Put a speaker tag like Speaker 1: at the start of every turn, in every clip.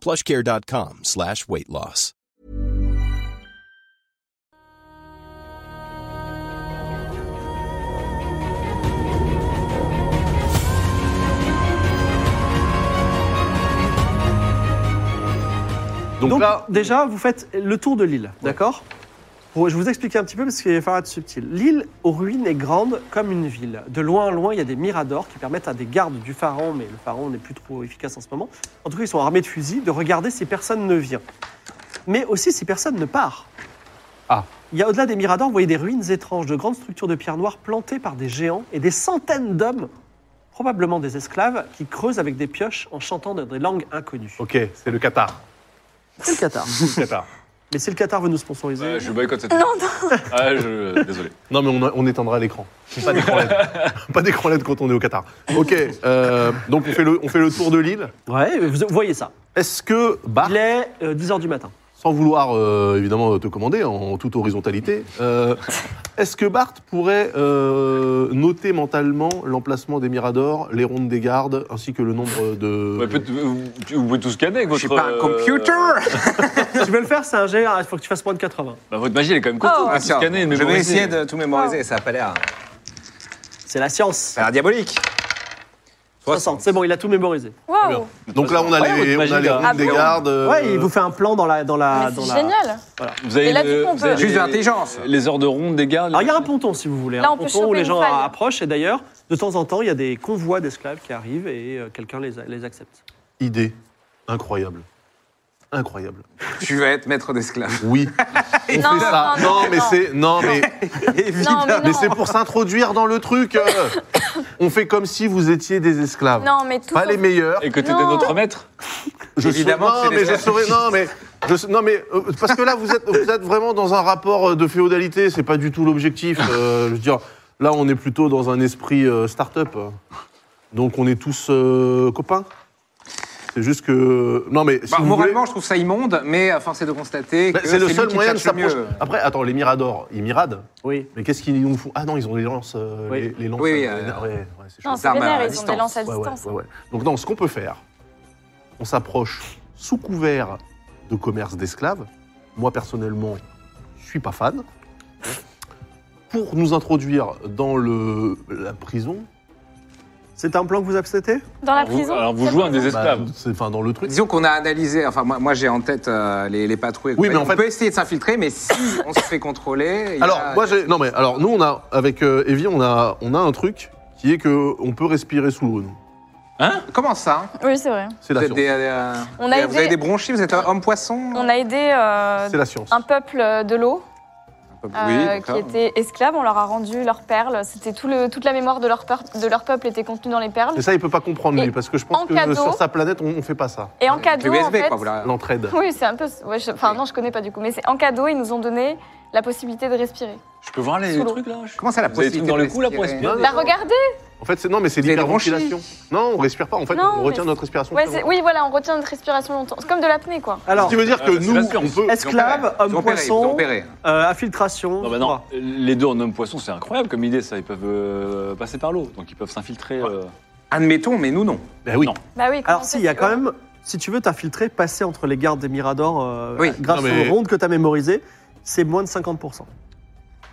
Speaker 1: plushcare.com slash weight loss.
Speaker 2: Donc,
Speaker 3: Donc
Speaker 2: là,
Speaker 3: déjà, vous faites le tour de l'île, d'accord Bon, Je vous explique un petit peu parce qu'il va falloir être subtil. L'île aux ruines est grande comme une ville. De loin en loin, il y a des miradors qui permettent à des gardes du pharaon, mais le pharaon n'est plus trop efficace en ce moment, en tout cas ils sont armés de fusils, de regarder si personne ne vient. Mais aussi si personne ne part.
Speaker 2: Ah.
Speaker 3: Il y a au-delà des miradors, vous voyez des ruines étranges, de grandes structures de pierre noire plantées par des géants et des centaines d'hommes, probablement des esclaves, qui creusent avec des pioches en chantant dans des langues inconnues.
Speaker 2: ok, c'est le Qatar.
Speaker 3: C'est le Qatar.
Speaker 2: Le Qatar.
Speaker 3: Mais si le Qatar veut nous sponsoriser.
Speaker 4: Euh, je boycotte cette. Non, non. Ah, je... Désolé.
Speaker 2: Non, mais on, on étendra l'écran. Pas d'écran LED. Pas d'écran LED quand on est au Qatar. Ok, euh, donc on fait, le, on fait le tour de l'île.
Speaker 3: Ouais, vous voyez ça.
Speaker 2: Est-ce que Bart,
Speaker 3: Il est 10h du matin.
Speaker 2: sans vouloir euh, évidemment te commander en toute horizontalité, euh, est-ce que Bart pourrait euh, noter mentalement l'emplacement des miradors, les rondes des gardes, ainsi que le nombre de...
Speaker 4: Ouais, peut- vous, vous pouvez tout scanner avec
Speaker 5: Je
Speaker 4: votre.
Speaker 5: suis pas un
Speaker 4: euh,
Speaker 5: computer
Speaker 3: tu veux le faire, c'est un GR, il faut que tu fasses moins de 80.
Speaker 4: bah, votre magie, elle est quand même cool.
Speaker 6: Oh.
Speaker 4: Vous
Speaker 6: Ah,
Speaker 4: pouvez tout scanner, mais
Speaker 5: Je vais essayer de tout mémoriser, ça a pas l'air. euh,
Speaker 3: C'est la science.
Speaker 5: Ça a l'air diabolique.
Speaker 3: 60, c'est bon, il a tout mémorisé.
Speaker 6: Waouh
Speaker 2: Donc là, on a Ouais, les, votre on a magie, les là. rondes
Speaker 6: Ah
Speaker 2: des
Speaker 6: bon
Speaker 2: gardes. euh,
Speaker 3: Ouais, il vous fait un plan dans la. Dans la,
Speaker 6: Mais
Speaker 3: Ah, dans
Speaker 6: C'est
Speaker 3: la...
Speaker 6: génial
Speaker 4: Vous avez
Speaker 6: Et là,
Speaker 4: le-
Speaker 6: du coup, on
Speaker 4: vous avez
Speaker 6: peut-
Speaker 4: les-
Speaker 5: Juste de l'intelligence.
Speaker 4: Les heures de ronde des
Speaker 5: Ah,
Speaker 4: gardes.
Speaker 3: Alors il y a un ponton si vous voulez,
Speaker 6: Là,
Speaker 3: un
Speaker 6: on peut
Speaker 3: ponton où
Speaker 6: choper
Speaker 3: les
Speaker 6: une
Speaker 3: gens
Speaker 6: faille.
Speaker 3: approchent et d'ailleurs, de temps en temps, il y a des convois d'esclaves qui arrivent et euh, quelqu'un les, a- les accepte.
Speaker 2: Idée incroyable. Incroyable.
Speaker 5: Tu vas être maître d'esclave.
Speaker 2: Oui. On
Speaker 6: Non,
Speaker 2: fait ça.
Speaker 6: non, non,
Speaker 2: mais
Speaker 6: non.
Speaker 2: c'est... Non, mais...
Speaker 6: Non, mais
Speaker 2: Mais
Speaker 6: non.
Speaker 2: c'est pour s'introduire dans le truc. euh. on fait comme si vous étiez des esclaves.
Speaker 6: Non, mais tout.
Speaker 2: Pas les meilleurs.
Speaker 4: Et que t'étais
Speaker 6: Non.
Speaker 4: notre maître
Speaker 2: Je
Speaker 5: Évidemment
Speaker 2: saurais-
Speaker 5: que
Speaker 2: non,
Speaker 5: c'est
Speaker 2: mais je
Speaker 5: des
Speaker 2: saurais. Non, mais. je sais- non, mais. euh, parce que là, vous êtes, vous êtes vraiment dans un rapport euh, de féodalité. C'est pas du tout l'objectif. euh, je veux dire, là, on est plutôt dans un esprit euh, start-up. Donc, on est tous euh, copains. C'est juste que. Non, mais. Si
Speaker 5: Bah,
Speaker 2: vous voulez.
Speaker 5: moralement, je trouve ça immonde, mais à force est de constater
Speaker 2: Bah,
Speaker 5: que
Speaker 2: c'est le
Speaker 5: lui
Speaker 2: seul
Speaker 5: qui
Speaker 2: moyen de
Speaker 5: cherche le
Speaker 2: s'approcher.
Speaker 5: mieux.
Speaker 2: Après, attends, les miradors, ils miradent.
Speaker 3: Oui.
Speaker 2: Mais qu'est-ce qu'ils nous font Ah non, ils ont des lances. euh,
Speaker 3: Oui.
Speaker 2: les, les lances.
Speaker 5: Oui, oui,
Speaker 2: euh,
Speaker 5: euh,
Speaker 2: ouais, ouais, c'est
Speaker 6: Non,
Speaker 2: chaud.
Speaker 6: c'est
Speaker 5: armes à
Speaker 6: vénère, ils ont
Speaker 5: distance.
Speaker 6: des lances à
Speaker 2: Ouais, ouais,
Speaker 6: distance. hein.
Speaker 2: ouais, ouais. Donc non, ce qu'on peut faire, on s'approche sous couvert de commerce d'esclaves. Moi personnellement, je suis pas fan. Pour nous introduire dans le la prison,
Speaker 3: C'est un plan que vous acceptez
Speaker 6: Dans la
Speaker 4: Vous-
Speaker 6: prison
Speaker 4: Alors vous
Speaker 6: la
Speaker 4: jouez un des
Speaker 6: prison.
Speaker 4: esclaves.
Speaker 2: bah, c'est- enfin dans le truc.
Speaker 5: Disons qu'on a analysé, enfin moi, moi, j'ai en tête euh, les, les patrouilles. et
Speaker 2: Oui, mais
Speaker 5: compagnie.
Speaker 2: en fait-
Speaker 5: On peut essayer de s'infiltrer, mais si on se fait contrôler. il y
Speaker 2: Alors
Speaker 5: a-
Speaker 2: moi, j'ai- non mais alors nous on a avec euh, Evie, on a on a un truc qui est que on peut respirer sous l'eau. nous.
Speaker 5: Comment ça
Speaker 6: Oui, c'est vrai.
Speaker 2: C'est la
Speaker 5: Vous,
Speaker 2: science.
Speaker 5: êtes des, euh,
Speaker 6: On
Speaker 5: vous
Speaker 6: a
Speaker 5: avez
Speaker 6: aidé- Ah.
Speaker 5: des bronchies, vous êtes un homme-poisson
Speaker 6: On a aidé euh,
Speaker 2: C'est la science.
Speaker 6: un peuple euh, de l'eau euh,
Speaker 5: Oui,
Speaker 6: qui
Speaker 5: d'accord.
Speaker 6: était esclave. On leur a rendu leurs perles. C'était tout le, toute la mémoire de leur, peur- de leur peuple était contenue dans les perles.
Speaker 2: Et ça, il peut pas comprendre lui
Speaker 6: Et
Speaker 2: parce que je
Speaker 6: en
Speaker 2: pense que
Speaker 6: cadeau-
Speaker 2: sur sa planète, on, on fait pas ça.
Speaker 6: Et en cadeau,
Speaker 5: USB,
Speaker 6: en fait,
Speaker 5: quoi, vous la-
Speaker 2: L'entraide.
Speaker 6: oui, c'est un peu. ouais, je- Enfin, non, je connais pas du coup, mais c'est en cadeau, ils nous ont donné la possibilité de respirer.
Speaker 4: Je peux voir les
Speaker 6: Sous l'eau.
Speaker 4: trucs là je-
Speaker 5: Comment ça, la
Speaker 4: Vous avez des trucs
Speaker 5: possibilité
Speaker 4: dans le
Speaker 5: de
Speaker 4: cou là pour
Speaker 5: respirer
Speaker 4: respirer
Speaker 2: Non,
Speaker 6: Bah, regardez
Speaker 2: En fait, c'est non, mais c'est
Speaker 5: Vous avez
Speaker 2: l'hyperventilation. Non, on respire pas. En fait,
Speaker 6: Non,
Speaker 2: on retient
Speaker 6: mais-
Speaker 2: notre respiration.
Speaker 6: Ouais,
Speaker 2: très
Speaker 6: c'est-
Speaker 2: longtemps.
Speaker 6: Oui, voilà, on retient notre respiration longtemps. C'est comme de l'apnée, quoi.
Speaker 2: Ce
Speaker 3: Alors,
Speaker 2: qui veut dire que
Speaker 4: Euh, c'est
Speaker 2: nous,
Speaker 4: la
Speaker 2: on
Speaker 4: science.
Speaker 2: peut.
Speaker 5: Ils ont opéré,
Speaker 3: esclaves,
Speaker 5: ils ont opéré, ils ont
Speaker 3: homme-poisson,
Speaker 5: opéré.
Speaker 3: infiltration.
Speaker 4: Non, bah non. Les deux en homme poisson, c'est incroyable comme idée, ça. Ils peuvent euh, passer par l'eau, donc ils peuvent s'infiltrer. euh.
Speaker 5: Admettons, mais nous non.
Speaker 2: Ben oui.
Speaker 4: Non.
Speaker 6: Bah oui, comment
Speaker 3: Alors si,
Speaker 6: c'est-
Speaker 3: il y a quand même, si tu veux t'infiltrer, passer entre les gardes des Miradors euh,
Speaker 5: Oui.
Speaker 3: grâce
Speaker 2: Non, mais-
Speaker 3: aux rondes que tu as mémorisées, c'est moins de 50%.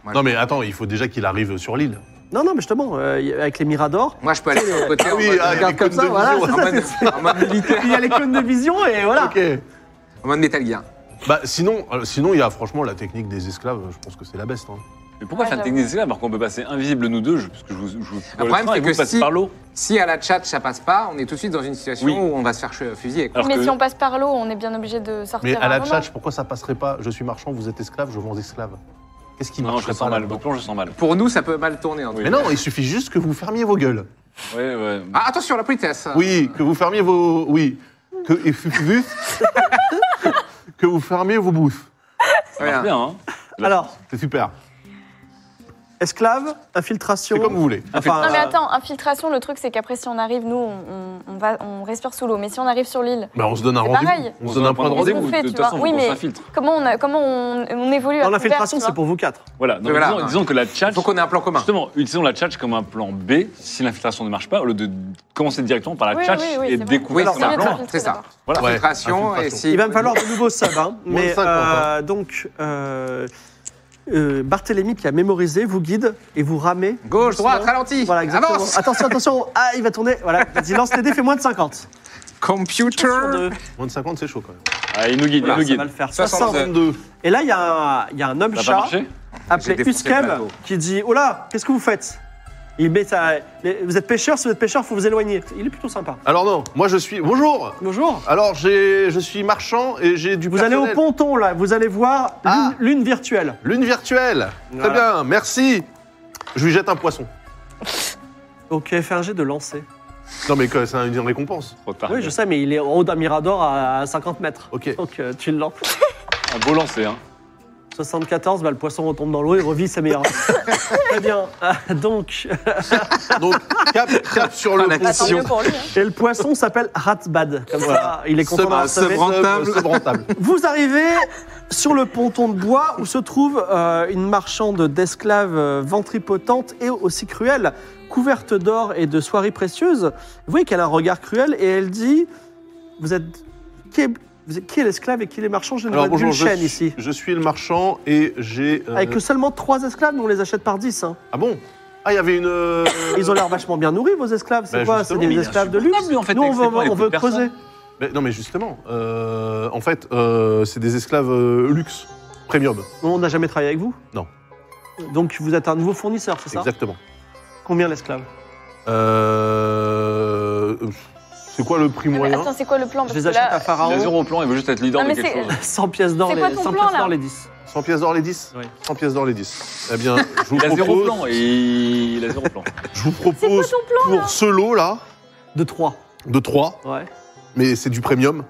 Speaker 5: Moi,
Speaker 2: Non,
Speaker 5: je-
Speaker 2: mais attends, il faut déjà qu'il arrive sur l'île.
Speaker 3: Non, non, mais justement, euh, y- avec les Miradors,
Speaker 5: Moi, je peux aller sur le côté.
Speaker 2: Ah
Speaker 5: en
Speaker 2: oui,
Speaker 5: mode-
Speaker 2: ah, il y a
Speaker 3: regarde
Speaker 2: des
Speaker 3: comme
Speaker 2: cônes
Speaker 3: ça,
Speaker 2: de
Speaker 3: voilà,
Speaker 2: vision.
Speaker 3: c'est
Speaker 5: en
Speaker 3: ça,
Speaker 5: mode-
Speaker 3: c'est-
Speaker 5: en mode militaire,
Speaker 3: il y a les cônes de vision et voilà.
Speaker 2: Ok.
Speaker 5: en mode hein. Metal Gear.
Speaker 2: Bah sinon, euh, sinon il y a franchement la technique des esclaves. Je pense que c'est la best. hein.
Speaker 4: Mais pourquoi
Speaker 6: Ouais,
Speaker 4: faire une technique des esclaves alors qu'on peut passer invisible nous deux je- Parce que je vous. Je vous
Speaker 5: Le problème, c'est
Speaker 4: et vous
Speaker 5: que
Speaker 4: passez
Speaker 5: si-
Speaker 4: par l'eau.
Speaker 5: Si à la chat ça passe pas, on est tout de suite dans une situation
Speaker 4: Oui.
Speaker 5: où on va se faire che- fusiller. quoi.
Speaker 4: Alors
Speaker 6: mais
Speaker 4: que-
Speaker 6: si on passe par l'eau, on est bien obligé de sortir.
Speaker 2: Mais à la
Speaker 6: un
Speaker 2: tchatch, pourquoi ça passerait pas Je suis marchand, vous êtes esclave, je vends esclave. Qu'est-ce qui
Speaker 4: Non, je
Speaker 2: marcherait
Speaker 4: le
Speaker 2: pas
Speaker 4: sens mal.
Speaker 2: là-dedans
Speaker 4: Votre plan, je le sens mal.
Speaker 5: Pour nous, ça peut mal tourner. En tout
Speaker 4: Oui.
Speaker 2: Mais non, il suffit juste que vous fermiez vos gueules.
Speaker 4: Ouais, ouais.
Speaker 5: cas. Ah, attention, la politesse.
Speaker 2: Oui, que vous fermiez vos. Oui. Que. et fu- fu- fu- que vous fermiez vos booths.
Speaker 4: Ça marche
Speaker 5: Regarde.
Speaker 4: bien, hein
Speaker 3: Alors,
Speaker 2: C'est super.
Speaker 3: esclave, infiltration.
Speaker 2: C'est comme vous voulez.
Speaker 3: Enfin,
Speaker 6: Non mais
Speaker 3: euh,
Speaker 6: attends, infiltration, le truc c'est qu'après si on arrive, nous on, on- on va, on respire sous l'eau, mais si on arrive sur l'île,
Speaker 2: Bah, on se donne un
Speaker 6: C'est
Speaker 2: rendez-vous.
Speaker 6: pareil.
Speaker 2: On se donne un point de
Speaker 6: rendez-vous.
Speaker 4: De
Speaker 6: On fait,
Speaker 4: toute
Speaker 6: tu vois.
Speaker 4: façon,
Speaker 6: Oui,
Speaker 4: faut qu'on
Speaker 6: mais-
Speaker 4: s'infiltre.
Speaker 6: comment on, a, comment on, on évolue à
Speaker 3: Dans
Speaker 6: couvert,
Speaker 3: l'infiltration,
Speaker 6: tu vois.
Speaker 3: c'est pour vous quatre.
Speaker 4: Voilà, donc
Speaker 5: Voilà.
Speaker 4: disons, disons que la tchatch,
Speaker 5: Il faut qu'on ait un plan commun.
Speaker 4: justement, utilisons la tchatch comme un plan B si l'infiltration ne marche pas, au lieu de commencer directement par la
Speaker 6: Oui,
Speaker 4: tchatch
Speaker 6: oui, oui,
Speaker 4: et
Speaker 6: c'est vrai.
Speaker 5: Oui,
Speaker 4: découvrir
Speaker 5: c'est
Speaker 4: son
Speaker 5: un
Speaker 6: mieux de
Speaker 4: plan.
Speaker 5: plan,
Speaker 6: s'infiltrer
Speaker 5: c'est ça.
Speaker 6: d'abord.
Speaker 4: Voilà.
Speaker 2: Ouais,
Speaker 5: Infiltration, et
Speaker 2: infiltration.
Speaker 5: si.
Speaker 3: Il va me falloir de nouveaux subs. hein,
Speaker 2: Moins de
Speaker 3: mais
Speaker 2: cinquante,
Speaker 3: euh, donc, euh, euh, Barthélemy qui a mémorisé vous guide et vous ramez.
Speaker 5: Gauche, droite,
Speaker 3: Justement.
Speaker 5: ralenti.
Speaker 3: Voilà, exactement.
Speaker 5: Avance.
Speaker 3: Attention, attention. Ah, il va tourner. Voilà, vas-y, lance les dés, fais moins de 50. Sur
Speaker 5: Computer.
Speaker 3: deux.
Speaker 2: Moins de 50, c'est chaud quand même.
Speaker 4: Ah, il nous guide,
Speaker 5: Voilà,
Speaker 4: il nous
Speaker 3: Bah, Ça va le
Speaker 4: guide.
Speaker 3: faire.
Speaker 5: 62.
Speaker 3: 60.
Speaker 2: 32.
Speaker 3: Et là, il y, a un- il y a un homme
Speaker 4: Ça va
Speaker 3: chat
Speaker 4: marcher
Speaker 5: J'ai
Speaker 3: appelé
Speaker 5: défoncé le
Speaker 3: Uskem
Speaker 5: bateau.
Speaker 3: qui dit Oh là, qu'est-ce que vous faites Il met sa- les- Vous êtes pêcheur, si vous êtes pêcheur, faut vous éloigner. Il est plutôt sympa.
Speaker 2: Alors non, moi je suis. Bonjour
Speaker 3: Bonjour.
Speaker 2: Alors j'ai, je suis marchand et j'ai du.
Speaker 3: Vous allez au
Speaker 2: personnel.
Speaker 3: ponton là, vous allez voir
Speaker 2: Ah.
Speaker 3: l'une lune virtuelle.
Speaker 2: Lune virtuelle. Très
Speaker 3: Voilà.
Speaker 2: bien, merci. Je lui jette un poisson.
Speaker 3: Donc fais un jet de lancer.
Speaker 4: Ah,
Speaker 2: Non mais que- c'est une récompense.
Speaker 4: Trop tard.
Speaker 3: Oui, je sais, mais il est en haut d'un mirador à 50 mètres.
Speaker 2: Ok.
Speaker 3: Donc euh, tu le lances.
Speaker 4: Un beau lancer, hein.
Speaker 3: 74, bah, le poisson retombe dans l'eau et revit sa meilleure. Très bien. Ah, donc,
Speaker 2: Donc cap, cap sur le
Speaker 5: Ah, la
Speaker 6: Bah, tant
Speaker 2: ponton.
Speaker 6: mieux pour lui. hein.
Speaker 3: et le poisson s'appelle Ratbad. Comme ça, il est content
Speaker 2: Sub-
Speaker 3: d'avoir sauvé.
Speaker 5: Sevran. Rentable.
Speaker 2: sub- rentable.
Speaker 3: Vous arrivez sur le ponton de bois où se trouve euh, une marchande d'esclaves euh, ventripotente et aussi cruelle, couverte d'or et de soieries précieuses. Vous voyez qu'elle a un regard cruel et elle dit Vous êtes. Qui est, vous êtes- qui est l'esclave et qui est les marchands Je ne vois
Speaker 2: Alors bonjour,
Speaker 3: d'une
Speaker 2: je,
Speaker 3: chaîne
Speaker 2: suis-
Speaker 3: ici.
Speaker 2: je suis le marchand et j'ai. euh,
Speaker 3: Avec seulement trois esclaves, nous on les achète par 10. hein.
Speaker 2: Ah bon Ah il y avait une. euh,
Speaker 3: Ils ont l'air vachement bien nourris, vos esclaves. C'est
Speaker 2: Bah,
Speaker 3: quoi C'est
Speaker 2: justement,
Speaker 3: des
Speaker 2: mais il
Speaker 3: esclaves de luxe
Speaker 4: insupportable, lui, en fait,
Speaker 3: Nous, on
Speaker 4: avec ses
Speaker 3: veut,
Speaker 4: plans, il
Speaker 3: on
Speaker 4: écoute
Speaker 3: veut
Speaker 4: personne.
Speaker 3: creuser.
Speaker 2: mais- non mais justement, euh, en fait euh, c'est des esclaves euh, luxe, premium.
Speaker 3: Non, on n'a jamais travaillé avec vous
Speaker 2: Non.
Speaker 3: Donc, vous êtes un nouveau fournisseur, c'est ça
Speaker 2: Exactement.
Speaker 3: Combien l'esclave
Speaker 2: Euh, c'est quoi le prix
Speaker 6: Non, Ah, mais
Speaker 2: moyen
Speaker 6: Attends, c'est quoi le plan
Speaker 3: Je
Speaker 6: Parce
Speaker 3: les
Speaker 6: que
Speaker 3: achète à
Speaker 6: là,
Speaker 4: Il a
Speaker 3: Pharaon.
Speaker 4: zéro au plan, il veut juste être leader
Speaker 6: Non,
Speaker 4: de
Speaker 6: mais
Speaker 4: quelque
Speaker 6: c'est-
Speaker 4: chose.
Speaker 3: 100 pièces d'or
Speaker 6: C'est
Speaker 3: les,
Speaker 6: quoi ton
Speaker 3: 100
Speaker 6: plan,
Speaker 3: pièces d'or
Speaker 6: là
Speaker 3: les 10.
Speaker 2: 100 pièces d'or les 10
Speaker 3: Oui.
Speaker 2: 100 pièces d'or les 10. Eh bien, je vous
Speaker 4: Il a zéro plan
Speaker 2: propose,
Speaker 4: et il a zéro plan.
Speaker 2: je vous
Speaker 6: c'est quoi
Speaker 2: propose
Speaker 6: ton plan
Speaker 2: pour ce lot là
Speaker 3: De 3.
Speaker 2: de 3,
Speaker 3: Ouais.
Speaker 2: mais c'est du premium.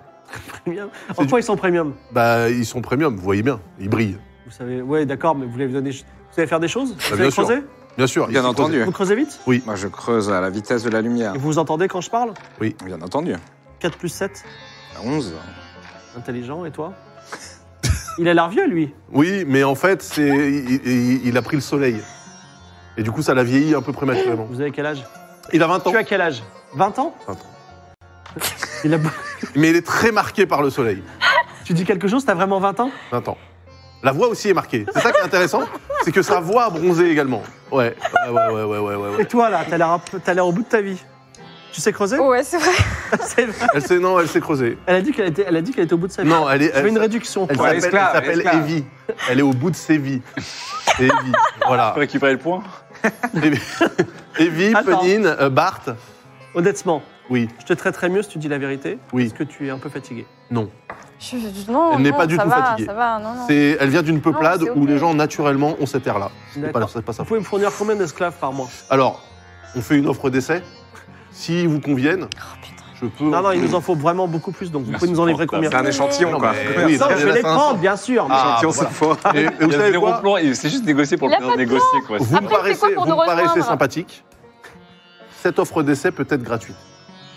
Speaker 3: Premium. En
Speaker 2: C'est
Speaker 3: quoi ils sont premium
Speaker 2: Bah, ils sont premium, vous voyez bien, ils brillent.
Speaker 3: Vous savez, ouais, d'accord, mais vous voulez, vous donner... vous allez faire des choses Vous allez
Speaker 2: Bah, bien sûr.
Speaker 3: creuser
Speaker 2: Bien sûr, ils
Speaker 5: Bien
Speaker 2: sont
Speaker 5: entendu.
Speaker 3: Vous creusez vite
Speaker 5: Moi, je creuse à la vitesse de la lumière.
Speaker 2: Ah.
Speaker 3: Et Vous vous entendez quand je parle
Speaker 5: Bien entendu.
Speaker 3: 4 plus 7,
Speaker 5: À 11.
Speaker 3: intelligent, et toi Il a l'air vieux, lui.
Speaker 2: Oui, mais en fait, c'est il, il- il a pris le soleil. Et du coup, ça l'a vieilli un peu prématurément.
Speaker 3: Vous avez quel âge
Speaker 2: Il a 20 ans,
Speaker 3: Tu as quel âge 20 ans
Speaker 2: 20 ans.
Speaker 3: Il a-
Speaker 2: mais il est très marqué par le soleil.
Speaker 3: Tu dis quelque chose, t'as vraiment 20 ans
Speaker 2: 20 ans. La voix aussi est marquée. C'est ça qui est intéressant, c'est que sa voix a bronzé également. Ouais, ouais, ouais, ouais, ouais, ouais. ouais,
Speaker 3: Et
Speaker 2: ouais.
Speaker 3: toi, là, t'as l'air un peu- t'as l'air au bout de ta vie. Tu sais creuser
Speaker 6: Ouais, c'est vrai.
Speaker 3: C'est vrai.
Speaker 2: Elle s'est non, elle s'est creusée.
Speaker 3: Elle a dit qu'elle était, elle a dit qu'elle était au bout de sa vie.
Speaker 2: Non, elle est.
Speaker 3: Je fais
Speaker 2: elle-
Speaker 3: une réduction.
Speaker 2: Elle s'appelle-
Speaker 5: Ouais,
Speaker 2: elle
Speaker 5: esclave,
Speaker 2: s'appelle
Speaker 5: esclave.
Speaker 2: Evie. Elle est au bout de ses vies. Evie, voilà.
Speaker 4: Faut récupérer le point.
Speaker 2: Evie, Evie,
Speaker 3: Attends.
Speaker 2: Penine, euh, Bart.
Speaker 3: Honnêtement,
Speaker 2: Oui,
Speaker 3: je te traiterais mieux si tu dis la vérité.
Speaker 2: oui.
Speaker 3: Parce que tu es un peu fatigué.
Speaker 6: Je- je- non,
Speaker 2: Elle n'est
Speaker 6: non,
Speaker 2: pas du
Speaker 6: ça
Speaker 2: tout
Speaker 6: va,
Speaker 2: fatiguée.
Speaker 6: Ça va, non, non.
Speaker 2: C'est, elle vient d'une peuplade
Speaker 6: c'est
Speaker 2: où
Speaker 6: ok.
Speaker 2: les gens naturellement ont cet air-là. C'est pas,
Speaker 3: Ah, D'accord.
Speaker 2: c'est pas ça.
Speaker 3: Vous pouvez me fournir combien d'esclaves par mois
Speaker 2: Alors, on fait une offre d'essai. S'ils vous conviennent,
Speaker 6: Oh, putain.
Speaker 2: je peux.
Speaker 3: Non, non, il nous en faut vraiment beaucoup plus, donc vous pouvez nous en livrer combien
Speaker 5: C'est un échantillon,
Speaker 2: Non,
Speaker 5: quoi.
Speaker 2: mais oui,
Speaker 3: Non,
Speaker 2: non,
Speaker 3: je
Speaker 2: il y en
Speaker 3: vais
Speaker 2: a
Speaker 3: les
Speaker 2: 500.
Speaker 3: prendre, bien sûr. mais-
Speaker 2: Ah,
Speaker 5: Échantillon,
Speaker 2: voilà.
Speaker 5: c'est fort.
Speaker 2: Et, et vous
Speaker 4: Il a
Speaker 2: savez
Speaker 4: zéro
Speaker 2: quoi
Speaker 4: plan, il- c'est juste négocier pour
Speaker 6: Il
Speaker 4: le
Speaker 6: a
Speaker 4: plaisir
Speaker 6: pas
Speaker 4: de
Speaker 6: de
Speaker 4: négocier, quoi.
Speaker 2: Vous me
Speaker 6: Après, c'est
Speaker 2: paraissez,
Speaker 6: quoi pour
Speaker 2: vous
Speaker 6: nous
Speaker 2: me paraissez
Speaker 6: rejoindre
Speaker 2: sympathique. Cette offre d'essai peut être gratuite.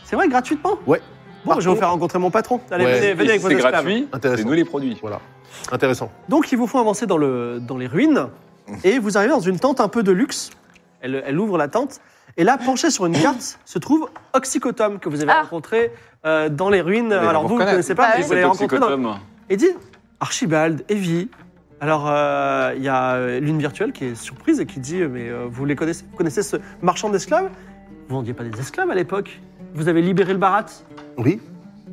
Speaker 3: C'est vrai, gratuitement
Speaker 2: Ouais.
Speaker 3: Bon, bah,
Speaker 2: Par
Speaker 3: je vais vous
Speaker 2: contre-
Speaker 3: faire rencontrer mon patron. Allez,
Speaker 2: Ouais.
Speaker 3: venez, venez
Speaker 4: Et
Speaker 3: avec
Speaker 4: si
Speaker 3: vos
Speaker 4: C'est
Speaker 3: esclaves.
Speaker 4: gratuit, c'est
Speaker 2: Intéressant.
Speaker 4: nous les produits.
Speaker 2: Voilà. Intéressant.
Speaker 3: Donc, ils vous font avancer dans, le, dans les ruines. Et vous arrivez dans une tente un peu de luxe. Elle, elle ouvre la tente. Et là, penchée sur une carte, se trouve Oxycotome, que vous avez
Speaker 6: Ah.
Speaker 3: rencontré euh, dans les ruines.
Speaker 5: allez
Speaker 3: Alors,
Speaker 5: vous
Speaker 3: vous, vous ne
Speaker 5: reconnaître.
Speaker 3: connaissez pas,
Speaker 6: Bah
Speaker 3: mais
Speaker 6: oui.
Speaker 3: vous l'avez
Speaker 4: C'est
Speaker 3: rencontré dans,
Speaker 4: Toxicotome.
Speaker 3: et dit Archibald, Evie. Alors, euh, il y a euh, l'une virtuelle qui est surprise et qui dit euh, Mais euh, vous les connaissez Vous connaissez ce marchand d'esclaves Vous vendiez pas des esclaves à l'époque Vous avez libéré le barat
Speaker 2: Oui.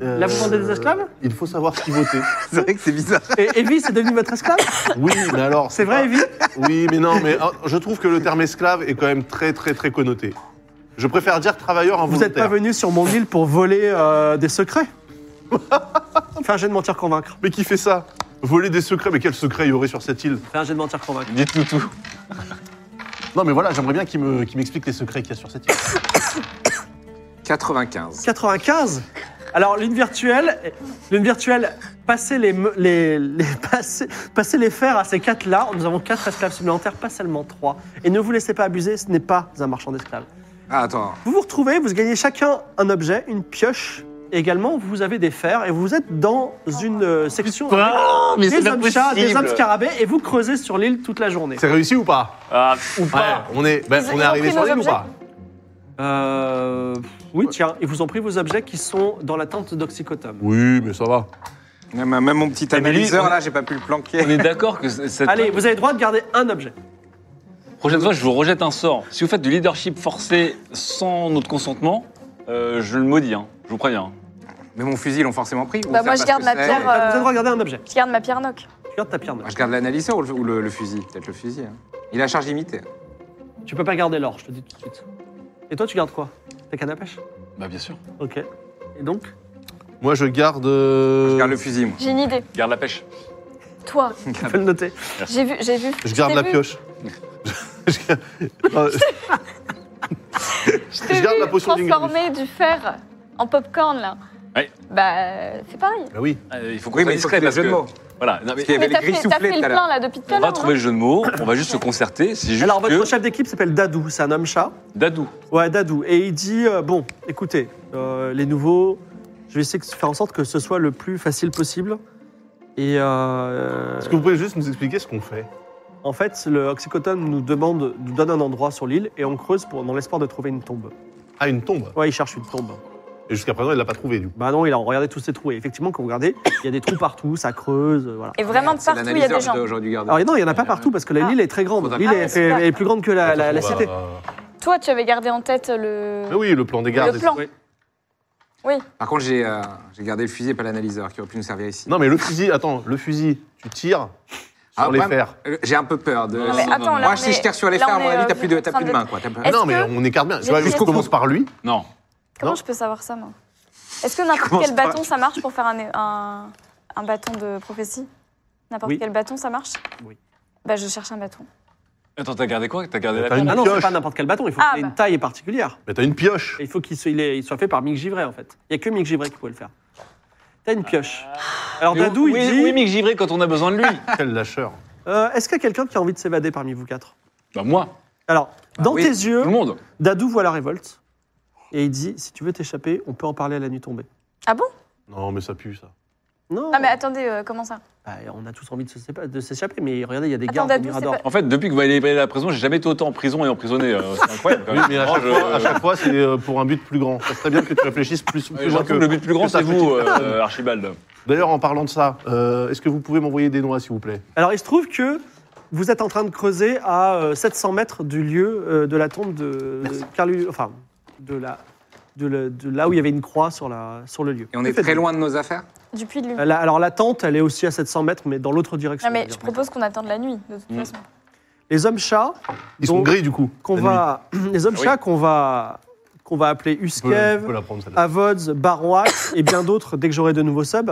Speaker 2: Euh,
Speaker 3: Là, vous vendez des esclaves
Speaker 2: Il faut savoir qui voter.
Speaker 5: C'est vrai que c'est bizarre.
Speaker 3: Et Evie, c'est devenu votre esclave
Speaker 2: Oui, mais alors.
Speaker 3: C'est vrai,
Speaker 2: pas-
Speaker 3: Evie
Speaker 2: Oui, mais non, mais hein, je trouve que le terme esclave est quand même très, très, très connoté. Je préfère dire travailleur
Speaker 3: Vous n'êtes pas
Speaker 2: involontaire.
Speaker 3: venu sur mon île pour voler euh, des secrets Fais un jet de mentir convaincre.
Speaker 2: Mais qui fait ça Voler des secrets, mais quel secret il y aurait sur cette île
Speaker 3: Fais un jet de mentir convaincre.
Speaker 4: Dites-nous tout.
Speaker 2: Non, mais voilà, j'aimerais bien qu'il me- qu'il m'explique les secrets qu'il y a sur cette île.
Speaker 5: 95.
Speaker 3: 95 Alors, lune virtuelle, lune virtuelle, passez les, me- les, les, passez, passez les fers à ces quatre-là. Nous avons quatre esclaves supplémentaires, pas seulement trois. Et ne vous laissez pas abuser, ce n'est pas un marchand d'esclaves.
Speaker 5: Ah, attends.
Speaker 3: Vous vous retrouvez, vous gagnez chacun un objet, une pioche. Et également, vous avez des fers et vous êtes dans une euh, section avec
Speaker 7: Oh, mais c'est
Speaker 3: des
Speaker 7: pas
Speaker 3: hommes chats, des hommes
Speaker 7: possible.
Speaker 3: scarabées et vous creusez sur l'île toute la journée.
Speaker 2: C'est réussi ou pas
Speaker 4: Ah, ou pas.
Speaker 2: Ouais, on est, ben,
Speaker 6: Ils-
Speaker 2: on
Speaker 6: ils
Speaker 2: est
Speaker 6: ont
Speaker 2: arrivé
Speaker 6: pris
Speaker 2: sur
Speaker 6: nos
Speaker 2: l'île ou
Speaker 6: objets
Speaker 2: pas
Speaker 3: Euh, oui, tiens, ils vous ont pris vos objets qui sont dans la tente d'Oxycotum.
Speaker 2: Oui, mais ça va.
Speaker 5: Même, même mon petit
Speaker 4: mais lui,
Speaker 5: analyseur,
Speaker 4: on-
Speaker 5: là, j'ai pas pu le planquer.
Speaker 4: On est d'accord que c- cette
Speaker 3: Allez, vous avez le droit de garder un objet.
Speaker 4: prochaine fois, je vous rejette un sort. Si vous faites du leadership forcé sans notre consentement, euh, je le maudis, hein. je vous préviens.
Speaker 5: Mais mon fusil, ils l'ont forcément pris. ou
Speaker 6: Bah,
Speaker 5: ça,
Speaker 6: moi, je
Speaker 5: parce
Speaker 6: garde
Speaker 5: que
Speaker 6: ma
Speaker 5: c'est-
Speaker 6: pierre,
Speaker 3: Vous
Speaker 6: euh,
Speaker 3: avez le droit de garder un objet.
Speaker 6: Je garde ma pierre noc.
Speaker 3: Tu gardes ta pierre neuve.
Speaker 5: Moi, je garde l'analyseur ou, le, ou le- le fusil Peut-être le fusil. hein. Il a charge limitée.
Speaker 3: Tu peux pas garder l'or, je te dis tout de suite. Et toi, tu gardes quoi Ta canne à pêche
Speaker 4: Bah bien sûr.
Speaker 3: Ok. Et donc
Speaker 2: Moi, je garde. euh,
Speaker 5: Je garde le fusil, moi.
Speaker 6: J'ai une idée.
Speaker 4: Garde la pêche.
Speaker 6: Toi,
Speaker 3: Tu peux le noter.
Speaker 6: j'ai vu, j'ai vu.
Speaker 2: Je garde
Speaker 6: t'ai
Speaker 2: la
Speaker 6: vu.
Speaker 2: pioche. je garde- Euh,
Speaker 6: Je t'ai
Speaker 2: garde
Speaker 6: vu
Speaker 2: la potion d'Ingrid.
Speaker 6: transformer du fer en popcorn là.
Speaker 4: Ouais.
Speaker 6: Bah, c'est pareil.
Speaker 2: Bah oui.
Speaker 4: Euh, il faut qu'on
Speaker 5: Oui,
Speaker 4: soit
Speaker 5: mais il faut
Speaker 4: discret
Speaker 5: qu'il y ait le
Speaker 4: parce
Speaker 5: jeu de
Speaker 4: que-
Speaker 5: mots.
Speaker 4: Voilà. Non, mais
Speaker 5: Parce qu'il y avait
Speaker 6: Mais
Speaker 5: les
Speaker 6: t'as
Speaker 5: grilles
Speaker 6: fait, t'as
Speaker 5: soufflées
Speaker 6: fait
Speaker 5: tout à
Speaker 6: le
Speaker 5: l'heure.
Speaker 6: plein là depuis tout à
Speaker 4: on va
Speaker 6: l'heure. hein.
Speaker 4: trouver
Speaker 6: non
Speaker 4: le jeu de mots, on va juste se concerter. C'est juste
Speaker 3: Alors, votre
Speaker 4: que...
Speaker 3: chef d'équipe s'appelle Dadou, c'est un homme chat.
Speaker 4: Dadou.
Speaker 3: Ouais, Dadou. Et il dit euh, Bon, écoutez, euh, les nouveaux, je vais essayer de faire en sorte que ce soit le plus facile possible. Et euh,
Speaker 2: Est-ce que vous pouvez juste nous expliquer ce qu'on fait
Speaker 3: en fait, le Oxycotone nous demande, nous donne un endroit sur l'île et on creuse pour, dans l'espoir de trouver une tombe.
Speaker 2: Ah, une tombe.
Speaker 3: Ouais, il cherche une tombe.
Speaker 2: Et jusqu'à présent, il l'a pas trouvé, du coup.
Speaker 3: Bah non, il a regardé tous ces trous. Et effectivement, quand vous regardez, il y a des trous partout, ça creuse, euh, voilà.
Speaker 6: Et vraiment
Speaker 5: C'est
Speaker 6: partout, il y a
Speaker 5: l'analyseur
Speaker 6: des
Speaker 5: que je
Speaker 6: gens.
Speaker 5: dois aujourd'hui garder.
Speaker 3: Alors Ah non, il n'y en a pas partout parce que la-
Speaker 6: Ah.
Speaker 3: l'île est très grande.
Speaker 5: Faudra-
Speaker 3: L'île
Speaker 6: Ah,
Speaker 3: est,
Speaker 6: mais c'est
Speaker 3: est- est plus grande que la, la- la
Speaker 2: Bah,
Speaker 3: cité.
Speaker 6: Toi, tu avais gardé en tête le.
Speaker 2: Mais Ah oui, le plan des gardes.
Speaker 6: Le plan.
Speaker 5: Par contre, j'ai euh, j'ai gardé le fusil et pas l'analyseur qui aurait pu nous servir ici.
Speaker 2: Non, mais le fusil, attends, le fusil, tu tires sur
Speaker 5: Ah,
Speaker 2: les
Speaker 5: pas-
Speaker 2: fers.
Speaker 5: Euh, J'ai un peu peur de.
Speaker 6: Non,
Speaker 4: non,
Speaker 6: mais
Speaker 4: non.
Speaker 6: attends, là,
Speaker 5: Moi,
Speaker 6: on
Speaker 5: si
Speaker 6: est-
Speaker 5: je tire sur les
Speaker 6: là,
Speaker 5: fers, à
Speaker 6: on
Speaker 5: mon
Speaker 6: est,
Speaker 5: avis,
Speaker 6: euh,
Speaker 5: t'as plus de, t'as
Speaker 6: en train
Speaker 5: plus de main, quoi. T'as
Speaker 6: Est-ce
Speaker 5: pas-
Speaker 2: non, mais
Speaker 6: que-
Speaker 2: on écarte bien. Tu vois,
Speaker 6: Est-ce
Speaker 2: je
Speaker 5: que-
Speaker 2: commence par lui.
Speaker 4: Non.
Speaker 6: Comment
Speaker 2: Non.
Speaker 6: je peux savoir ça, moi Est-ce que n'importe
Speaker 5: Comment
Speaker 6: quel
Speaker 5: ça va
Speaker 6: bâton ça marche pour faire un, un, un bâton de prophétie N'importe
Speaker 3: Oui.
Speaker 6: quel bâton ça marche
Speaker 3: Oui.
Speaker 6: Bah, je cherche un bâton.
Speaker 4: Attends, t'as gardé quoi T'as gardé la
Speaker 2: T'as
Speaker 4: pierre
Speaker 2: une-
Speaker 3: Ah non, c'est
Speaker 2: pioche.
Speaker 3: pas n'importe quel bâton. Il faut
Speaker 6: Ah,
Speaker 3: qu'il ait
Speaker 6: bah.
Speaker 3: une taille particulière.
Speaker 2: Mais t'as une pioche.
Speaker 3: Et Il faut qu'il soit, il est- il soit fait par Mick Givray, en fait. Il n'y a que Mick Givray qui pouvait le faire. T'as une pioche. Alors,
Speaker 4: Mais
Speaker 3: Dadou,
Speaker 4: oui,
Speaker 3: il
Speaker 4: oui,
Speaker 3: dit
Speaker 4: Oui, Mick Givray quand on a besoin de lui.
Speaker 2: Quel lâcheur.
Speaker 3: euh, Est-ce qu'il y a quelqu'un qui a envie de s'évader parmi vous quatre
Speaker 4: bah moi,
Speaker 3: Alors, dans
Speaker 5: oui,
Speaker 3: tes yeux,
Speaker 4: tout le monde.
Speaker 3: Dadou voit la révolte. Et il dit Si tu veux t'échapper, on peut en parler à la nuit tombée.
Speaker 6: Ah bon
Speaker 2: Non, mais ça pue, ça.
Speaker 3: Non.
Speaker 6: Ah, mais attendez, euh, comment ça
Speaker 3: Bah, on a tous envie de se sépa- de s'échapper, mais regardez, il y a des
Speaker 6: Attends,
Speaker 3: gardes au
Speaker 6: Dadou,
Speaker 3: Mirador.
Speaker 6: c'est
Speaker 4: En fait, depuis que vous allez à la prison, j'ai jamais été autant en prison et emprisonné. euh, C'est incroyable. Quand
Speaker 2: Oui,
Speaker 4: même.
Speaker 2: mais à
Speaker 4: Moi,
Speaker 2: chaque,
Speaker 4: je-
Speaker 2: fois, à chaque fois, c'est euh, pour un but plus grand. Ça serait bien que tu réfléchisses plus, plus
Speaker 4: je
Speaker 2: loin
Speaker 4: crois
Speaker 2: que.
Speaker 4: que le but plus grand,
Speaker 2: que ta
Speaker 4: c'est vous,
Speaker 2: petite personne.
Speaker 4: euh, Archibald.
Speaker 2: D'ailleurs, en parlant de ça, euh, est-ce que vous pouvez m'envoyer des noix, s'il vous plaît
Speaker 3: Alors, il se trouve que vous êtes en train de creuser à euh, 700 mètres du lieu euh, de la tombe de, de Carlu- enfin, de, la, de, le- de là où il y avait une croix sur, la, sur le lieu.
Speaker 5: Et on est
Speaker 3: Que
Speaker 5: très
Speaker 3: faites-vous
Speaker 5: loin de nos affaires.
Speaker 6: Du puits de lune.
Speaker 3: Euh, la- alors, la tente, elle est aussi à 700 mètres, mais dans l'autre direction.
Speaker 6: Non,
Speaker 3: on va
Speaker 6: Ah, mais
Speaker 3: dire.
Speaker 6: je propose qu'on attende la nuit, de toute
Speaker 4: Mm.
Speaker 6: façon.
Speaker 3: Les hommes chats,
Speaker 2: Ils sont
Speaker 3: Donc,
Speaker 2: gris, du coup.
Speaker 3: qu'on
Speaker 2: la
Speaker 3: va, les hommes
Speaker 4: Ah oui.
Speaker 3: chats qu'on va, qu'on va appeler
Speaker 2: nuit. On peut, on
Speaker 3: Uskev,
Speaker 2: peut la prendre, celle-là.
Speaker 3: Avods, Barouac et bien d'autres, dès que j'aurai de nouveaux subs,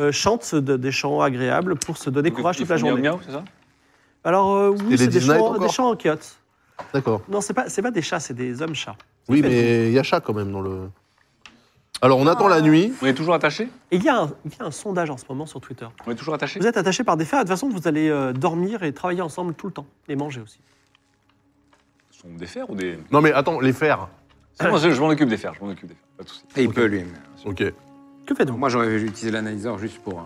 Speaker 3: euh, chantent de- des chants agréables pour se donner courage toute la journée.
Speaker 4: Miaou, miaou, c'est ça
Speaker 3: Alors, euh, oui,
Speaker 2: les
Speaker 3: c'est des
Speaker 2: Disney
Speaker 3: chants,
Speaker 2: encore
Speaker 3: des chants en kiote.
Speaker 2: D'accord.
Speaker 3: Non, c'est pas, c'est pas des chats, c'est des hommes chats.
Speaker 2: Oui, mais il y a chat quand même dans le. Alors, on attend la nuit.
Speaker 4: On est toujours attaché
Speaker 3: Et il y, a un, il y a un sondage en ce moment sur Twitter.
Speaker 4: On est toujours attaché
Speaker 3: Vous êtes attachés par des fers, de toute façon, vous allez euh, dormir et travailler ensemble tout le temps. Et manger aussi.
Speaker 4: Ce sont des fers ou des.
Speaker 2: Non, mais attends, les fers.
Speaker 4: C'est bon, je je m'en occupe des fers, je m'en occupe des fers. Pas de soucis.
Speaker 5: Et il peut, lui. mais-
Speaker 2: Ok.
Speaker 3: Que faites-vous
Speaker 5: Moi, j'aurais utilisé l'analyseur juste pour. euh,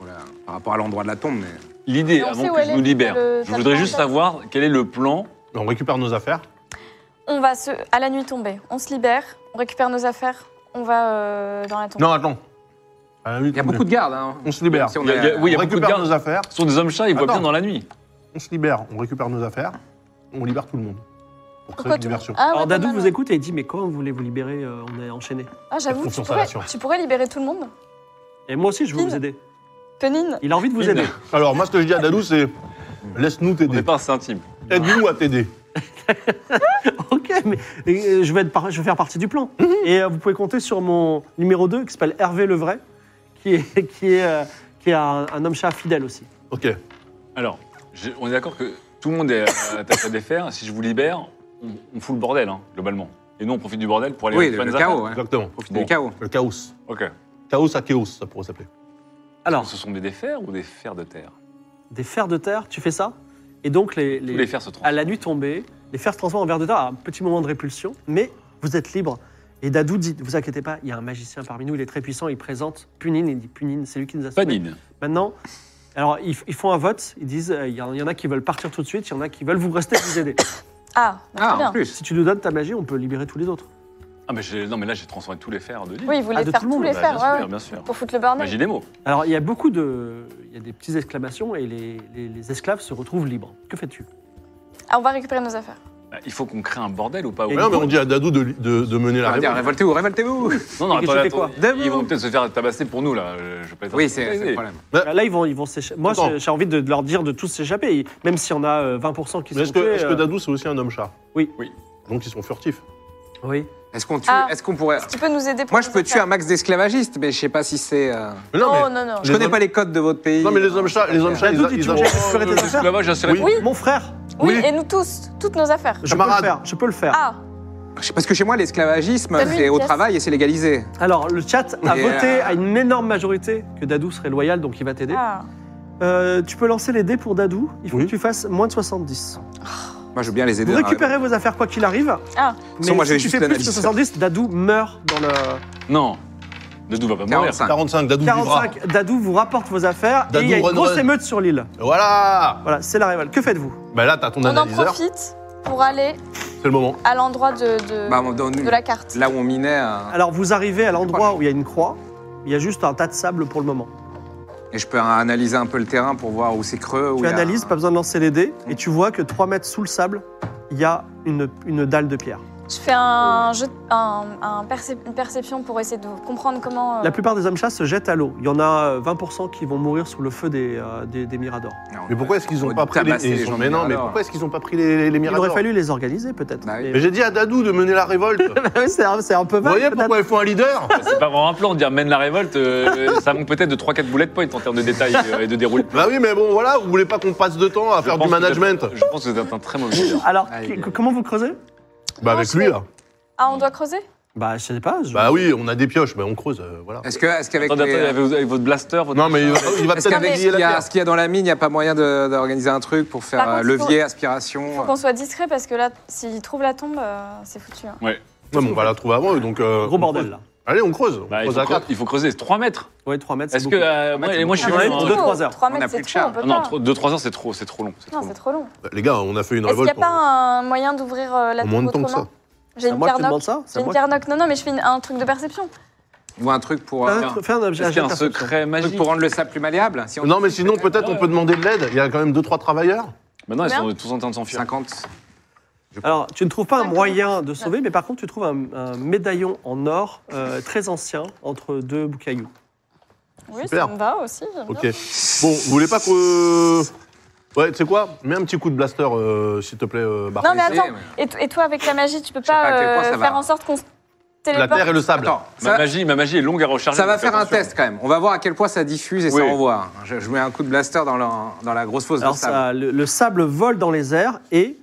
Speaker 5: voilà, par rapport à l'endroit de la tombe, mais.
Speaker 4: L'idée,
Speaker 6: Et on
Speaker 4: avant
Speaker 6: sait où
Speaker 4: que
Speaker 6: elle
Speaker 4: je
Speaker 6: est,
Speaker 4: nous libère,
Speaker 6: le-
Speaker 4: je voudrais juste
Speaker 6: ta-
Speaker 4: savoir quel est le plan.
Speaker 2: On récupère nos affaires.
Speaker 6: On va se, à la nuit tombée. On se libère, on récupère nos affaires, on va euh, dans la tombe.
Speaker 2: Non, attends. À la nuit,
Speaker 5: Il y a beaucoup de gardes, hein.
Speaker 2: On se libère.
Speaker 5: Si on
Speaker 4: Il y a-
Speaker 5: est-
Speaker 4: il y a- oui, il y a
Speaker 2: on
Speaker 4: beaucoup de
Speaker 2: récupère
Speaker 4: gardes.
Speaker 2: nos affaires.
Speaker 4: Ce sont des hommes chats, ils voient
Speaker 2: Attends.
Speaker 4: bien dans la nuit.
Speaker 2: On se libère. On récupère nos affaires. On libère tout le monde. Pour créer
Speaker 6: Pourquoi
Speaker 2: une
Speaker 6: tout le monde
Speaker 2: diversion.
Speaker 6: Ah, ouais,
Speaker 3: Alors,
Speaker 6: pas
Speaker 3: Dadou
Speaker 6: mal,
Speaker 3: vous
Speaker 6: ouais.
Speaker 3: écoute et il dit Mais comment vous voulez vous libérer euh, On est enchaîné.
Speaker 6: Ah, j'avoue,
Speaker 2: Faites confiance
Speaker 6: tu
Speaker 2: à la
Speaker 6: pourrais,
Speaker 2: science.
Speaker 6: tu pourrais libérer tout le monde.
Speaker 3: Et moi aussi, je veux
Speaker 6: Fine.
Speaker 3: vous aider.
Speaker 6: Penine,
Speaker 3: Il a envie de vous
Speaker 4: Fine.
Speaker 3: aider.
Speaker 6: Ah.
Speaker 2: Alors, moi, ce que je dis à Dadou, c'est laisse-nous
Speaker 4: On n'est
Speaker 2: t'aider.
Speaker 4: pas assez intime.
Speaker 2: Aide-nous à t'aider.
Speaker 3: ok, mais euh, je, vais être par- je vais faire partie du plan.
Speaker 6: Mm-hmm.
Speaker 3: Et euh, vous pouvez compter sur mon numéro 2 qui s'appelle Hervé Levray, qui est, qui est, euh, qui est un, un homme chat fidèle aussi.
Speaker 2: Ok.
Speaker 4: Alors, j'ai- on est d'accord que tout le monde est euh, attaché à des fers. Si je vous libère, on, on fout le bordel, hein, globalement. Et nous, on profite du bordel pour aller
Speaker 5: Oui,
Speaker 4: au
Speaker 5: le, le
Speaker 4: Panza.
Speaker 5: chaos, ouais.
Speaker 2: Exactement.
Speaker 5: Profiter
Speaker 4: Bon.
Speaker 5: du chaos.
Speaker 2: Le chaos.
Speaker 4: Ok.
Speaker 2: Chaos à chaos, ça pourrait s'appeler.
Speaker 3: Alors,
Speaker 4: Ce sont des défers ou des fers de terre
Speaker 3: des fers de terre, tu fais ça Et donc, les,
Speaker 4: Tous
Speaker 3: les-
Speaker 4: les fers se
Speaker 3: à
Speaker 4: transforment.
Speaker 3: la nuit tombée, les fers se transforment en vers de terre. Un petit moment de répulsion, mais vous êtes libre. Et Dadou dit, ne vous inquiétez pas, il y a un magicien parmi nous, il est très puissant, il présente Punine, il dit Punine, c'est lui qui nous a sauvés.
Speaker 4: Panine.
Speaker 3: Maintenant, alors ils, ils font un vote, ils disent, euh, il y, en il y en a qui veulent partir tout de suite, il y en a qui veulent vous rester vous aider.
Speaker 6: Ah, bah, très
Speaker 5: Ah, en
Speaker 6: bien.
Speaker 5: plus.
Speaker 3: Si tu nous donnes ta magie, on peut libérer tous les autres.
Speaker 4: Ah, mais j'ai- non, mais là, j'ai transformé tous les fers de l'île.
Speaker 6: Oui, il voulait
Speaker 3: Ah, de
Speaker 6: faire
Speaker 3: tout le
Speaker 6: tous
Speaker 3: monde,
Speaker 6: les
Speaker 4: Bah,
Speaker 6: fers,
Speaker 4: bien
Speaker 6: ouais,
Speaker 4: sûr,
Speaker 6: ouais,
Speaker 4: bien sûr.
Speaker 6: pour foutre le bordel.
Speaker 4: Magie des mots.
Speaker 3: Alors il y a beaucoup de, il y a des petites exclamations et les, les- les esclaves se retrouvent libres. Que fais-tu
Speaker 6: Ah, on va récupérer nos affaires.
Speaker 4: Bah, Il faut qu'on crée un bordel ou pas
Speaker 3: Et
Speaker 4: ou-
Speaker 2: Ouais, non, mais on dit à Dadou de, de- de mener
Speaker 3: Ah,
Speaker 5: On
Speaker 2: la
Speaker 5: va dire,
Speaker 2: révolte.
Speaker 5: révoltez-vous, révoltez-vous
Speaker 4: Non, non,
Speaker 3: Et que tu
Speaker 4: attendez,
Speaker 3: fais quoi
Speaker 4: attendez. Ils vont peut-être se faire tabasser pour nous, là. Euh, Je vais pas être
Speaker 5: Oui, c'est
Speaker 4: insensibilisé.
Speaker 5: c'est le problème.
Speaker 3: Bah, Là ils vont, ils vont s'échapper. Moi
Speaker 2: Attends.
Speaker 3: j'ai- j'ai envie de leur dire de tous s'échapper, et même s'il y en a euh, 20% qui
Speaker 2: Mais
Speaker 3: sont
Speaker 2: est-ce que,
Speaker 3: tués,
Speaker 2: est-ce que
Speaker 3: euh,
Speaker 2: Dadou, c'est aussi un homme-chat
Speaker 3: Oui.
Speaker 4: Oui.
Speaker 2: Donc ils sont furtifs.
Speaker 3: Oui.
Speaker 5: Est-ce qu'on tue
Speaker 6: Ah.
Speaker 5: Est-ce qu'on pourrait.
Speaker 6: Tu peux nous aider pour
Speaker 5: Moi, je
Speaker 6: nos
Speaker 5: peux tuer un
Speaker 6: affaires
Speaker 5: max d'esclavagistes, mais je sais pas si c'est. euh,
Speaker 2: Mais non,
Speaker 6: Oh
Speaker 2: mais,
Speaker 6: non, non.
Speaker 5: Je
Speaker 2: Les
Speaker 5: connais
Speaker 2: hommes-
Speaker 5: pas les codes de votre pays. Euh,
Speaker 2: non, mais les hommes-chats, les hommes-chats,
Speaker 3: Dadou
Speaker 2: ils,
Speaker 3: dit, tu
Speaker 2: ils
Speaker 3: me
Speaker 2: ont...
Speaker 3: dis, récupérer
Speaker 4: Euh,
Speaker 3: tes affaires
Speaker 4: L'esclavage, j'assurais
Speaker 2: Oui.
Speaker 3: Mon frère,
Speaker 6: Oui,
Speaker 2: Oui.
Speaker 6: et nous tous, toutes nos affaires.
Speaker 3: je peux le
Speaker 2: Camarade.
Speaker 3: faire. Je peux le faire.
Speaker 6: Ah,
Speaker 5: Parce que chez moi, l'esclavagisme,
Speaker 6: T'as vu
Speaker 5: c'est
Speaker 6: une
Speaker 5: au
Speaker 6: pièce
Speaker 5: travail et c'est légalisé.
Speaker 3: Alors le chat a
Speaker 5: Et,
Speaker 3: voté
Speaker 5: euh,
Speaker 3: à une énorme majorité que Dadou serait loyal, donc il va t'aider.
Speaker 6: ah.
Speaker 3: Euh, tu peux lancer les dés pour Dadou. Il faut
Speaker 2: Oui.
Speaker 3: que tu fasses moins de 70.
Speaker 5: Moi, je veux bien les aider.
Speaker 3: Vous
Speaker 5: dans la
Speaker 3: récupérez vos affaires quoi qu'il arrive.
Speaker 6: Ah.
Speaker 5: Sans moi,
Speaker 3: si
Speaker 5: j'avais
Speaker 3: tu
Speaker 5: juste
Speaker 3: fais plus que
Speaker 5: l'analyse.
Speaker 3: 70, Dadou meurt dans le.
Speaker 4: Non. Dadou va pas mourir.
Speaker 5: 45.
Speaker 2: 45, Dadou vivra.
Speaker 3: 45, Dadou vous rapporte vos affaires et
Speaker 2: Dadou
Speaker 3: il y a une
Speaker 2: run,
Speaker 3: grosse
Speaker 2: run.
Speaker 3: émeute sur l'île.
Speaker 2: Voilà
Speaker 3: Voilà, c'est la rivale. Que faites-vous
Speaker 2: Bah là, t'as ton
Speaker 6: On en
Speaker 2: analyseur,
Speaker 6: profite pour aller
Speaker 2: c'est le moment.
Speaker 6: à l'endroit de, de,
Speaker 5: Bah, on- dans-
Speaker 6: de la carte.
Speaker 5: Là où on minait, euh,
Speaker 3: Alors vous arrivez à l'endroit
Speaker 5: Proche.
Speaker 3: où il y a une croix. Il y a juste un tas de sable pour le moment.
Speaker 5: et je peux analyser un peu le terrain pour voir où c'est creux. où
Speaker 3: Tu
Speaker 5: il y a-
Speaker 3: analyses, pas besoin de lancer les dés, et tu vois que 3 mètres sous le sable, il y a une, une dalle de pierre.
Speaker 6: Je fais un, jeu, un, un percep- une perception pour essayer de comprendre comment. euh,
Speaker 3: La plupart des hommes chats se jettent à l'eau. Il y en a euh, 20% qui vont mourir sous le feu des, euh, des, des miradors.
Speaker 5: Non,
Speaker 2: Mais pourquoi est-ce qu'ils
Speaker 5: on
Speaker 2: ont pas pris les,
Speaker 5: tabasse
Speaker 2: ils ont-
Speaker 5: gens
Speaker 2: Mais non,
Speaker 5: de
Speaker 2: mais
Speaker 5: Mirador.
Speaker 2: pourquoi est-ce qu'ils ont pas pris les, les, les
Speaker 3: Il
Speaker 2: miradors
Speaker 3: aurait fallu les organiser peut-être.
Speaker 5: Bah oui.
Speaker 2: Mais
Speaker 3: Mais-
Speaker 2: j'ai dit à Dadou de mener la révolte. Vous
Speaker 3: c'est un c'est un peu vague.
Speaker 2: voyez
Speaker 3: peut-être.
Speaker 2: pourquoi il faut un leader
Speaker 4: C'est pas vraiment un plan de dire mène la révolte. euh, ça manque peut-être de 3-4 bullet points en termes de détails euh, et de déroulement.
Speaker 2: Bah oui, mais bon, voilà, vous voulez pas qu'on passe de temps à faire du management
Speaker 4: Je pense que vous êtes un très mauvais leader.
Speaker 3: Alors,
Speaker 5: Ah,
Speaker 3: qui-
Speaker 5: il est-
Speaker 3: comment vous creusez
Speaker 2: Bah avec lui, là.
Speaker 6: Ah, on doit creuser
Speaker 3: Bah, je sais pas. je-
Speaker 2: Bah oui, on a des pioches, bah on creuse, euh, voilà.
Speaker 5: Est-ce que, est-ce qu'avec
Speaker 4: Attendez,
Speaker 5: les-
Speaker 4: attendez, avec vos- avec votre blaster, votre.
Speaker 2: Non, mais il va, il va
Speaker 5: est-ce
Speaker 2: peut-être
Speaker 5: qu'avec ce
Speaker 2: délier la
Speaker 5: qu'il y a-
Speaker 2: pierre.
Speaker 5: ce qu'il y a dans la mine, il n'y a pas moyen de- d'organiser un truc pour faire
Speaker 6: Par contre,
Speaker 5: euh,
Speaker 6: il faut-
Speaker 5: levier,
Speaker 6: Faut
Speaker 5: aspiration
Speaker 6: qu'on soit discret parce que là, s'il trouve la tombe, euh, c'est foutu. hein.
Speaker 2: Non, mais on va la trouver avant eux, donc. euh,
Speaker 3: Gros
Speaker 2: on
Speaker 3: bordel
Speaker 2: creuse.
Speaker 3: là.
Speaker 2: Allez, on creuse. On
Speaker 4: Bah, il,
Speaker 2: creuse
Speaker 4: faut
Speaker 2: à
Speaker 4: creuser,
Speaker 2: quatre.
Speaker 4: il faut creuser. 3 mètres
Speaker 3: Ouais, 3 mètres, c'est
Speaker 4: Est-ce que.
Speaker 3: beaucoup.
Speaker 4: euh, moi,
Speaker 5: Ah,
Speaker 4: et moi, je suis.
Speaker 3: beaucoup.
Speaker 4: venu
Speaker 3: Ouais,
Speaker 4: en-
Speaker 3: deux, trois heures.
Speaker 6: 3
Speaker 5: On a
Speaker 6: mètres,
Speaker 5: plus
Speaker 6: c'est
Speaker 5: de
Speaker 6: trop,
Speaker 5: char.
Speaker 6: on peut
Speaker 4: Non,
Speaker 6: pas.
Speaker 4: 2-3 heures, c'est trop, c'est trop long. c'est
Speaker 6: Non,
Speaker 4: trop
Speaker 6: c'est
Speaker 4: long.
Speaker 6: trop long.
Speaker 2: Les gars, on a fait une
Speaker 6: Est-ce qu'il n'y
Speaker 2: révolte.
Speaker 6: a pas un moyen d'ouvrir euh,
Speaker 2: en
Speaker 6: la tombe
Speaker 2: moins de temps que
Speaker 6: autrement
Speaker 2: ça.
Speaker 6: J'ai
Speaker 3: C'est à
Speaker 6: une
Speaker 3: moi que tu
Speaker 6: pierre
Speaker 3: demandes
Speaker 6: knock.
Speaker 3: ça C'est à
Speaker 6: J'ai une
Speaker 3: moi
Speaker 6: pierre knock. Non, non, mais je fais une- un truc de perception.
Speaker 5: ou un truc pour, euh,
Speaker 3: Ah, fais un objet,
Speaker 4: Est-ce qu'il y a
Speaker 3: un
Speaker 4: un
Speaker 3: jet de perception.
Speaker 4: secret
Speaker 5: un truc
Speaker 4: magique
Speaker 5: pour rendre le sable plus malléable si on-
Speaker 2: Non, mais sinon, peut-être on peut demander de l'aide. Il y a quand même deux, trois travailleurs.
Speaker 4: Maintenant, ils
Speaker 6: Merde.
Speaker 4: sont tous en train de s'enfuir.
Speaker 5: 50.
Speaker 3: Alors, tu ne trouves pas un
Speaker 6: Cinq
Speaker 3: moyen de sauver, mais par contre, tu trouves un, un médaillon en or euh, très ancien entre deux boucailloux.
Speaker 6: Oui,
Speaker 2: Super.
Speaker 6: ça me va aussi. j'aime
Speaker 2: Ok.
Speaker 6: bien.
Speaker 2: Bon, vous voulez pas que. euh, Ouais, tu sais quoi Mets un petit coup de blaster, euh, s'il te plaît, euh, Barthes.
Speaker 6: Non, mais
Speaker 5: Essayez,
Speaker 6: attends.
Speaker 5: ouais.
Speaker 6: Et, t- et toi, avec la magie, tu peux
Speaker 5: sais pas
Speaker 6: pas
Speaker 5: à quel point
Speaker 6: euh,
Speaker 5: ça
Speaker 6: faire
Speaker 5: va.
Speaker 6: en sorte qu'on se
Speaker 2: La
Speaker 6: téléporte
Speaker 2: terre et le sable.
Speaker 5: Attends,
Speaker 4: Ma,
Speaker 5: ça,
Speaker 4: magie, ma magie est longue à recharger.
Speaker 5: ça va
Speaker 4: donc
Speaker 5: faire un
Speaker 4: attention.
Speaker 5: test quand même. On va voir à quel point ça diffuse et ça
Speaker 4: Oui.
Speaker 5: renvoie. Je, je mets un coup de blaster dans la, dans la grosse fosse de
Speaker 3: Alors,
Speaker 5: sable.
Speaker 3: ça, le, le sable vole dans les airs et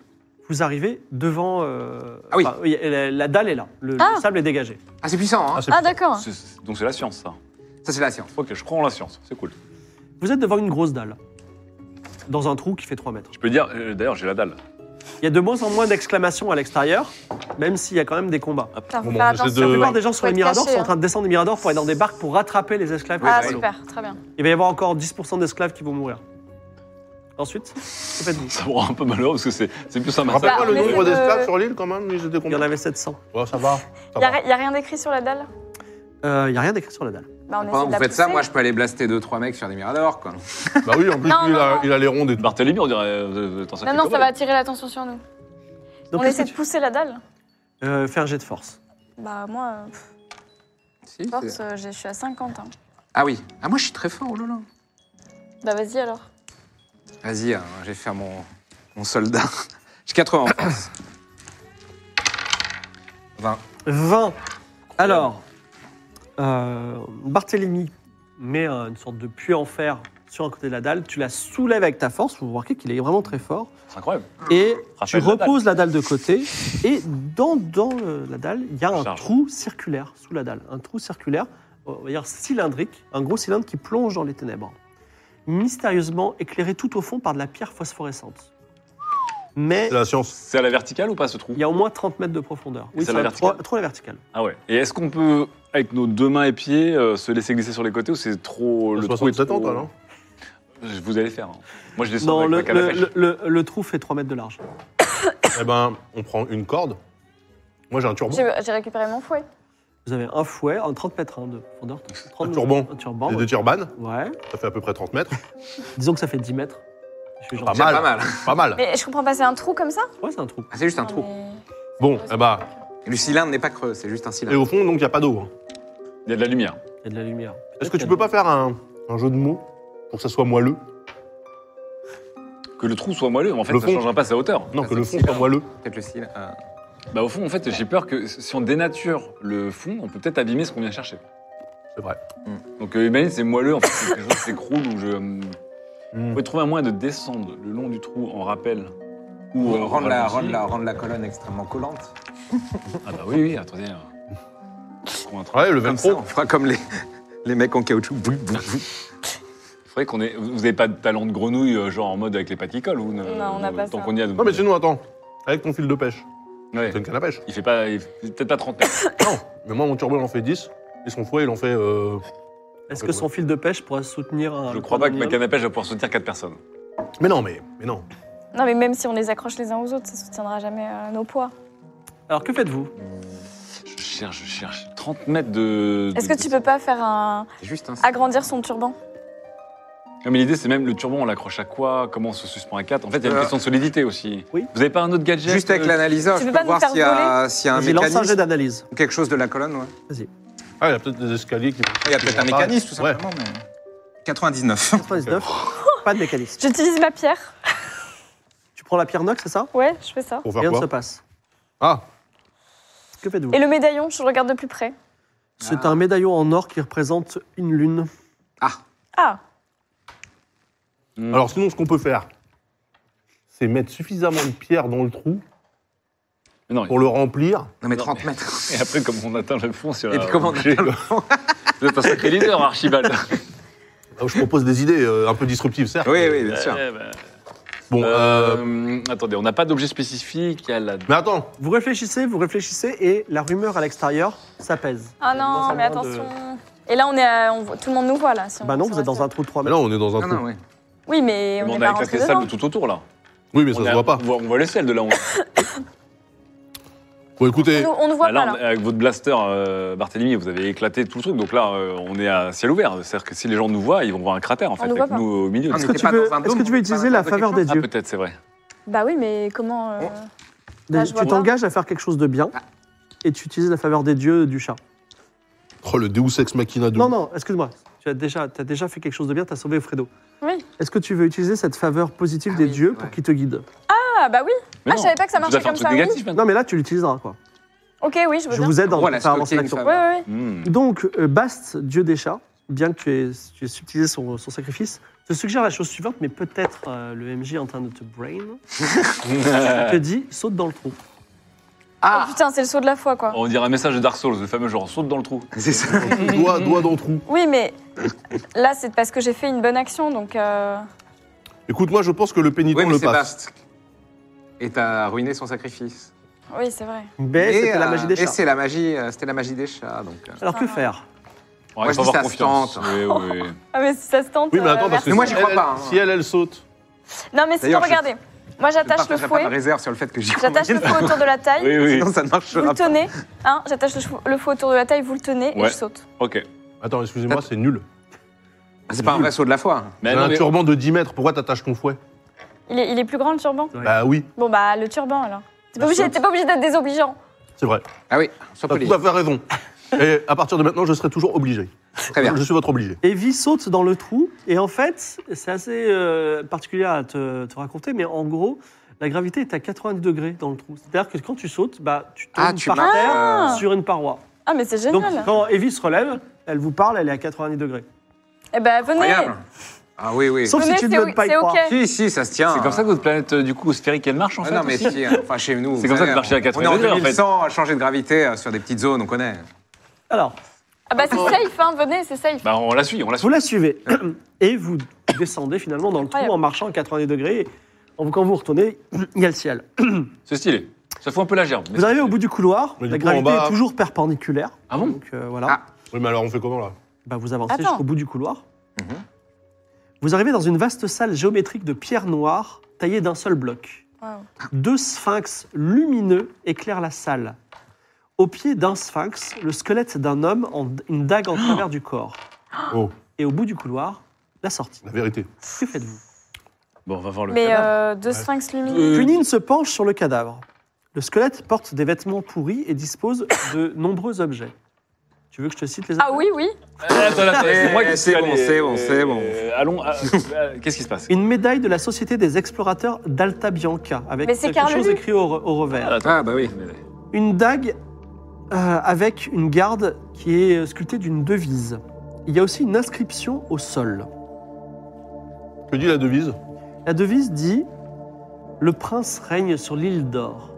Speaker 3: vous arrivez devant. euh,
Speaker 5: Ah oui.
Speaker 3: enfin, la, la dalle est là. Le, le
Speaker 6: Ah.
Speaker 3: sable est dégagé.
Speaker 5: Ah, c'est puissant, hein
Speaker 2: Ah, c'est
Speaker 6: Ah,
Speaker 2: plus-
Speaker 6: d'accord.
Speaker 4: C'est- c'est- Donc c'est la science, ça.
Speaker 3: Ah,
Speaker 5: Ça, c'est la science.
Speaker 4: Ok, je crois en la science. C'est cool.
Speaker 3: Vous êtes devant une grosse dalle. Dans un trou qui fait 3 mètres.
Speaker 4: Je peux dire, euh, d'ailleurs, j'ai la dalle.
Speaker 3: Il y a de moins en moins d'exclamations à l'extérieur, même s'il y a quand même des combats.
Speaker 6: Putain, faut
Speaker 2: Bon,
Speaker 6: faire
Speaker 2: bon, j'essaie
Speaker 6: attention.
Speaker 3: La
Speaker 2: de- Euh,
Speaker 3: plupart des gens sur
Speaker 6: faut
Speaker 3: les
Speaker 6: être
Speaker 3: miradors
Speaker 6: caché,
Speaker 3: sont en
Speaker 6: hein.
Speaker 3: train de descendre les miradors pour aller dans des barques pour rattraper les esclaves. qui
Speaker 6: Ah,
Speaker 3: sont à l'eau.
Speaker 6: super, très bien.
Speaker 3: Il va y avoir encore 10% d'esclaves qui vont mourir. Ensuite, que faites-vous
Speaker 4: Ça me rend un peu malheureux parce que c'est c'est plus un massacre.
Speaker 2: Rappelle-moi le
Speaker 6: Bah, on
Speaker 2: nombre
Speaker 6: essaie de-
Speaker 2: d'esclaves sur l'île, quand même, ils étaient
Speaker 3: Il y
Speaker 2: combien
Speaker 3: en avait 700.
Speaker 2: Ouais, ça va. ça
Speaker 6: Il n'y a,
Speaker 2: va.
Speaker 6: ri- y a rien d'écrit sur la dalle
Speaker 3: Euh, Il n'y a rien d'écrit sur la dalle.
Speaker 6: bah, on
Speaker 5: Pendant
Speaker 6: essaie
Speaker 5: que
Speaker 6: de
Speaker 5: vous
Speaker 6: la
Speaker 5: faites ça,
Speaker 6: pousser.
Speaker 5: moi, je peux aller blaster 2-3 mecs sur des miradors, quoi.
Speaker 2: Bah oui, en plus,
Speaker 6: Non,
Speaker 2: lui, il,
Speaker 6: non,
Speaker 2: a,
Speaker 6: non.
Speaker 2: il a les rondes et tout.
Speaker 4: Barthélemy, on dirait. euh, attends,
Speaker 6: Non,
Speaker 4: fait
Speaker 6: non,
Speaker 4: comme
Speaker 6: ça
Speaker 4: elle.
Speaker 6: va attirer l'attention sur nous.
Speaker 3: Donc,
Speaker 6: on
Speaker 3: qu'est-ce
Speaker 6: essaie
Speaker 3: que
Speaker 6: de pousser la dalle
Speaker 3: tu- euh, fais un jet de force.
Speaker 6: Bah, moi, euh, pff,
Speaker 5: Si,
Speaker 6: force,
Speaker 5: c'est-
Speaker 6: euh, je je suis à 50. hein.
Speaker 5: ah oui. Ah, moi, je suis très fort, oh là là.
Speaker 6: Bah, vas-y alors.
Speaker 5: Vas-y, hein, je vais faire mon, mon soldat. J'ai 80 en force. 20.
Speaker 3: 20. euh, Alors, euh, Barthélemy met un- une sorte de puits en fer sur un côté de la dalle, tu la soulèves avec ta force, vous remarquez qu'il est vraiment très fort,
Speaker 4: C'est incroyable.
Speaker 3: et tu
Speaker 4: Raphaël Nadal.
Speaker 3: reposes la dalle de côté, et dans, dans le- la dalle, il y a un
Speaker 4: Charge.
Speaker 3: trou circulaire sous la dalle, un trou circulaire, euh, on va dire cylindrique, un gros cylindre qui plonge dans les ténèbres, mystérieusement éclairé tout au fond par de la pierre phosphorescente. Mais
Speaker 2: C'est la science.
Speaker 4: C'est à la verticale ou pas ce trou
Speaker 3: il y a au moins 30 mètres de profondeur.
Speaker 4: c'est la
Speaker 3: ça va
Speaker 4: verticale
Speaker 3: trop- trop la verticale.
Speaker 4: Ah ouais. Et est-ce qu'on peut, avec nos deux mains et pieds, euh, se laisser glisser sur les côtés ou c'est trop. Le trou est
Speaker 2: 67 ans,
Speaker 4: trop-
Speaker 2: toi, non
Speaker 4: Je- Vous allez faire. hein. Moi, je descends
Speaker 3: Non,
Speaker 4: avec
Speaker 3: le,
Speaker 4: ma canne à
Speaker 3: le-
Speaker 4: pêche.
Speaker 3: le- le- le trou fait 3 mètres de large.
Speaker 2: Eh ben, on prend une corde. Moi, j'ai un turban.
Speaker 6: J'ai j'ai récupéré mon fouet.
Speaker 3: Vous avez un fouet, un 30 mètres hein, de profondeur. 30
Speaker 2: Un turban.
Speaker 3: Un turban.
Speaker 2: Les
Speaker 3: ouais.
Speaker 2: deux turbanes,
Speaker 3: Ouais.
Speaker 2: ça fait à peu près 30 mètres.
Speaker 3: Disons que ça fait 10 mètres. Je suis
Speaker 2: Pas
Speaker 3: gentil.
Speaker 5: C'est
Speaker 2: mal.
Speaker 5: pas mal.
Speaker 2: Pas mal.
Speaker 6: Mais je comprends pas, c'est un trou comme ça
Speaker 2: bah.
Speaker 3: Ouais, c'est un trou.
Speaker 5: Ah, c'est juste un trou.
Speaker 2: Bon, eh ben,
Speaker 5: Et Le cylindre n'est pas creux, c'est juste un
Speaker 2: et
Speaker 5: cylindre.
Speaker 2: au fond, donc, il n'y a pas d'eau. hein.
Speaker 4: Il y a de la lumière.
Speaker 3: Il y a de la lumière.
Speaker 2: Est-ce que tu peux pas faire un, un jeu de mots pour que ça soit moelleux
Speaker 4: Que le trou soit moelleux, en fait,
Speaker 2: Le
Speaker 4: ça
Speaker 2: fond.
Speaker 4: changera pas sa hauteur.
Speaker 2: Non,
Speaker 5: Ah, Ça,
Speaker 2: que le
Speaker 5: c'est
Speaker 2: fond soit
Speaker 5: bien.
Speaker 2: moelleux.
Speaker 5: Peut-être le cylindre. euh,
Speaker 4: Bah, au fond, en fait, j'ai peur que si on dénature le fond, on peut peut-être abîmer ce qu'on vient chercher.
Speaker 2: C'est vrai.
Speaker 4: Donc, euh, imagine, c'est moelleux, en fait, c'est quelque chose qui s'écroule ou je. hum,
Speaker 2: Hmm.
Speaker 4: Vous pouvez trouver un moyen de descendre le long du trou en rappel ou
Speaker 5: Ou
Speaker 4: euh,
Speaker 5: rendre, la,
Speaker 4: ralenti.
Speaker 5: rendre, la, rendre la colonne extrêmement collante.
Speaker 4: Ah bah oui, oui, attendez. euh, qu'on a trouvé.
Speaker 2: Ouais, le
Speaker 5: Comme ça,
Speaker 2: velcro.
Speaker 5: on fera comme les, les mecs en caoutchouc. Boum, boum, boum.
Speaker 4: Il faudrait qu'on ait. Vous n'avez pas de talent de grenouille, euh, genre en mode avec les pattes qui collent ou ne-
Speaker 6: Non, on n'a pas
Speaker 4: Tant
Speaker 6: ça.
Speaker 4: qu'on y a. euh,
Speaker 2: Non, mais sinon, attends. Avec ton fil de pêche.
Speaker 4: Ouais.
Speaker 2: T'as une canne à pêche.
Speaker 4: Il fait pas. il fait Peut-être pas 30 mètres.
Speaker 2: Non, mais moi, mon turban, il en fait 10. Et son fouet, il en fait. euh,
Speaker 3: Est-ce que son fil de pêche pourrait soutenir un.
Speaker 4: Je crois pas que ma
Speaker 3: un-
Speaker 4: canne à pêche va pouvoir soutenir 4 personnes.
Speaker 2: Mais non, mais, mais non.
Speaker 6: Non, mais même si on les accroche les uns aux autres, ça soutiendra jamais euh, nos poids.
Speaker 3: Alors que faites-vous
Speaker 4: Je cherche, je cherche. 30 mètres de.
Speaker 6: Est-ce
Speaker 4: de-
Speaker 6: que tu peux pas faire un.
Speaker 5: C'est juste un cylindre.
Speaker 6: agrandir son turban
Speaker 4: Non, mais l'idée, c'est même le turban, on l'accroche à quoi Comment on se suspend à 4 En fait, il y a une
Speaker 5: Euh,
Speaker 4: question de solidité aussi.
Speaker 3: Oui.
Speaker 4: Vous avez pas un autre gadget
Speaker 5: Juste avec
Speaker 4: euh,
Speaker 5: l'analyseur,
Speaker 6: Tu
Speaker 5: je
Speaker 6: peux
Speaker 5: peux
Speaker 6: pas nous
Speaker 5: voir
Speaker 6: faire
Speaker 5: s'il y a, s'il y a un
Speaker 3: Vas-y, lance un jet
Speaker 5: mécanisme
Speaker 3: d'analyse.
Speaker 5: ou quelque chose de la colonne. ouais.
Speaker 2: Ah, il y a peut-être des escaliers qui.
Speaker 5: Il y a peut-être un mécanisme, tout
Speaker 2: Ouais.
Speaker 5: simplement. mais- 99.
Speaker 3: 99. pas de mécanisme.
Speaker 6: J'utilise ma pierre.
Speaker 3: Tu prends la pierre nox, c'est ça
Speaker 6: Ouais, je fais ça.
Speaker 2: Pour faire
Speaker 3: Rien ne se
Speaker 2: quoi
Speaker 3: passe.
Speaker 2: Ah,
Speaker 3: Que faites-vous
Speaker 6: Et le médaillon, je le regarde de plus près.
Speaker 3: C'est un médaillon en or qui représente une lune.
Speaker 5: Ah,
Speaker 6: Ah,
Speaker 3: Hum.
Speaker 4: hmm.
Speaker 2: alors sinon, ce qu'on peut faire, c'est mettre suffisamment de pierres dans le trou
Speaker 4: Mais Non,
Speaker 2: pour le remplir.
Speaker 5: non mais
Speaker 4: Non,
Speaker 5: 30 mètres.
Speaker 4: et après, comme on atteint le fond, si on
Speaker 5: Et puis comment on atteint
Speaker 4: Vous êtes un sacré leader, Archibald.
Speaker 2: Ah, Je propose des idées euh, un peu disruptives, certes.
Speaker 5: Oui, oui, bien sûr.
Speaker 4: Ouais, bah,
Speaker 2: Bon,
Speaker 4: euh,
Speaker 2: euh,
Speaker 4: Attendez, on n'a pas d'objet spécifique à la.
Speaker 2: mais attends,
Speaker 3: Vous réfléchissez, vous réfléchissez, et la rumeur à l'extérieur, ça pèse.
Speaker 6: ah
Speaker 3: Dans un
Speaker 6: non, mais
Speaker 3: moment de-
Speaker 6: attention. Et là, on est, à- on voit- tout le monde nous voit là. si on-
Speaker 3: Bah non,
Speaker 6: si on
Speaker 3: vous êtes
Speaker 6: reste
Speaker 3: dans un trou de 3
Speaker 2: mais
Speaker 3: mètres.
Speaker 2: là, on est dans un
Speaker 5: Non,
Speaker 2: trou.
Speaker 5: non, oui.
Speaker 6: Oui, mais on,
Speaker 4: on
Speaker 6: est
Speaker 4: a
Speaker 6: pas
Speaker 4: éclaté
Speaker 6: rentré
Speaker 4: les
Speaker 6: dedans.
Speaker 4: sables tout autour, là.
Speaker 2: Oui, mais ça
Speaker 4: On
Speaker 2: se
Speaker 4: a-
Speaker 2: voit pas.
Speaker 4: On voit, on voit le ciel de là. On...
Speaker 2: Bon,
Speaker 6: On
Speaker 5: Ah
Speaker 2: écoutez,
Speaker 6: nous- on ne voit
Speaker 4: Bah, là,
Speaker 6: pas
Speaker 4: on-
Speaker 6: là.
Speaker 4: avec votre blaster, euh, Barthélemy, vous avez éclaté tout le truc. Donc là, euh, on est à ciel ouvert. C'est-à-dire que si les gens nous voient, ils vont voir un cratère, en fait,
Speaker 6: nous
Speaker 4: avec
Speaker 6: voit pas.
Speaker 4: nous au milieu.
Speaker 5: Ah,
Speaker 3: Est-ce
Speaker 5: mais
Speaker 3: que,
Speaker 5: t'es
Speaker 3: tu
Speaker 5: pas
Speaker 3: veux,
Speaker 5: dans un
Speaker 3: est-ce
Speaker 5: dôme,
Speaker 3: que tu veux
Speaker 5: on est pas
Speaker 3: utiliser
Speaker 5: dans
Speaker 3: la
Speaker 5: quelque
Speaker 3: faveur
Speaker 5: chose.
Speaker 3: des
Speaker 4: Ah,
Speaker 3: dieux
Speaker 4: peut-être, c'est vrai.
Speaker 6: Bah oui, mais comment. euh, Là, je
Speaker 3: Tu
Speaker 6: vois pas.
Speaker 3: t'engages à faire quelque chose de bien et tu utilises la faveur des dieux du chat.
Speaker 2: oh, le Deus Ex Machina 2.
Speaker 3: Non, non, excuse-moi. Tu as déjà, as déjà fait quelque chose de bien, tu as sauvé Fredo.
Speaker 6: Oui.
Speaker 3: Est-ce que tu veux utiliser cette faveur positive
Speaker 5: Ah
Speaker 3: des
Speaker 5: oui,
Speaker 3: dieux
Speaker 5: ouais.
Speaker 3: pour qu'ils te guident
Speaker 6: Ah, bah oui.
Speaker 4: Mais
Speaker 6: Ah,
Speaker 4: non,
Speaker 6: je savais pas que ça
Speaker 4: tu
Speaker 6: marchait
Speaker 4: dois faire un
Speaker 6: comme ça,
Speaker 4: truc
Speaker 6: oui.
Speaker 4: négatif, maintenant.
Speaker 3: Non, mais là, tu l'utiliseras, quoi.
Speaker 6: Ok, oui, je veux
Speaker 3: Je
Speaker 6: bien.
Speaker 3: vous aide dans
Speaker 5: Voilà,
Speaker 3: faire avancer
Speaker 5: stocker
Speaker 3: l'action.
Speaker 5: une faveur.
Speaker 6: Ouais, ouais,
Speaker 4: Hmm.
Speaker 6: ouais.
Speaker 3: Donc, euh, Bast, dieu des chats, bien que tu aies, tu aies subtilisé son, son sacrifice, te suggère la chose suivante, mais peut-être euh, le MJ est en train de te brain. Il te dit, saute dans le trou.
Speaker 5: Ah.
Speaker 6: Oh, putain, c'est le saut de la foi, quoi.
Speaker 4: On dirait un message de Dark Souls, le fameux genre saute dans le trou.
Speaker 5: C'est ça.
Speaker 2: Doigt, doigt dans le trou.
Speaker 6: Oui, mais là, c'est parce que j'ai fait une bonne action, donc. euh,
Speaker 2: Écoute, moi, je pense que le pénitent
Speaker 5: Oui, mais
Speaker 2: le
Speaker 5: c'est
Speaker 2: passe.
Speaker 5: vaste. Et t'as ruiné son sacrifice.
Speaker 6: Oui, c'est vrai.
Speaker 3: Mais
Speaker 5: Et,
Speaker 3: c'était la
Speaker 5: euh,
Speaker 3: magie des
Speaker 5: Et
Speaker 3: chats.
Speaker 5: c'est la magie, euh, c'était la magie des chats. Donc, euh.
Speaker 3: Alors, que faire
Speaker 4: On va
Speaker 5: Moi, je
Speaker 4: pas
Speaker 5: dis
Speaker 4: avoir
Speaker 5: ça se
Speaker 4: confiance.
Speaker 5: tente.
Speaker 4: Oui, oui, oui.
Speaker 6: Ah, mais si ça se tente.
Speaker 2: Oui, mais
Speaker 6: euh,
Speaker 2: attends, parce
Speaker 6: merci.
Speaker 2: que
Speaker 5: Mais moi,
Speaker 2: si
Speaker 5: j'y crois
Speaker 2: elle,
Speaker 5: pas, hein.
Speaker 2: Si elle, elle saute.
Speaker 6: Non, mais sinon,
Speaker 5: D'ailleurs, je-
Speaker 6: regardez. Moi,
Speaker 5: Je
Speaker 6: j'attache le
Speaker 5: partagerai pas ma
Speaker 6: fouet.
Speaker 5: réserve sur le fait que j'y crois.
Speaker 6: J'attache le fouet autour de la taille.
Speaker 4: Oui, oui.
Speaker 5: Sinon, ça ne
Speaker 6: Vous
Speaker 5: marchera
Speaker 6: le
Speaker 5: pas.
Speaker 6: tenez, hein, j'attache le, cheveu- le faux autour de la taille, vous le tenez
Speaker 4: Ouais.
Speaker 6: et je saute.
Speaker 4: Ok.
Speaker 2: Attends, excusez-moi, c'est nul.
Speaker 5: C'est pas un vrai saut de la foi.
Speaker 4: Mais
Speaker 2: J'ai
Speaker 4: non,
Speaker 2: un
Speaker 4: mais-
Speaker 2: turban de 10 mètres, pourquoi t'attaches ton fouet
Speaker 6: Il est, il est plus grand le turban
Speaker 3: Ouais.
Speaker 2: Bah oui,
Speaker 6: Bon bah le turban alors. T'es pas
Speaker 2: Bah,
Speaker 6: obligé,
Speaker 2: saute.
Speaker 6: t'es pas obligé d'être désobligeant.
Speaker 2: c'est vrai.
Speaker 5: Ah oui, sois
Speaker 2: T'as
Speaker 5: poli.
Speaker 2: tout à fait raison. Et à partir de maintenant, je serai toujours obligé.
Speaker 5: Très bien.
Speaker 2: Je suis votre obligé.
Speaker 3: Evie saute dans le trou et en fait, c'est assez euh, particulier à te, te raconter, mais en gros, la gravité est à 90 degrés dans le trou. C'est-à-dire que quand tu sautes, bah, tu tombes
Speaker 5: Ah, tu
Speaker 3: par
Speaker 5: marches.
Speaker 3: terre
Speaker 5: euh,
Speaker 3: sur une paroi.
Speaker 6: Ah mais c'est génial.
Speaker 3: Donc quand Evie se relève, elle vous parle, elle est à 90 degrés.
Speaker 6: Eh ben venez.
Speaker 5: Incroyable. Ah oui, oui.
Speaker 3: Sauf si
Speaker 6: Venez,
Speaker 3: tu ne
Speaker 6: c'est
Speaker 3: donnes
Speaker 6: o-
Speaker 3: pas y
Speaker 6: c'est
Speaker 3: croire.
Speaker 6: ok.
Speaker 5: Si, si, ça se tient.
Speaker 4: C'est comme ça que votre planète, euh, du coup, sphérique, elle marche en
Speaker 5: Ah
Speaker 4: fait
Speaker 5: non, mais
Speaker 4: aussi
Speaker 5: si, euh, enfin chez nous.
Speaker 4: C'est
Speaker 5: vous
Speaker 4: comme ça
Speaker 5: savez,
Speaker 4: que l'archi à
Speaker 5: on- On
Speaker 4: 80
Speaker 5: est en
Speaker 4: degrés, en fait.
Speaker 5: 2100 à changer de gravité euh, sur des petites zones, on connaît.
Speaker 3: Alors,
Speaker 6: Ah bah c'est safe, hein, venez, c'est safe.
Speaker 4: Bah, on la suit, on la
Speaker 3: vous
Speaker 4: suit.
Speaker 3: la suivez et vous descendez finalement dans le trou
Speaker 6: Incroyable.
Speaker 3: en marchant à 90 degrés. Et en- Quand vous retournez, il y a le ciel.
Speaker 4: C'est stylé. Ça fout un peu la gerbe. mais
Speaker 3: Vous
Speaker 4: c'est
Speaker 3: arrivez au
Speaker 4: stylé.
Speaker 3: bout du couloir,
Speaker 2: Mais du
Speaker 3: la
Speaker 2: coup, en
Speaker 3: gravité
Speaker 2: bas-
Speaker 3: est toujours perpendiculaire.
Speaker 4: Ah bon
Speaker 3: Donc euh, voilà.
Speaker 5: Ah.
Speaker 2: Oui, mais alors on fait comment là
Speaker 3: Bah, vous avancez
Speaker 6: Attends.
Speaker 3: jusqu'au bout du couloir.
Speaker 5: Mhm.
Speaker 3: Vous arrivez dans une vaste salle géométrique de pierre noire taillée d'un seul bloc.
Speaker 6: Wow.
Speaker 3: Deux sphinx lumineux éclairent la salle. Au pied d'un sphinx, le squelette d'un homme en une dague en travers du corps.
Speaker 2: Oh,
Speaker 3: Et au bout du couloir, la sortie.
Speaker 2: la vérité.
Speaker 3: Que faites-vous
Speaker 4: Bon, on va voir le.
Speaker 6: Mais
Speaker 4: cadavre.
Speaker 6: euh, deux sphinx lumineux.
Speaker 4: Euh,
Speaker 3: Punine se penche sur le cadavre. Le squelette porte des vêtements pourris et dispose de nombreux objets. Tu veux que je te
Speaker 4: Euh,
Speaker 3: cite les
Speaker 6: Ah oui, oui.
Speaker 4: Attends, attends, c'est moi qui
Speaker 5: Eh, c'est
Speaker 4: suis
Speaker 5: bon,
Speaker 4: allé-
Speaker 5: c'est bon, c'est bon.
Speaker 4: Euh, Allons. euh, euh, Qu'est-ce qui se passe
Speaker 3: Une médaille de la Société des explorateurs d'Alta Bianca avec
Speaker 6: Mais c'est
Speaker 3: quelque
Speaker 6: Carl
Speaker 3: chose
Speaker 6: Luc.
Speaker 3: écrit au, re- au revers.
Speaker 4: Ah, attends.
Speaker 5: Ah bah oui.
Speaker 3: Une dague euh, avec une garde qui est euh, sculptée d'une devise. Il y a aussi une inscription au sol.
Speaker 2: Que dit la devise
Speaker 3: La devise dit Le prince règne sur l'île d'or.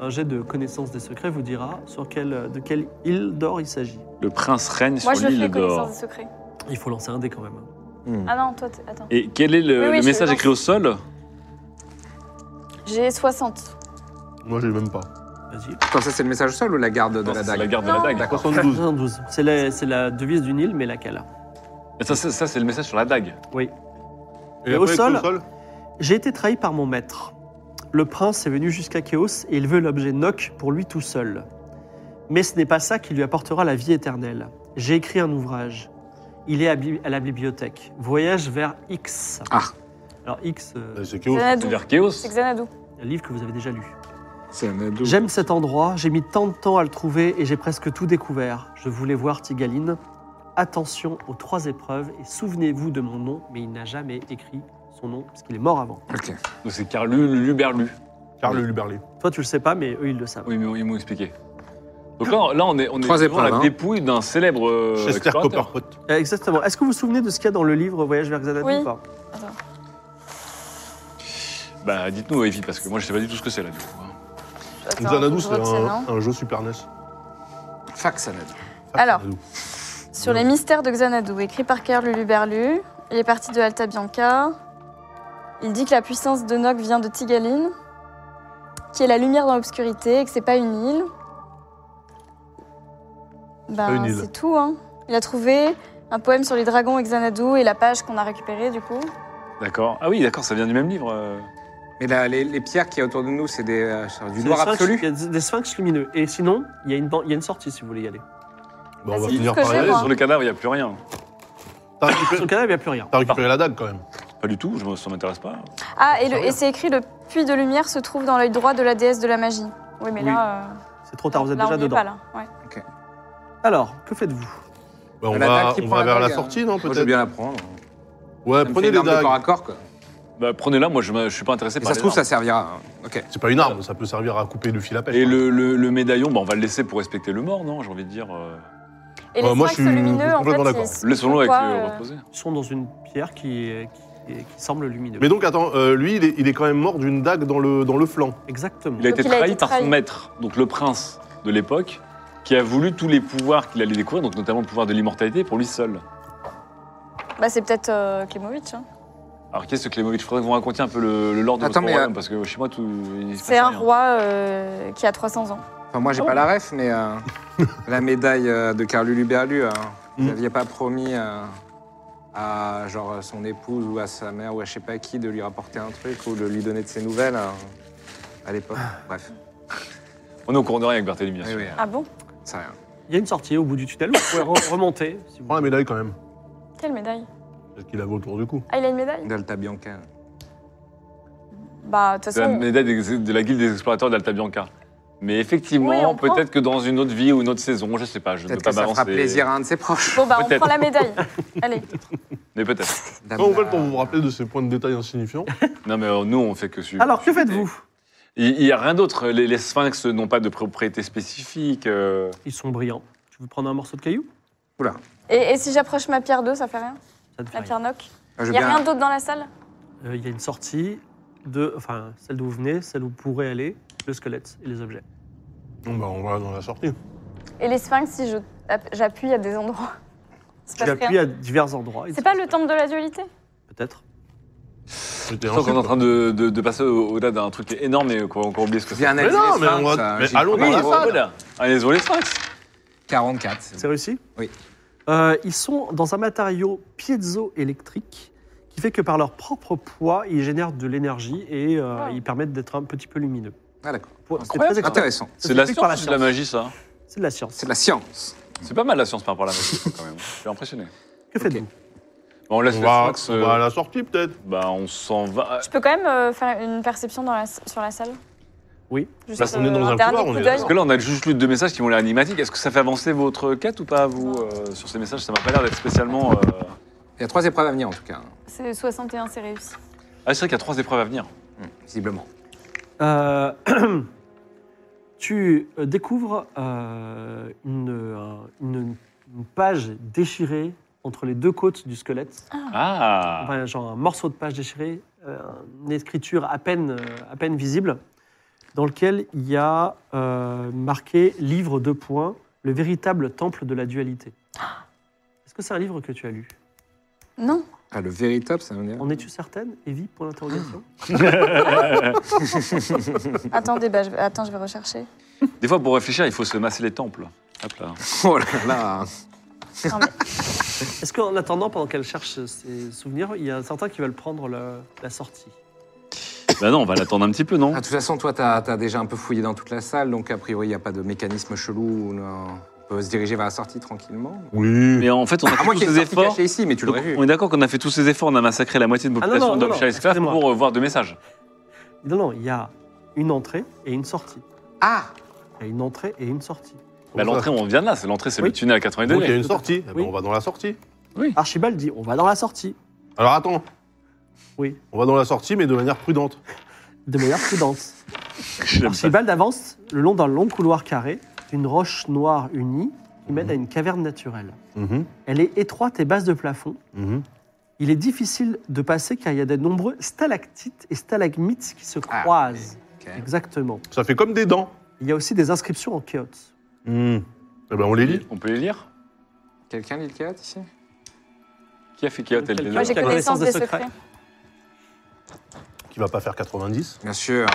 Speaker 3: Un jet de connaissance des secrets vous dira sur quelle, de quelle île d'or il s'agit.
Speaker 4: Le prince règne sur
Speaker 6: Moi je fais
Speaker 4: l'île
Speaker 6: connaissance
Speaker 4: d'or.
Speaker 6: des secrets.
Speaker 3: Il faut lancer un dé quand même. hein.
Speaker 6: Ah non, toi, t'es- attends.
Speaker 4: Et quel est
Speaker 6: Oui,
Speaker 4: le,
Speaker 6: oui,
Speaker 4: le
Speaker 6: je
Speaker 4: message
Speaker 6: lance.
Speaker 4: écrit au sol
Speaker 6: J'ai 60.
Speaker 2: Moi, j'ai même pas.
Speaker 3: Vas-y.
Speaker 5: Attends, ça c'est le message au sol ou la garde de
Speaker 4: Non,
Speaker 5: la
Speaker 4: ça, c'est
Speaker 5: dague
Speaker 4: la garde de
Speaker 6: Non.
Speaker 4: la dague.
Speaker 2: 72.
Speaker 3: 72. C'est la, c'est la devise d'une île, mais laquelle
Speaker 4: Ça, ça, ça, c'est le message sur la dague.
Speaker 2: Et,
Speaker 3: Et
Speaker 2: après,
Speaker 3: au
Speaker 2: c'est
Speaker 3: sol J'ai été trahi par mon maître. Le prince est venu jusqu'à Chaos et il veut l'objet Noc pour lui tout seul. Mais ce n'est pas ça qui lui apportera la vie éternelle. J'ai écrit un ouvrage. Il est à, bi- à la bibliothèque. Voyage vers X.
Speaker 5: Ah.
Speaker 3: Alors X, euh,
Speaker 2: Bah, C'est que
Speaker 4: C'est
Speaker 6: Xanadu.
Speaker 4: vers Chaos.
Speaker 6: C'est Xanadu.
Speaker 3: un livre que vous avez déjà lu.
Speaker 5: C'est un ado.
Speaker 3: J'aime cet endroit, j'ai mis tant de temps à le trouver et j'ai presque tout découvert. Je voulais voir Tigaline. Attention aux trois épreuves et souvenez-vous de mon nom, mais il n'a jamais écrit son nom parce qu'il est mort avant.
Speaker 5: Ok.
Speaker 4: Donc c'est Carlu Luberlu.
Speaker 2: Carl Luberlé.
Speaker 3: Toi, tu le sais pas, mais eux, ils le savent.
Speaker 4: Oui, mais ils m'ont expliqué. Donc là, là, on est, on est
Speaker 5: Trois
Speaker 4: devant
Speaker 5: épreuves,
Speaker 4: la
Speaker 5: hein.
Speaker 4: dépouille d'un célèbre. euh,
Speaker 2: Chester
Speaker 4: explorateur.
Speaker 2: Copperpot.
Speaker 3: Euh, Exactement. Est-ce que vous vous souvenez de ce qu'il y a dans le livre Voyage vers Xanadu
Speaker 6: Oui.
Speaker 3: ou pas
Speaker 4: Bah, dites-nous, Evie, parce que moi, je sais pas du tout ce que c'est là, du coup. hein.
Speaker 6: Attends,
Speaker 2: Xanadu,
Speaker 6: faut
Speaker 2: c'est
Speaker 6: que je retienne, hein.
Speaker 2: un, un jeu Super E NES.
Speaker 5: Fac ça n'aide.
Speaker 6: Alors.
Speaker 2: Xanadu.
Speaker 6: Sur les mystères de Xanadu, écrit par Carl Luluberlu. Il est parti de Alta Bianca. Il dit que la puissance de Nog vient de Tigaline, qui est la lumière dans l'obscurité, et que c'est pas une île.
Speaker 2: Pas une
Speaker 6: Ben,
Speaker 2: île.
Speaker 6: c'est tout, hein. Il a trouvé un poème sur les dragons et Xanadu et la page qu'on a récupérée, du coup.
Speaker 4: D'accord. Ah oui, d'accord, ça vient du même livre. euh.
Speaker 5: Mais là, les, les pierres qu'il y a autour de nous, c'est des, euh, c'est du
Speaker 3: C'est
Speaker 5: noir
Speaker 3: des sphinx-
Speaker 5: absolu.
Speaker 3: Il y a des des sphinx lumineux. Et sinon, il y, a une ban- il y a une sortie si vous voulez y aller.
Speaker 2: Bah, on
Speaker 6: Ah,
Speaker 2: va
Speaker 6: c'est
Speaker 2: finir
Speaker 6: tout ce que
Speaker 2: par y
Speaker 6: j'ai,
Speaker 2: aller.
Speaker 6: moi.
Speaker 4: Sur le cadavre, il n'y a plus rien.
Speaker 2: T'as
Speaker 3: Sur le
Speaker 2: récupéré,
Speaker 3: cadavre, il n'y a plus rien.
Speaker 2: t'as récupéré la dague quand même.
Speaker 4: Pas du tout, je me- ça m'intéresse pas.
Speaker 6: Ah, et, le-
Speaker 2: Ça revient.
Speaker 6: et c'est écrit le puits de lumière se trouve dans l'œil droit de la déesse de la magie. Oui, mais
Speaker 3: Oui.
Speaker 6: là, euh,
Speaker 3: C'est trop tard, vous êtes
Speaker 6: là,
Speaker 3: déjà
Speaker 6: on n'y est
Speaker 3: dedans.
Speaker 6: pas, là. Ouais.
Speaker 3: Alors, que faites-vous
Speaker 2: Bah, on
Speaker 5: La
Speaker 2: va,
Speaker 5: dague qui
Speaker 2: on
Speaker 5: prend
Speaker 2: va
Speaker 5: la
Speaker 2: vers la
Speaker 5: dague, hein.
Speaker 2: sortie, non
Speaker 5: Moi, je veux
Speaker 2: Peut-être
Speaker 5: bien la prendre.
Speaker 2: Ouais,
Speaker 5: Ça me
Speaker 2: prenez
Speaker 5: fait une
Speaker 2: les
Speaker 5: arme de corps
Speaker 2: dagues.
Speaker 5: à corps, quoi.
Speaker 4: Bah, prenez-la, moi, je ne suis pas intéressé
Speaker 5: Et
Speaker 4: par
Speaker 5: ça se
Speaker 4: les
Speaker 5: trouve,
Speaker 4: armes.
Speaker 5: ça servira. Ok.
Speaker 2: C'est pas une arme, ça peut servir à couper du fil à pêche.
Speaker 4: Et
Speaker 2: quoi.
Speaker 4: le, le- le médaillon, bah, on va le laisser pour respecter le mort, non J'ai envie de dire. euh,
Speaker 6: Et
Speaker 2: Ouais,
Speaker 6: les
Speaker 2: moi,
Speaker 6: sphinx
Speaker 2: je suis
Speaker 6: lumineux, en fait,
Speaker 2: complètement d'accord.
Speaker 6: ils-
Speaker 4: Laissons-le avec
Speaker 6: pourquoi,
Speaker 4: le
Speaker 6: euh,
Speaker 4: reposer.
Speaker 3: Ils sont dans une pierre qui, est- qui est- qui semble lumineuse.
Speaker 2: Mais donc, attends, euh, lui, il est, il est quand même mort d'une dague dans le, dans le flanc.
Speaker 3: Exactement.
Speaker 4: Il a
Speaker 6: Donc,
Speaker 4: été
Speaker 6: il a été
Speaker 4: trahi par son
Speaker 6: trahi.
Speaker 4: maître, donc le prince de l'époque, qui a voulu tous les pouvoirs qu'il allait découvrir, donc notamment le pouvoir de l'immortalité, pour lui seul.
Speaker 6: Bah, c'est peut-être euh, Klimovic. hein.
Speaker 4: Alors qu'est-ce que Klemovic Faudrait que vous racontiez un peu le, le lore de
Speaker 5: Attends,
Speaker 4: votre
Speaker 5: mais,
Speaker 4: royaume,
Speaker 5: euh,
Speaker 4: parce que chez moi, tout. il se
Speaker 6: C'est
Speaker 4: passe
Speaker 6: un
Speaker 4: rien.
Speaker 6: roi euh, qui a 300 ans.
Speaker 5: Enfin, moi, j'ai pas la ref, mais euh, la médaille euh, de Carlu Luberlu, euh, vous n'aviez pas promis euh, à genre, son épouse ou à sa mère ou à je sais pas qui de lui rapporter un truc ou de lui donner de ses nouvelles euh, à l'époque. Bref.
Speaker 4: On est au courant de rien avec Barthélemy, bien
Speaker 5: Ah. Oui,
Speaker 4: sûr.
Speaker 5: oui,
Speaker 6: Ah bon
Speaker 5: euh, c'est rien.
Speaker 3: Il y a une sortie au bout du tunnel. Vous pouvez re- remonter. si vous
Speaker 2: Prends la
Speaker 3: voulez.
Speaker 2: médaille quand même.
Speaker 6: Quelle médaille
Speaker 2: Peut-être qu'il avait autour du cou.
Speaker 6: Ah, il a une médaille
Speaker 5: Delta Bianca.
Speaker 6: Bah, de toute
Speaker 4: C'est la
Speaker 6: façon.
Speaker 4: médaille des- de la Guilde des explorateurs d'Alta Bianca. Mais
Speaker 6: Oui,
Speaker 4: effectivement,
Speaker 6: on prend.
Speaker 4: peut-être que dans une autre vie ou une autre saison, je sais pas, je ne peux
Speaker 5: Peut-être que
Speaker 4: pas
Speaker 5: ça fera
Speaker 4: m'avancer.
Speaker 5: plaisir à un de ses proches.
Speaker 6: Bon, bah, on
Speaker 4: Peut-être.
Speaker 6: prend la médaille. Allez.
Speaker 4: Mais peut-être.
Speaker 5: Dame
Speaker 2: Comment on
Speaker 5: la-
Speaker 2: fait pour vous rappeler de ces points de détail insignifiants
Speaker 4: Non, mais euh, nous, on fait que suivre.
Speaker 3: Alors, que faites-vous
Speaker 4: Il n'y a rien d'autre. Les, les sphinx n'ont pas de propriété spécifique. euh.
Speaker 3: Ils sont brillants. Tu veux prendre un morceau de caillou
Speaker 6: Et, et si j'approche ma pierre 2, ça fait rien
Speaker 3: Ça te fait
Speaker 6: La
Speaker 3: rien.
Speaker 6: pierre Noc
Speaker 5: Ah, je
Speaker 6: Il
Speaker 5: veux
Speaker 6: n'y a
Speaker 5: bien-
Speaker 6: rien d'autre dans la salle
Speaker 3: Euh, Il y a une sortie de. Enfin, celle d'où vous venez, celle où vous pourrez aller, le squelette et les objets.
Speaker 2: Bon, bah, on va dans la sortie.
Speaker 6: Et les sphinx, si je- j'appuie à des endroits. Il se
Speaker 3: Tu
Speaker 6: passe rien.
Speaker 3: l'appuies à divers endroits. Il
Speaker 6: C'est
Speaker 3: se
Speaker 6: pas
Speaker 3: passe
Speaker 6: le temple de la dualité
Speaker 3: Peut-être.
Speaker 2: J'étais
Speaker 4: Je sens
Speaker 2: lancé,
Speaker 4: qu'on est
Speaker 2: quoi.
Speaker 4: en train de, de- de passer au- au-delà d'un truc énorme et qu'on qu'on oublie ce que
Speaker 5: Bien
Speaker 4: c'est.
Speaker 2: Mais
Speaker 5: analyser
Speaker 2: non,
Speaker 5: les
Speaker 2: mais on
Speaker 5: sphinx,
Speaker 2: va-
Speaker 5: euh,
Speaker 2: mais
Speaker 5: j'y
Speaker 2: allons
Speaker 5: crois
Speaker 2: dans
Speaker 5: pas
Speaker 2: la
Speaker 5: trop.
Speaker 2: salle.
Speaker 4: Voilà. Allez, les sphinx.
Speaker 5: 44. c'est bon.
Speaker 3: C'est réussi
Speaker 5: Oui.
Speaker 3: Euh, ils sont dans un matériau piezoélectrique qui fait que par leur propre poids, ils génèrent de l'énergie et euh,
Speaker 6: Ah.
Speaker 3: ils permettent d'être un petit peu lumineux.
Speaker 5: Ah, d'accord.
Speaker 3: Pour- C'est
Speaker 4: Incroyable.
Speaker 3: très extra-
Speaker 5: Intéressant.
Speaker 4: C'est de la
Speaker 3: explique par
Speaker 4: science ou de
Speaker 3: la
Speaker 4: la magie, ça
Speaker 3: c'est de la science.
Speaker 5: C'est de la science.
Speaker 4: C'est pas mal la science par rapport à la magie, quand même. Je suis impressionné.
Speaker 3: Que faites-vous
Speaker 4: Bon, on laisse
Speaker 2: On
Speaker 4: les
Speaker 2: va,
Speaker 4: sphinx.
Speaker 2: on
Speaker 4: euh,
Speaker 2: va à la sortie, peut-être.
Speaker 4: Bah, on s'en va.
Speaker 6: Je peux quand même euh, faire une perception dans la- sur la salle
Speaker 3: Oui.
Speaker 6: Juste, euh,
Speaker 2: Parce qu'on est dans un
Speaker 6: dernier
Speaker 2: couloir,
Speaker 6: coup
Speaker 2: on est
Speaker 6: d'œil.
Speaker 4: Parce que là, on a juste lu deux messages qui vont l'air animatiques. Est-ce que ça fait avancer votre quête ou pas, vous euh, Sur ces messages, ça m'a pas l'air d'être spécialement. euh,
Speaker 5: Il y a trois épreuves à venir en tout cas, hein,
Speaker 6: C'est 61, c'est réussi.
Speaker 4: Ah, c'est vrai qu'il y a trois épreuves à venir.
Speaker 5: Hmm, visiblement.
Speaker 3: Euh, tu euh, découvres euh, une, un- une- une page déchirée entre les deux côtes du squelette.
Speaker 4: Ah
Speaker 3: Enfin, genre un morceau de page déchirée, euh, une écriture à peine, euh, à peine visible, dans lequel il y a euh, marqué livre de points, le véritable temple de la dualité. Est-ce que c'est un livre que tu as lu
Speaker 6: Non,
Speaker 5: Ah, le véritable, ça veut dire.
Speaker 3: En es-tu certaine, Evie, pour l'interrogation
Speaker 6: attendez, bah, je vais- attends, je vais rechercher.
Speaker 4: Des fois, pour réfléchir, il faut se masser les temples. Hop là.
Speaker 5: Oh là là.
Speaker 6: Non, mais
Speaker 3: Est-ce qu'en attendant, pendant qu'elle cherche ses souvenirs, il y a certains qui veulent prendre la, la sortie
Speaker 4: Bah non, on va l'attendre un petit peu, non
Speaker 5: Ah, de toute façon, toi, t'as as déjà un peu fouillé dans toute la salle, donc a priori, il n'y a pas de mécanisme chelou. non. On peut se diriger vers la sortie tranquillement.
Speaker 2: Oui.
Speaker 4: Mais en fait, on a
Speaker 5: À
Speaker 4: fait
Speaker 5: moins
Speaker 4: tous
Speaker 5: qu'il y ait
Speaker 4: ces
Speaker 5: une sortie
Speaker 4: efforts.
Speaker 5: cachée ici, mais tu
Speaker 4: Donc,
Speaker 5: l'aurais vu.
Speaker 4: on est d'accord qu'on a fait tous ces efforts, on a massacré la moitié de
Speaker 3: non,
Speaker 4: population
Speaker 3: non,
Speaker 4: d'Homme
Speaker 3: non,
Speaker 4: Charles Esclave
Speaker 3: excusez-moi.
Speaker 4: pour euh, voir deux messages.
Speaker 3: Non, non, il y a une entrée et une sortie.
Speaker 5: Ah
Speaker 3: Il y a une entrée et une sortie.
Speaker 4: Bah, l'entrée, on vient de là. C'est l'entrée, c'est
Speaker 3: Oui.
Speaker 4: le tunnel à 80
Speaker 2: Donc, il y a
Speaker 4: degrés.
Speaker 2: une sortie. Eh ben,
Speaker 3: Oui.
Speaker 2: On va dans la sortie.
Speaker 3: Archibald dit, on va dans la sortie,
Speaker 2: Alors, attends.
Speaker 3: Oui.
Speaker 2: On va dans la sortie, mais de manière prudente.
Speaker 3: de manière prudente.
Speaker 4: J'aime ça.
Speaker 3: Archibald avance le long d'un long couloir carré d'une roche noire unie qui mène à une caverne naturelle.
Speaker 2: Mhm,
Speaker 3: Elle est étroite et basse de plafond.
Speaker 2: mhm.
Speaker 3: Il est difficile de passer car il y a de nombreux stalactites et stalagmites qui se
Speaker 5: Ah,
Speaker 3: croisent.
Speaker 5: ok.
Speaker 3: Exactement.
Speaker 2: Ça fait comme des dents.
Speaker 3: Il y a aussi des inscriptions en chaos.
Speaker 2: Hmm.
Speaker 4: Mhm.
Speaker 2: Eh ben, on les lit.
Speaker 4: On peut les lire
Speaker 5: Quelqu'un lit le cadre ici
Speaker 4: Qui a fait qui a tel
Speaker 3: Quelqu'un
Speaker 6: moi
Speaker 3: qui
Speaker 6: j'ai
Speaker 3: a
Speaker 6: connaissance des secrets.
Speaker 2: Qui va pas faire 90.
Speaker 5: Bien sûr.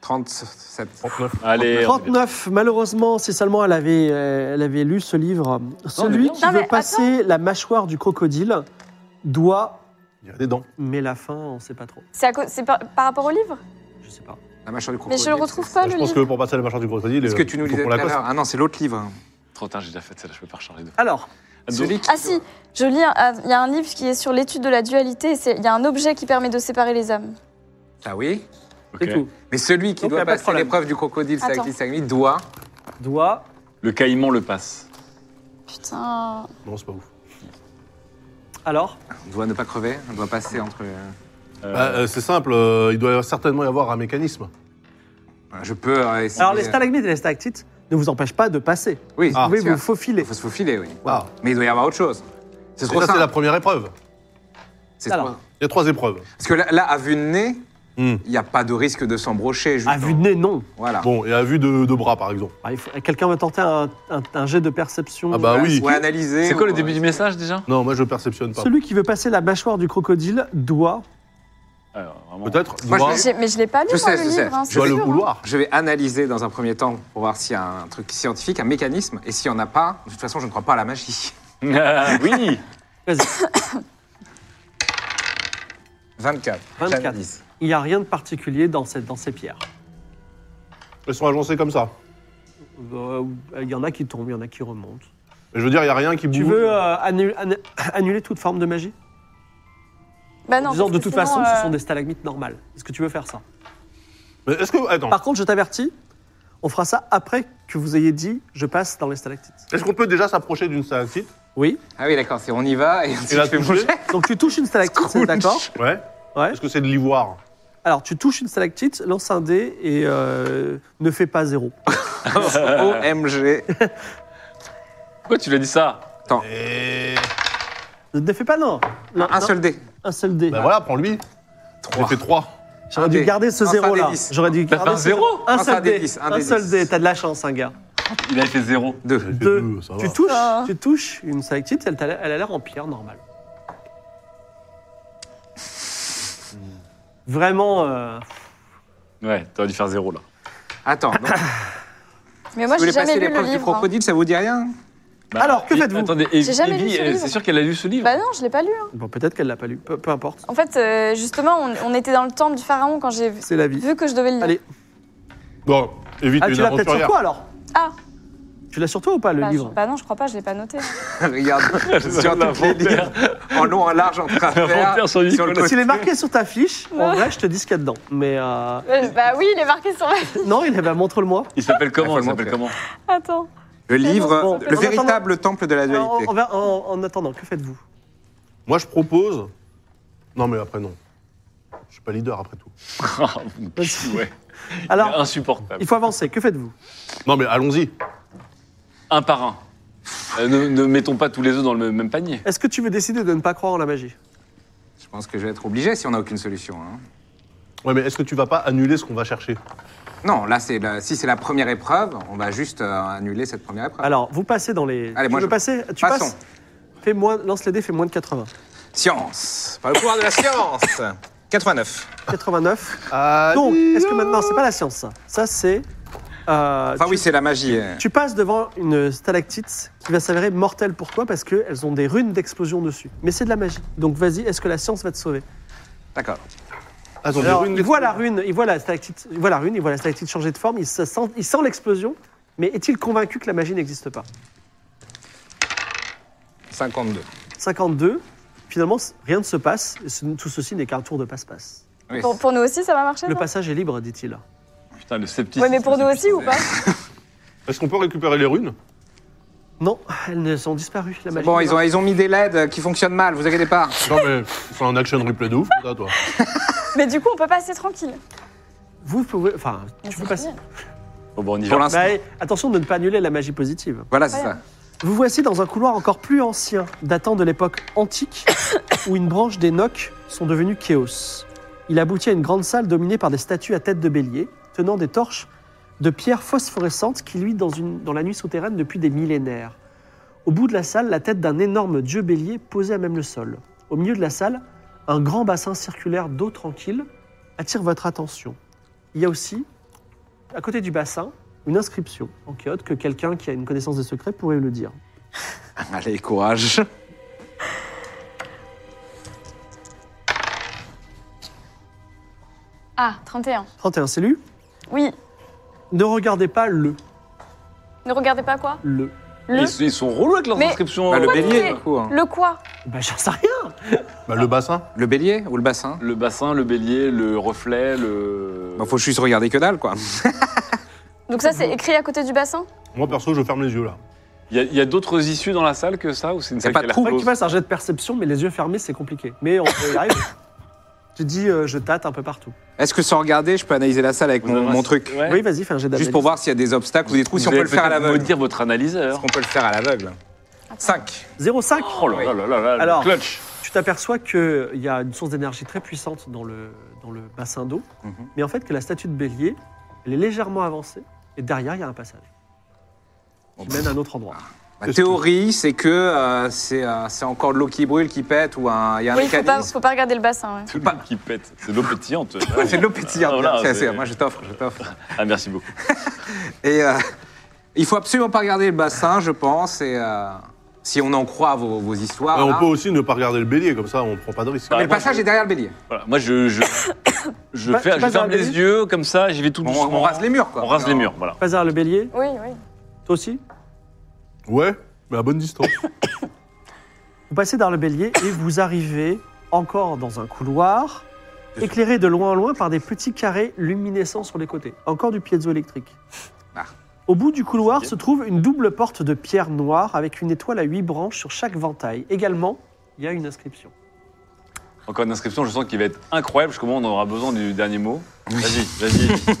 Speaker 5: 37.
Speaker 2: 39.
Speaker 4: Allez, on y va.
Speaker 3: 39, malheureusement, si seulement elle avait, euh, elle avait lu ce livre.
Speaker 4: mais
Speaker 3: Celui
Speaker 4: non.
Speaker 3: qui
Speaker 6: Non, mais
Speaker 3: veut passer la mâchoire du crocodile doit,
Speaker 2: Il y a des dents.
Speaker 3: mais la fin, on ne sait pas trop.
Speaker 6: C'est à cause- c'est par, par rapport au livre
Speaker 3: Je sais pas.
Speaker 5: La mâchoire du
Speaker 6: Mais
Speaker 5: crocodile.
Speaker 6: je le retrouve
Speaker 2: Bah,
Speaker 6: pas,
Speaker 2: je
Speaker 6: Ah, le
Speaker 2: pense
Speaker 6: livre.
Speaker 2: que pour passer à la mâchoire du crocodile,
Speaker 5: Est-ce
Speaker 2: euh,
Speaker 5: que tu nous
Speaker 2: faut
Speaker 5: lisais
Speaker 2: qu'on la
Speaker 5: tout à
Speaker 2: coste.
Speaker 5: l'heure Ah non, c'est l'autre livre.
Speaker 4: Trop tard, j'ai déjà fait celle-là, je peux pas recharger deux.
Speaker 3: Alors,
Speaker 5: Celui qui...
Speaker 6: Ah si, je lis, un- ah, il y a un livre qui est sur l'étude de la dualité, et c'est- il y a un objet qui permet de séparer les âmes.
Speaker 5: Ah oui
Speaker 3: c'est tout.
Speaker 5: Mais celui qui
Speaker 3: Donc, y a
Speaker 5: doit
Speaker 3: pas de
Speaker 5: passer
Speaker 3: problème.
Speaker 5: l'épreuve du crocodile,
Speaker 6: Attends.
Speaker 5: Sagli Sagli, doit.
Speaker 3: Doit
Speaker 4: Le caïman le passe.
Speaker 6: Putain,
Speaker 2: Non, c'est pas ouf.
Speaker 3: Euh, Alors
Speaker 5: doit ne pas crever, doit passer entre.
Speaker 4: Euh,
Speaker 2: Bah, euh, c'est simple, euh, il doit certainement y avoir un mécanisme.
Speaker 5: Je peux euh, essayer.
Speaker 3: Alors les stalagmites et les stalactites ne vous empêchent pas de passer.
Speaker 5: Oui,
Speaker 2: Ah.
Speaker 3: vous pouvez
Speaker 5: bien
Speaker 3: vous
Speaker 5: sûr.
Speaker 3: faufiler.
Speaker 5: Il faut se faufiler, oui.
Speaker 2: Ah.
Speaker 5: Mais il doit y avoir autre chose. C'est
Speaker 2: Et
Speaker 5: trop
Speaker 2: ça, c'est
Speaker 5: simple.
Speaker 2: la première épreuve.
Speaker 5: C'est
Speaker 3: Alors.
Speaker 5: trop-
Speaker 2: Il y a trois épreuves.
Speaker 5: Parce que là, là, à vue de nez,
Speaker 2: Hmm.
Speaker 5: il n'y a pas de risque de
Speaker 2: Ah,
Speaker 5: s'embrocher. juste
Speaker 3: À vue de nez, non.
Speaker 5: Voilà.
Speaker 2: Bon, et à vue de, de bras, par exemple.
Speaker 3: Ah, il faut- Quelqu'un va tenter un, un- un jet de perception.
Speaker 2: Ah bah oui.
Speaker 5: Ou analyser. euh,
Speaker 4: C'est quoi le
Speaker 5: ou-
Speaker 4: début du message déjà
Speaker 2: Non, moi, je perceptionne pas.
Speaker 3: Celui qui veut passer la mâchoire du crocodile doit...
Speaker 4: Alors, vraiment.
Speaker 2: Peut-être
Speaker 5: Moi,
Speaker 2: doit,
Speaker 5: Ah.
Speaker 6: J'ai- mais je l'ai pas lu
Speaker 5: Je
Speaker 6: moi,
Speaker 5: sais,
Speaker 6: le
Speaker 5: je sais.
Speaker 6: livre. hein,
Speaker 5: Je
Speaker 6: c'est
Speaker 2: doit le
Speaker 6: sûr, hein.
Speaker 2: vouloir.
Speaker 5: Je vais analyser dans un premier temps pour voir s'il y a un truc scientifique, un mécanisme. Et s'il n'y en a pas, de toute façon, je ne crois pas à la magie.
Speaker 4: Ah, oui
Speaker 5: 24.
Speaker 3: 24.
Speaker 5: J'analyse.
Speaker 3: Il n'y a rien de particulier dans, cette, dans ces pierres.
Speaker 2: Elles sont agencées comme ça.
Speaker 3: Euh, Il y en a qui tombent, il y en a qui remontent.
Speaker 2: Mais je veux dire, il n'y a rien qui bouge.
Speaker 3: Tu veux euh, annu- annu- annuler toute forme de magie
Speaker 6: Bah non,
Speaker 3: En disant,
Speaker 6: parce
Speaker 3: de
Speaker 6: que
Speaker 3: toute
Speaker 6: sinon,
Speaker 3: façon,
Speaker 6: euh,
Speaker 3: ce sont des stalagmites normales. Est-ce que tu veux faire ça
Speaker 2: Mais est-ce que. Attends.
Speaker 3: Par contre, je t'avertis, on fera ça après que vous ayez dit « je passe dans les stalactites
Speaker 2: Est-ce qu'on peut déjà s'approcher d'une stalactite ».
Speaker 3: Oui
Speaker 5: Ah oui, d'accord, c'est on y va et
Speaker 2: et
Speaker 5: ensuite
Speaker 2: la
Speaker 5: je fais
Speaker 2: toucher
Speaker 5: manger.
Speaker 3: Donc tu touches une stalactite, c'est d'accord
Speaker 2: Ouais.
Speaker 3: Ouais.
Speaker 2: Est-ce que c'est de l'ivoire
Speaker 3: Alors, tu touches une stalactite, lance un dé et euh, ne fais pas zéro.
Speaker 5: OMG.
Speaker 4: Pourquoi tu lui as dit ça
Speaker 2: Et.
Speaker 3: Ne te défais pas, non. Non,
Speaker 5: Un
Speaker 3: non,
Speaker 5: seul dé.
Speaker 3: Un seul dé.
Speaker 2: Ben voilà, prends-lui. J'ai fait 3.
Speaker 3: J'aurais
Speaker 5: Un
Speaker 3: dû
Speaker 5: dé.
Speaker 3: garder ce
Speaker 5: Un seul
Speaker 3: zéro-là.
Speaker 5: dé dix.
Speaker 3: J'aurais
Speaker 2: Bah,
Speaker 3: dû
Speaker 4: T'as fait
Speaker 3: garder
Speaker 4: un
Speaker 3: ce-
Speaker 4: zéro
Speaker 3: Un
Speaker 5: Un
Speaker 3: seul
Speaker 5: seul dé
Speaker 3: dé.
Speaker 5: dix, un
Speaker 3: Un
Speaker 5: dé
Speaker 3: seul
Speaker 5: dix.
Speaker 3: dé. T'as de la chance, un gars.
Speaker 4: Il a fait zéro.
Speaker 5: Deux.
Speaker 3: Deux.
Speaker 2: ça
Speaker 3: Tu
Speaker 2: va.
Speaker 3: touches,
Speaker 6: Ah.
Speaker 3: tu touches une stalactite, elle, t'a l'air- elle a l'air en pierre normale.
Speaker 2: Hmm.
Speaker 3: Vraiment, euh,
Speaker 4: Ouais, t'aurais dû faire zéro là.
Speaker 5: Attends, donc,
Speaker 6: Mais moi,
Speaker 5: vous
Speaker 6: j'ai
Speaker 5: voulez
Speaker 6: jamais
Speaker 5: passer
Speaker 6: lu le
Speaker 5: l'épreuve du
Speaker 6: livre. hein.
Speaker 5: crocodile, ça vous dit rien
Speaker 3: Alors, que
Speaker 4: et-
Speaker 3: faites-vous
Speaker 4: Bah, Attendez, Evie,
Speaker 6: J'ai jamais lu ce
Speaker 4: Evie, elle-
Speaker 6: livre.
Speaker 4: c'est sûr qu'elle a lu ce livre
Speaker 6: Bah non, je l'ai pas lu. hein.
Speaker 3: bon, peut-être qu'elle l'a pas lu, peu, peu importe,
Speaker 6: En fait, euh, justement, on, on était dans le temple du pharaon quand j'ai vu
Speaker 3: c'est la vie.
Speaker 6: que je devais le lire.
Speaker 3: Allez.
Speaker 2: Bon, évite
Speaker 3: Ah, tu
Speaker 2: une
Speaker 3: l'as peut-être sur
Speaker 2: aventurière.
Speaker 3: toi alors
Speaker 6: Ah.
Speaker 3: Tu l'as sur toi ou pas le
Speaker 6: Bah, je-
Speaker 3: livre
Speaker 6: bah non, je crois pas, je l'ai pas noté.
Speaker 5: Regarde, sur toutes les
Speaker 4: L'inventaire.
Speaker 5: livres, en long, en large, en travers,
Speaker 4: L'inventaire sur
Speaker 5: sur le
Speaker 4: Nicolas.
Speaker 3: S'il
Speaker 5: côté.
Speaker 3: est marqué sur ta fiche, en vrai, je te dis ce qu'il y a dedans. Mais euh,
Speaker 6: Euh, bah oui, il est marqué sur ma.
Speaker 3: non, il est bah, montre-le-moi.
Speaker 5: Ah,
Speaker 4: Il s'appelle comment
Speaker 5: faut
Speaker 4: Il s'appelle
Speaker 5: le
Speaker 4: comment
Speaker 6: Attends.
Speaker 5: Le livre,
Speaker 3: Bon,
Speaker 5: le
Speaker 3: en
Speaker 5: véritable temple de la
Speaker 3: En,
Speaker 5: dualité.
Speaker 3: en- en- en attendant, que faites-vous
Speaker 2: Moi, je propose. Non, mais après, non. Je suis pas leader après tout.
Speaker 4: Ah, mon cul, ouais. Il
Speaker 3: Bah,
Speaker 4: est
Speaker 5: Ah.
Speaker 3: Alors,
Speaker 4: insupportable.
Speaker 3: il faut avancer. Que faites-vous
Speaker 2: Non, mais allons-y.
Speaker 4: Un par un. Euh, ne, ne mettons pas tous les œufs dans le même panier.
Speaker 3: Est-ce que tu veux décider de ne pas croire en la magie
Speaker 5: Je pense que je vais être obligé si on n'a aucune solution. hein.
Speaker 2: Ouais, mais est-ce que tu vas pas annuler ce qu'on va chercher
Speaker 5: Non, là, c'est la- si c'est la première épreuve, on va juste euh, annuler cette première épreuve.
Speaker 3: Alors, vous passez dans les.
Speaker 5: Allez,
Speaker 3: tu
Speaker 5: moi,
Speaker 3: veux
Speaker 5: je-
Speaker 3: passer Tu
Speaker 5: Passons.
Speaker 3: passes. Fais moins, lance les dés, fais moins de 80.
Speaker 5: Science, par le pouvoir de la science 89.
Speaker 3: 89. Donc, est-ce que maintenant, c'est pas la science ça. Ça, c'est. euh,
Speaker 5: Enfin
Speaker 3: tu-
Speaker 5: oui, c'est la magie. euh.
Speaker 3: Tu passes devant une stalactite qui va s'avérer mortelle pour toi parce qu'elles ont des runes d'explosion dessus. Mais c'est de la magie. Donc vas-y, est-ce que la science va te sauver
Speaker 5: D'accord.
Speaker 2: Ah, Attends,
Speaker 3: Alors,
Speaker 2: des runes
Speaker 3: il voit la rune, il voit la stalactite, il voit la rune, il voit la stalactite changer de forme, il, se sent, il sent l'explosion, mais est-il convaincu que la magie n'existe pas
Speaker 5: 52.
Speaker 3: 52, finalement, c- rien ne se passe, et ce- tout ceci n'est qu'un tour de passe-passe.
Speaker 5: Oui.
Speaker 6: Pour, pour nous aussi, ça va marcher
Speaker 3: Le
Speaker 6: ça
Speaker 3: passage est libre, dit-il.
Speaker 4: Putain, le scepticisme.
Speaker 6: Ouais, mais pour
Speaker 4: c'est
Speaker 6: nous aussi ou
Speaker 4: puissant.
Speaker 6: pas
Speaker 2: Est-ce qu'on peut récupérer les runes
Speaker 3: Non, elles ne sont disparues, la magie.
Speaker 5: Bon, ils ont, ils ont mis des LED qui fonctionnent mal, vous inquiétez pas.
Speaker 2: Non, mais c'est un action replay de ouf, là, toi.
Speaker 6: Mais du coup, on peut passer tranquille.
Speaker 3: Vous pouvez. Enfin,
Speaker 6: Mais
Speaker 3: tu
Speaker 6: Ah, c'est
Speaker 3: peux passer.
Speaker 6: génial.
Speaker 4: Bon, bon, on y
Speaker 5: Pour
Speaker 4: va.
Speaker 5: l'instant.
Speaker 3: Bah, et attention de ne pas annuler la magie positive.
Speaker 5: Voilà, c'est
Speaker 6: Ouais.
Speaker 5: ça.
Speaker 3: Vous voici dans un couloir encore plus ancien, datant de l'époque antique, où une branche des Nocs sont devenus Chaos. Il aboutit à une grande salle dominée par des statues à tête de bélier, tenant des torches de pierre phosphorescente qui luit dans, une- dans la nuit souterraine depuis des millénaires. Au bout de la salle, la tête d'un énorme dieu bélier posé à même le sol. Au milieu de la salle, un grand bassin circulaire d'eau tranquille attire votre attention. Il y a aussi, à côté du bassin, une inscription en chaos que quelqu'un qui a une connaissance des secrets pourrait le dire.
Speaker 5: Allez, courage.
Speaker 6: Ah, 31.
Speaker 3: 31, c'est lu.
Speaker 6: Oui.
Speaker 3: Ne regardez pas le,
Speaker 6: Ne regardez pas quoi
Speaker 3: le.
Speaker 6: Le,
Speaker 4: Ils, ils sont relous avec leurs
Speaker 6: Mais-
Speaker 4: inscriptions.
Speaker 5: Bah, le
Speaker 4: euh,
Speaker 5: bélier,
Speaker 6: c'est-
Speaker 5: du coup. hein.
Speaker 6: le quoi
Speaker 3: Bah, j'en sais rien.
Speaker 2: Bah, le bassin.
Speaker 5: Le bélier ou le bassin
Speaker 4: Le bassin, le bélier, le reflet, le.
Speaker 5: bah, Faut juste regarder que dalle, quoi.
Speaker 6: Donc ça, c'est écrit à côté du bassin
Speaker 2: Moi, perso, je ferme les yeux, là.
Speaker 4: Il y a- il y a, d'autres issues dans la salle que ça ou c'est une
Speaker 5: Y a
Speaker 4: salle
Speaker 5: pas
Speaker 4: qui a
Speaker 5: de
Speaker 4: l'air
Speaker 5: trou.
Speaker 3: Faut que
Speaker 4: close
Speaker 3: tu fasses un jet de perception, mais les yeux fermés, c'est compliqué. Mais on peut y arriver. Tu dis, euh, je tâte un peu partout.
Speaker 5: Est-ce que sans regarder, je peux analyser la salle avec
Speaker 4: Vous
Speaker 5: mon,
Speaker 4: avez-
Speaker 5: mon truc
Speaker 4: Ouais.
Speaker 3: Oui, vas-y, fais un jet d'analyse.
Speaker 5: Juste pour voir s'il y a des obstacles ou des trous, si
Speaker 4: Vous
Speaker 5: on peut
Speaker 4: allez
Speaker 5: le faire à
Speaker 4: peut-être
Speaker 5: l'aveugle.
Speaker 4: maudire votre analyseur.
Speaker 5: Est-ce qu'on peut le faire à l'aveugle 5.
Speaker 3: 0,5.
Speaker 4: Oh là là là là là, le
Speaker 3: Alors-
Speaker 4: clutch.
Speaker 3: Tu t'aperçois qu'il y a une source d'énergie très puissante dans le, dans le bassin d'eau,
Speaker 5: Mhm.
Speaker 3: mais en fait que la statue de bélier, elle est légèrement avancée, et derrière, il y a un passage
Speaker 5: Bon,
Speaker 3: qui mène à un autre endroit.
Speaker 5: La théorie, c'est que euh, c'est euh, c'est encore de l'eau qui brûle, qui pète, ou un- il
Speaker 2: Ah
Speaker 5: y a un
Speaker 6: Oui, faut pas,
Speaker 5: mécanisme.
Speaker 6: faut pas regarder le bassin. ouais.
Speaker 4: Tout le monde qui pète. C'est l'eau pétillante.
Speaker 5: Ouais, c'est de l'eau pétillante.
Speaker 4: Ah, voilà,
Speaker 5: bien, c'est-
Speaker 4: c'est-
Speaker 5: c'est- moi, je t'offre, je t'offre.
Speaker 4: Ah, merci beaucoup.
Speaker 5: Et euh, il faut absolument pas regarder le bassin, je pense. Et euh, si on en croit vos, vos histoires,
Speaker 2: Et
Speaker 5: là.
Speaker 2: on peut aussi ne pas regarder le bélier, comme ça, on prend pas de risque.
Speaker 5: mais
Speaker 4: Bah,
Speaker 5: le
Speaker 4: moi,
Speaker 5: passage
Speaker 4: je-
Speaker 5: est derrière le bélier.
Speaker 4: Voilà, moi je. Je, je,
Speaker 3: Bah,
Speaker 4: fais-
Speaker 3: tu
Speaker 4: je
Speaker 3: passes
Speaker 4: ferme
Speaker 3: dans la
Speaker 4: les
Speaker 3: BD?
Speaker 4: yeux comme ça, j'y vais tout
Speaker 5: On,
Speaker 4: doucement.
Speaker 5: on rase les murs, quoi.
Speaker 4: On rase les murs, voilà.
Speaker 3: Pas derrière le bélier,
Speaker 6: Oui, oui.
Speaker 3: toi aussi
Speaker 2: Ouais, mais à bonne distance.
Speaker 3: Vous passez dans le bélier et vous arrivez encore dans un couloir, éclairé de loin en loin par des petits carrés luminescents sur les côtés. Encore du piezoélectrique.
Speaker 5: Ah.
Speaker 3: Au bout du couloir se trouve une double porte de pierre noire avec une étoile à huit branches sur chaque ventaille. Également, il y a une inscription.
Speaker 4: Encore une inscription, je sens qu'il va être incroyable, parce que moi on aura besoin du dernier mot. Vas-y, vas-y.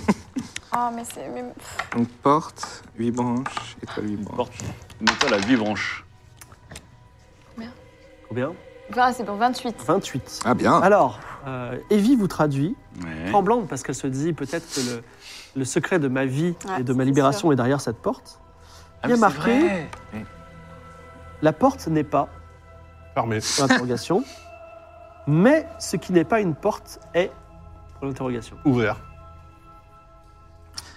Speaker 6: Ah, mais c'est... mais- pff,
Speaker 5: Donc, porte, 8 branches, étoile 8 branches.
Speaker 4: Porte. Une étoile à 8 branches.
Speaker 3: Combien
Speaker 6: Ah, c'est bon, 28.
Speaker 3: 28.
Speaker 5: Ah bien.
Speaker 3: Alors, euh, Evie vous traduit,
Speaker 4: Ouais.
Speaker 3: tremblante parce qu'elle se dit peut-être que le, le secret de ma vie
Speaker 6: Ouais,
Speaker 3: et de ma
Speaker 6: c'est
Speaker 3: libération est derrière cette porte. Il y
Speaker 4: Ah, mais
Speaker 3: a
Speaker 4: c'est
Speaker 3: marqué
Speaker 4: vrai.
Speaker 3: La porte n'est pas,
Speaker 2: Fermé.
Speaker 3: pour l'interrogation, mais ce qui n'est pas une porte est, pour l'interrogation.
Speaker 2: Ouvert.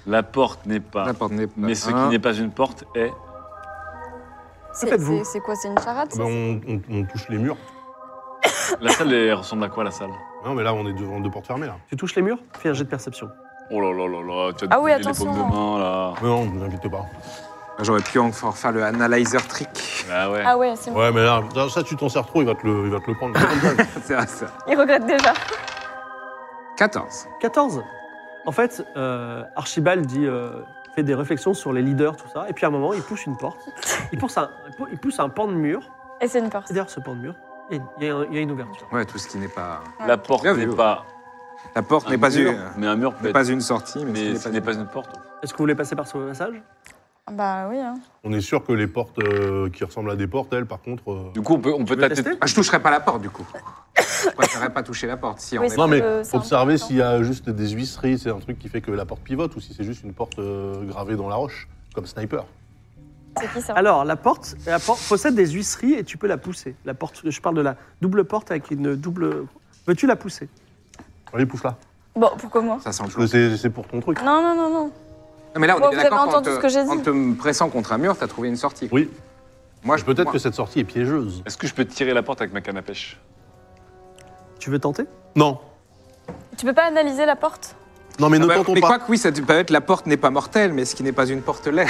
Speaker 4: La porte n'est pas.
Speaker 5: La porte n'est pas.
Speaker 4: Ah. Mais ce qui
Speaker 5: Hein.
Speaker 4: n'est pas une porte est.
Speaker 6: C'est
Speaker 3: Peut-être vous.
Speaker 6: c'est- c'est quoi C'est une charade
Speaker 2: Ah
Speaker 6: ça
Speaker 2: ben, on, on- on touche les murs.
Speaker 4: La salle elle ressemble à quoi la salle
Speaker 2: Non, mais là, on est devant deux portes fermées, là.
Speaker 3: Tu touches les murs Fais un jet de perception.
Speaker 4: Oh là là là là, tu as
Speaker 6: Ah oui,
Speaker 4: oublié
Speaker 6: attention.
Speaker 4: les paumes de main là.
Speaker 2: Mais non, ne vous invitez pas.
Speaker 5: Ah, J'aurais pu encore faire le analyzer trick.
Speaker 4: Ah ouais.
Speaker 6: Ah ouais, c'est bon.
Speaker 2: Ouais, mais là, là, ça, tu t'en sers trop, il va te le, il va te le prendre.
Speaker 5: C'est vrai, ça.
Speaker 6: Il regrette déjà.
Speaker 5: 14.
Speaker 3: 14. En fait, euh, Archibald dit, euh, fait des réflexions sur les leaders, tout ça, et puis à un moment, il pousse une porte. Il pousse un, il pousse un pan de mur,
Speaker 6: Et c'est une porte.
Speaker 3: et derrière ce pan de mur, il y a- il y, a un- il y a une ouverture.
Speaker 5: Ouais, tout ce qui n'est pas.
Speaker 4: La porte
Speaker 5: Bien
Speaker 4: n'est
Speaker 5: vu.
Speaker 4: pas.
Speaker 5: La porte n'est pas,
Speaker 4: mur,
Speaker 5: une...
Speaker 4: Mais un mur peut
Speaker 5: n'est
Speaker 4: être.
Speaker 5: pas une sortie, mais,
Speaker 4: Mais
Speaker 5: ce
Speaker 4: ce
Speaker 5: qui n'est
Speaker 4: n'est
Speaker 5: pas.
Speaker 4: pas une porte.
Speaker 3: Est-ce que vous voulez passer par ce passage
Speaker 6: Bah oui. Hein.
Speaker 2: on est sûr que les portes euh, qui ressemblent à des portes, elles, par contre. euh,
Speaker 4: Du coup, on peut, on peut
Speaker 3: veux
Speaker 4: tâter.
Speaker 3: tester
Speaker 5: Ah, je toucherai pas la porte du coup. Je préférerais pas toucher la porte. Si on
Speaker 6: Oui,
Speaker 5: est-
Speaker 6: c'est-
Speaker 2: Non, mais
Speaker 6: Euh, c'est
Speaker 2: observez
Speaker 6: important.
Speaker 2: s'il y a juste des huisseries, c'est un truc qui fait que la porte pivote, ou si c'est juste une porte euh, gravée dans la roche, comme sniper.
Speaker 6: C'est qui ça
Speaker 3: Alors, la porte, la porte possède des huisseries et tu peux la pousser. La porte, je parle de la double porte avec une double. Veux-tu la pousser
Speaker 2: Allez, pousse là.
Speaker 6: Bon, pourquoi moi
Speaker 5: Ça sent le
Speaker 2: Parce que c'est c'est pour ton truc.
Speaker 6: Non, non, non, non.
Speaker 5: Non, mais là, on
Speaker 6: Bon,
Speaker 5: est
Speaker 6: vous
Speaker 5: bien d'accord
Speaker 6: avez
Speaker 5: qu'en
Speaker 6: entendu ce que j'ai
Speaker 5: te, en
Speaker 6: dit.
Speaker 5: te pressant contre un mur, t'as trouvé une sortie. quoi.
Speaker 2: Oui,
Speaker 5: Moi,
Speaker 2: mais peut-être
Speaker 5: moi-
Speaker 2: que cette sortie est piégeuse.
Speaker 4: Est-ce que je peux tirer la porte avec ma canne à pêche
Speaker 3: Tu veux tenter
Speaker 2: Non.
Speaker 6: Tu peux pas analyser la porte
Speaker 2: Non, mais
Speaker 5: Ah
Speaker 2: ne
Speaker 5: bah,
Speaker 2: tentons
Speaker 5: mais
Speaker 2: pas.
Speaker 5: quoi que oui, ça peut être la porte n'est pas mortelle, mais ce qui n'est pas une porte l'est.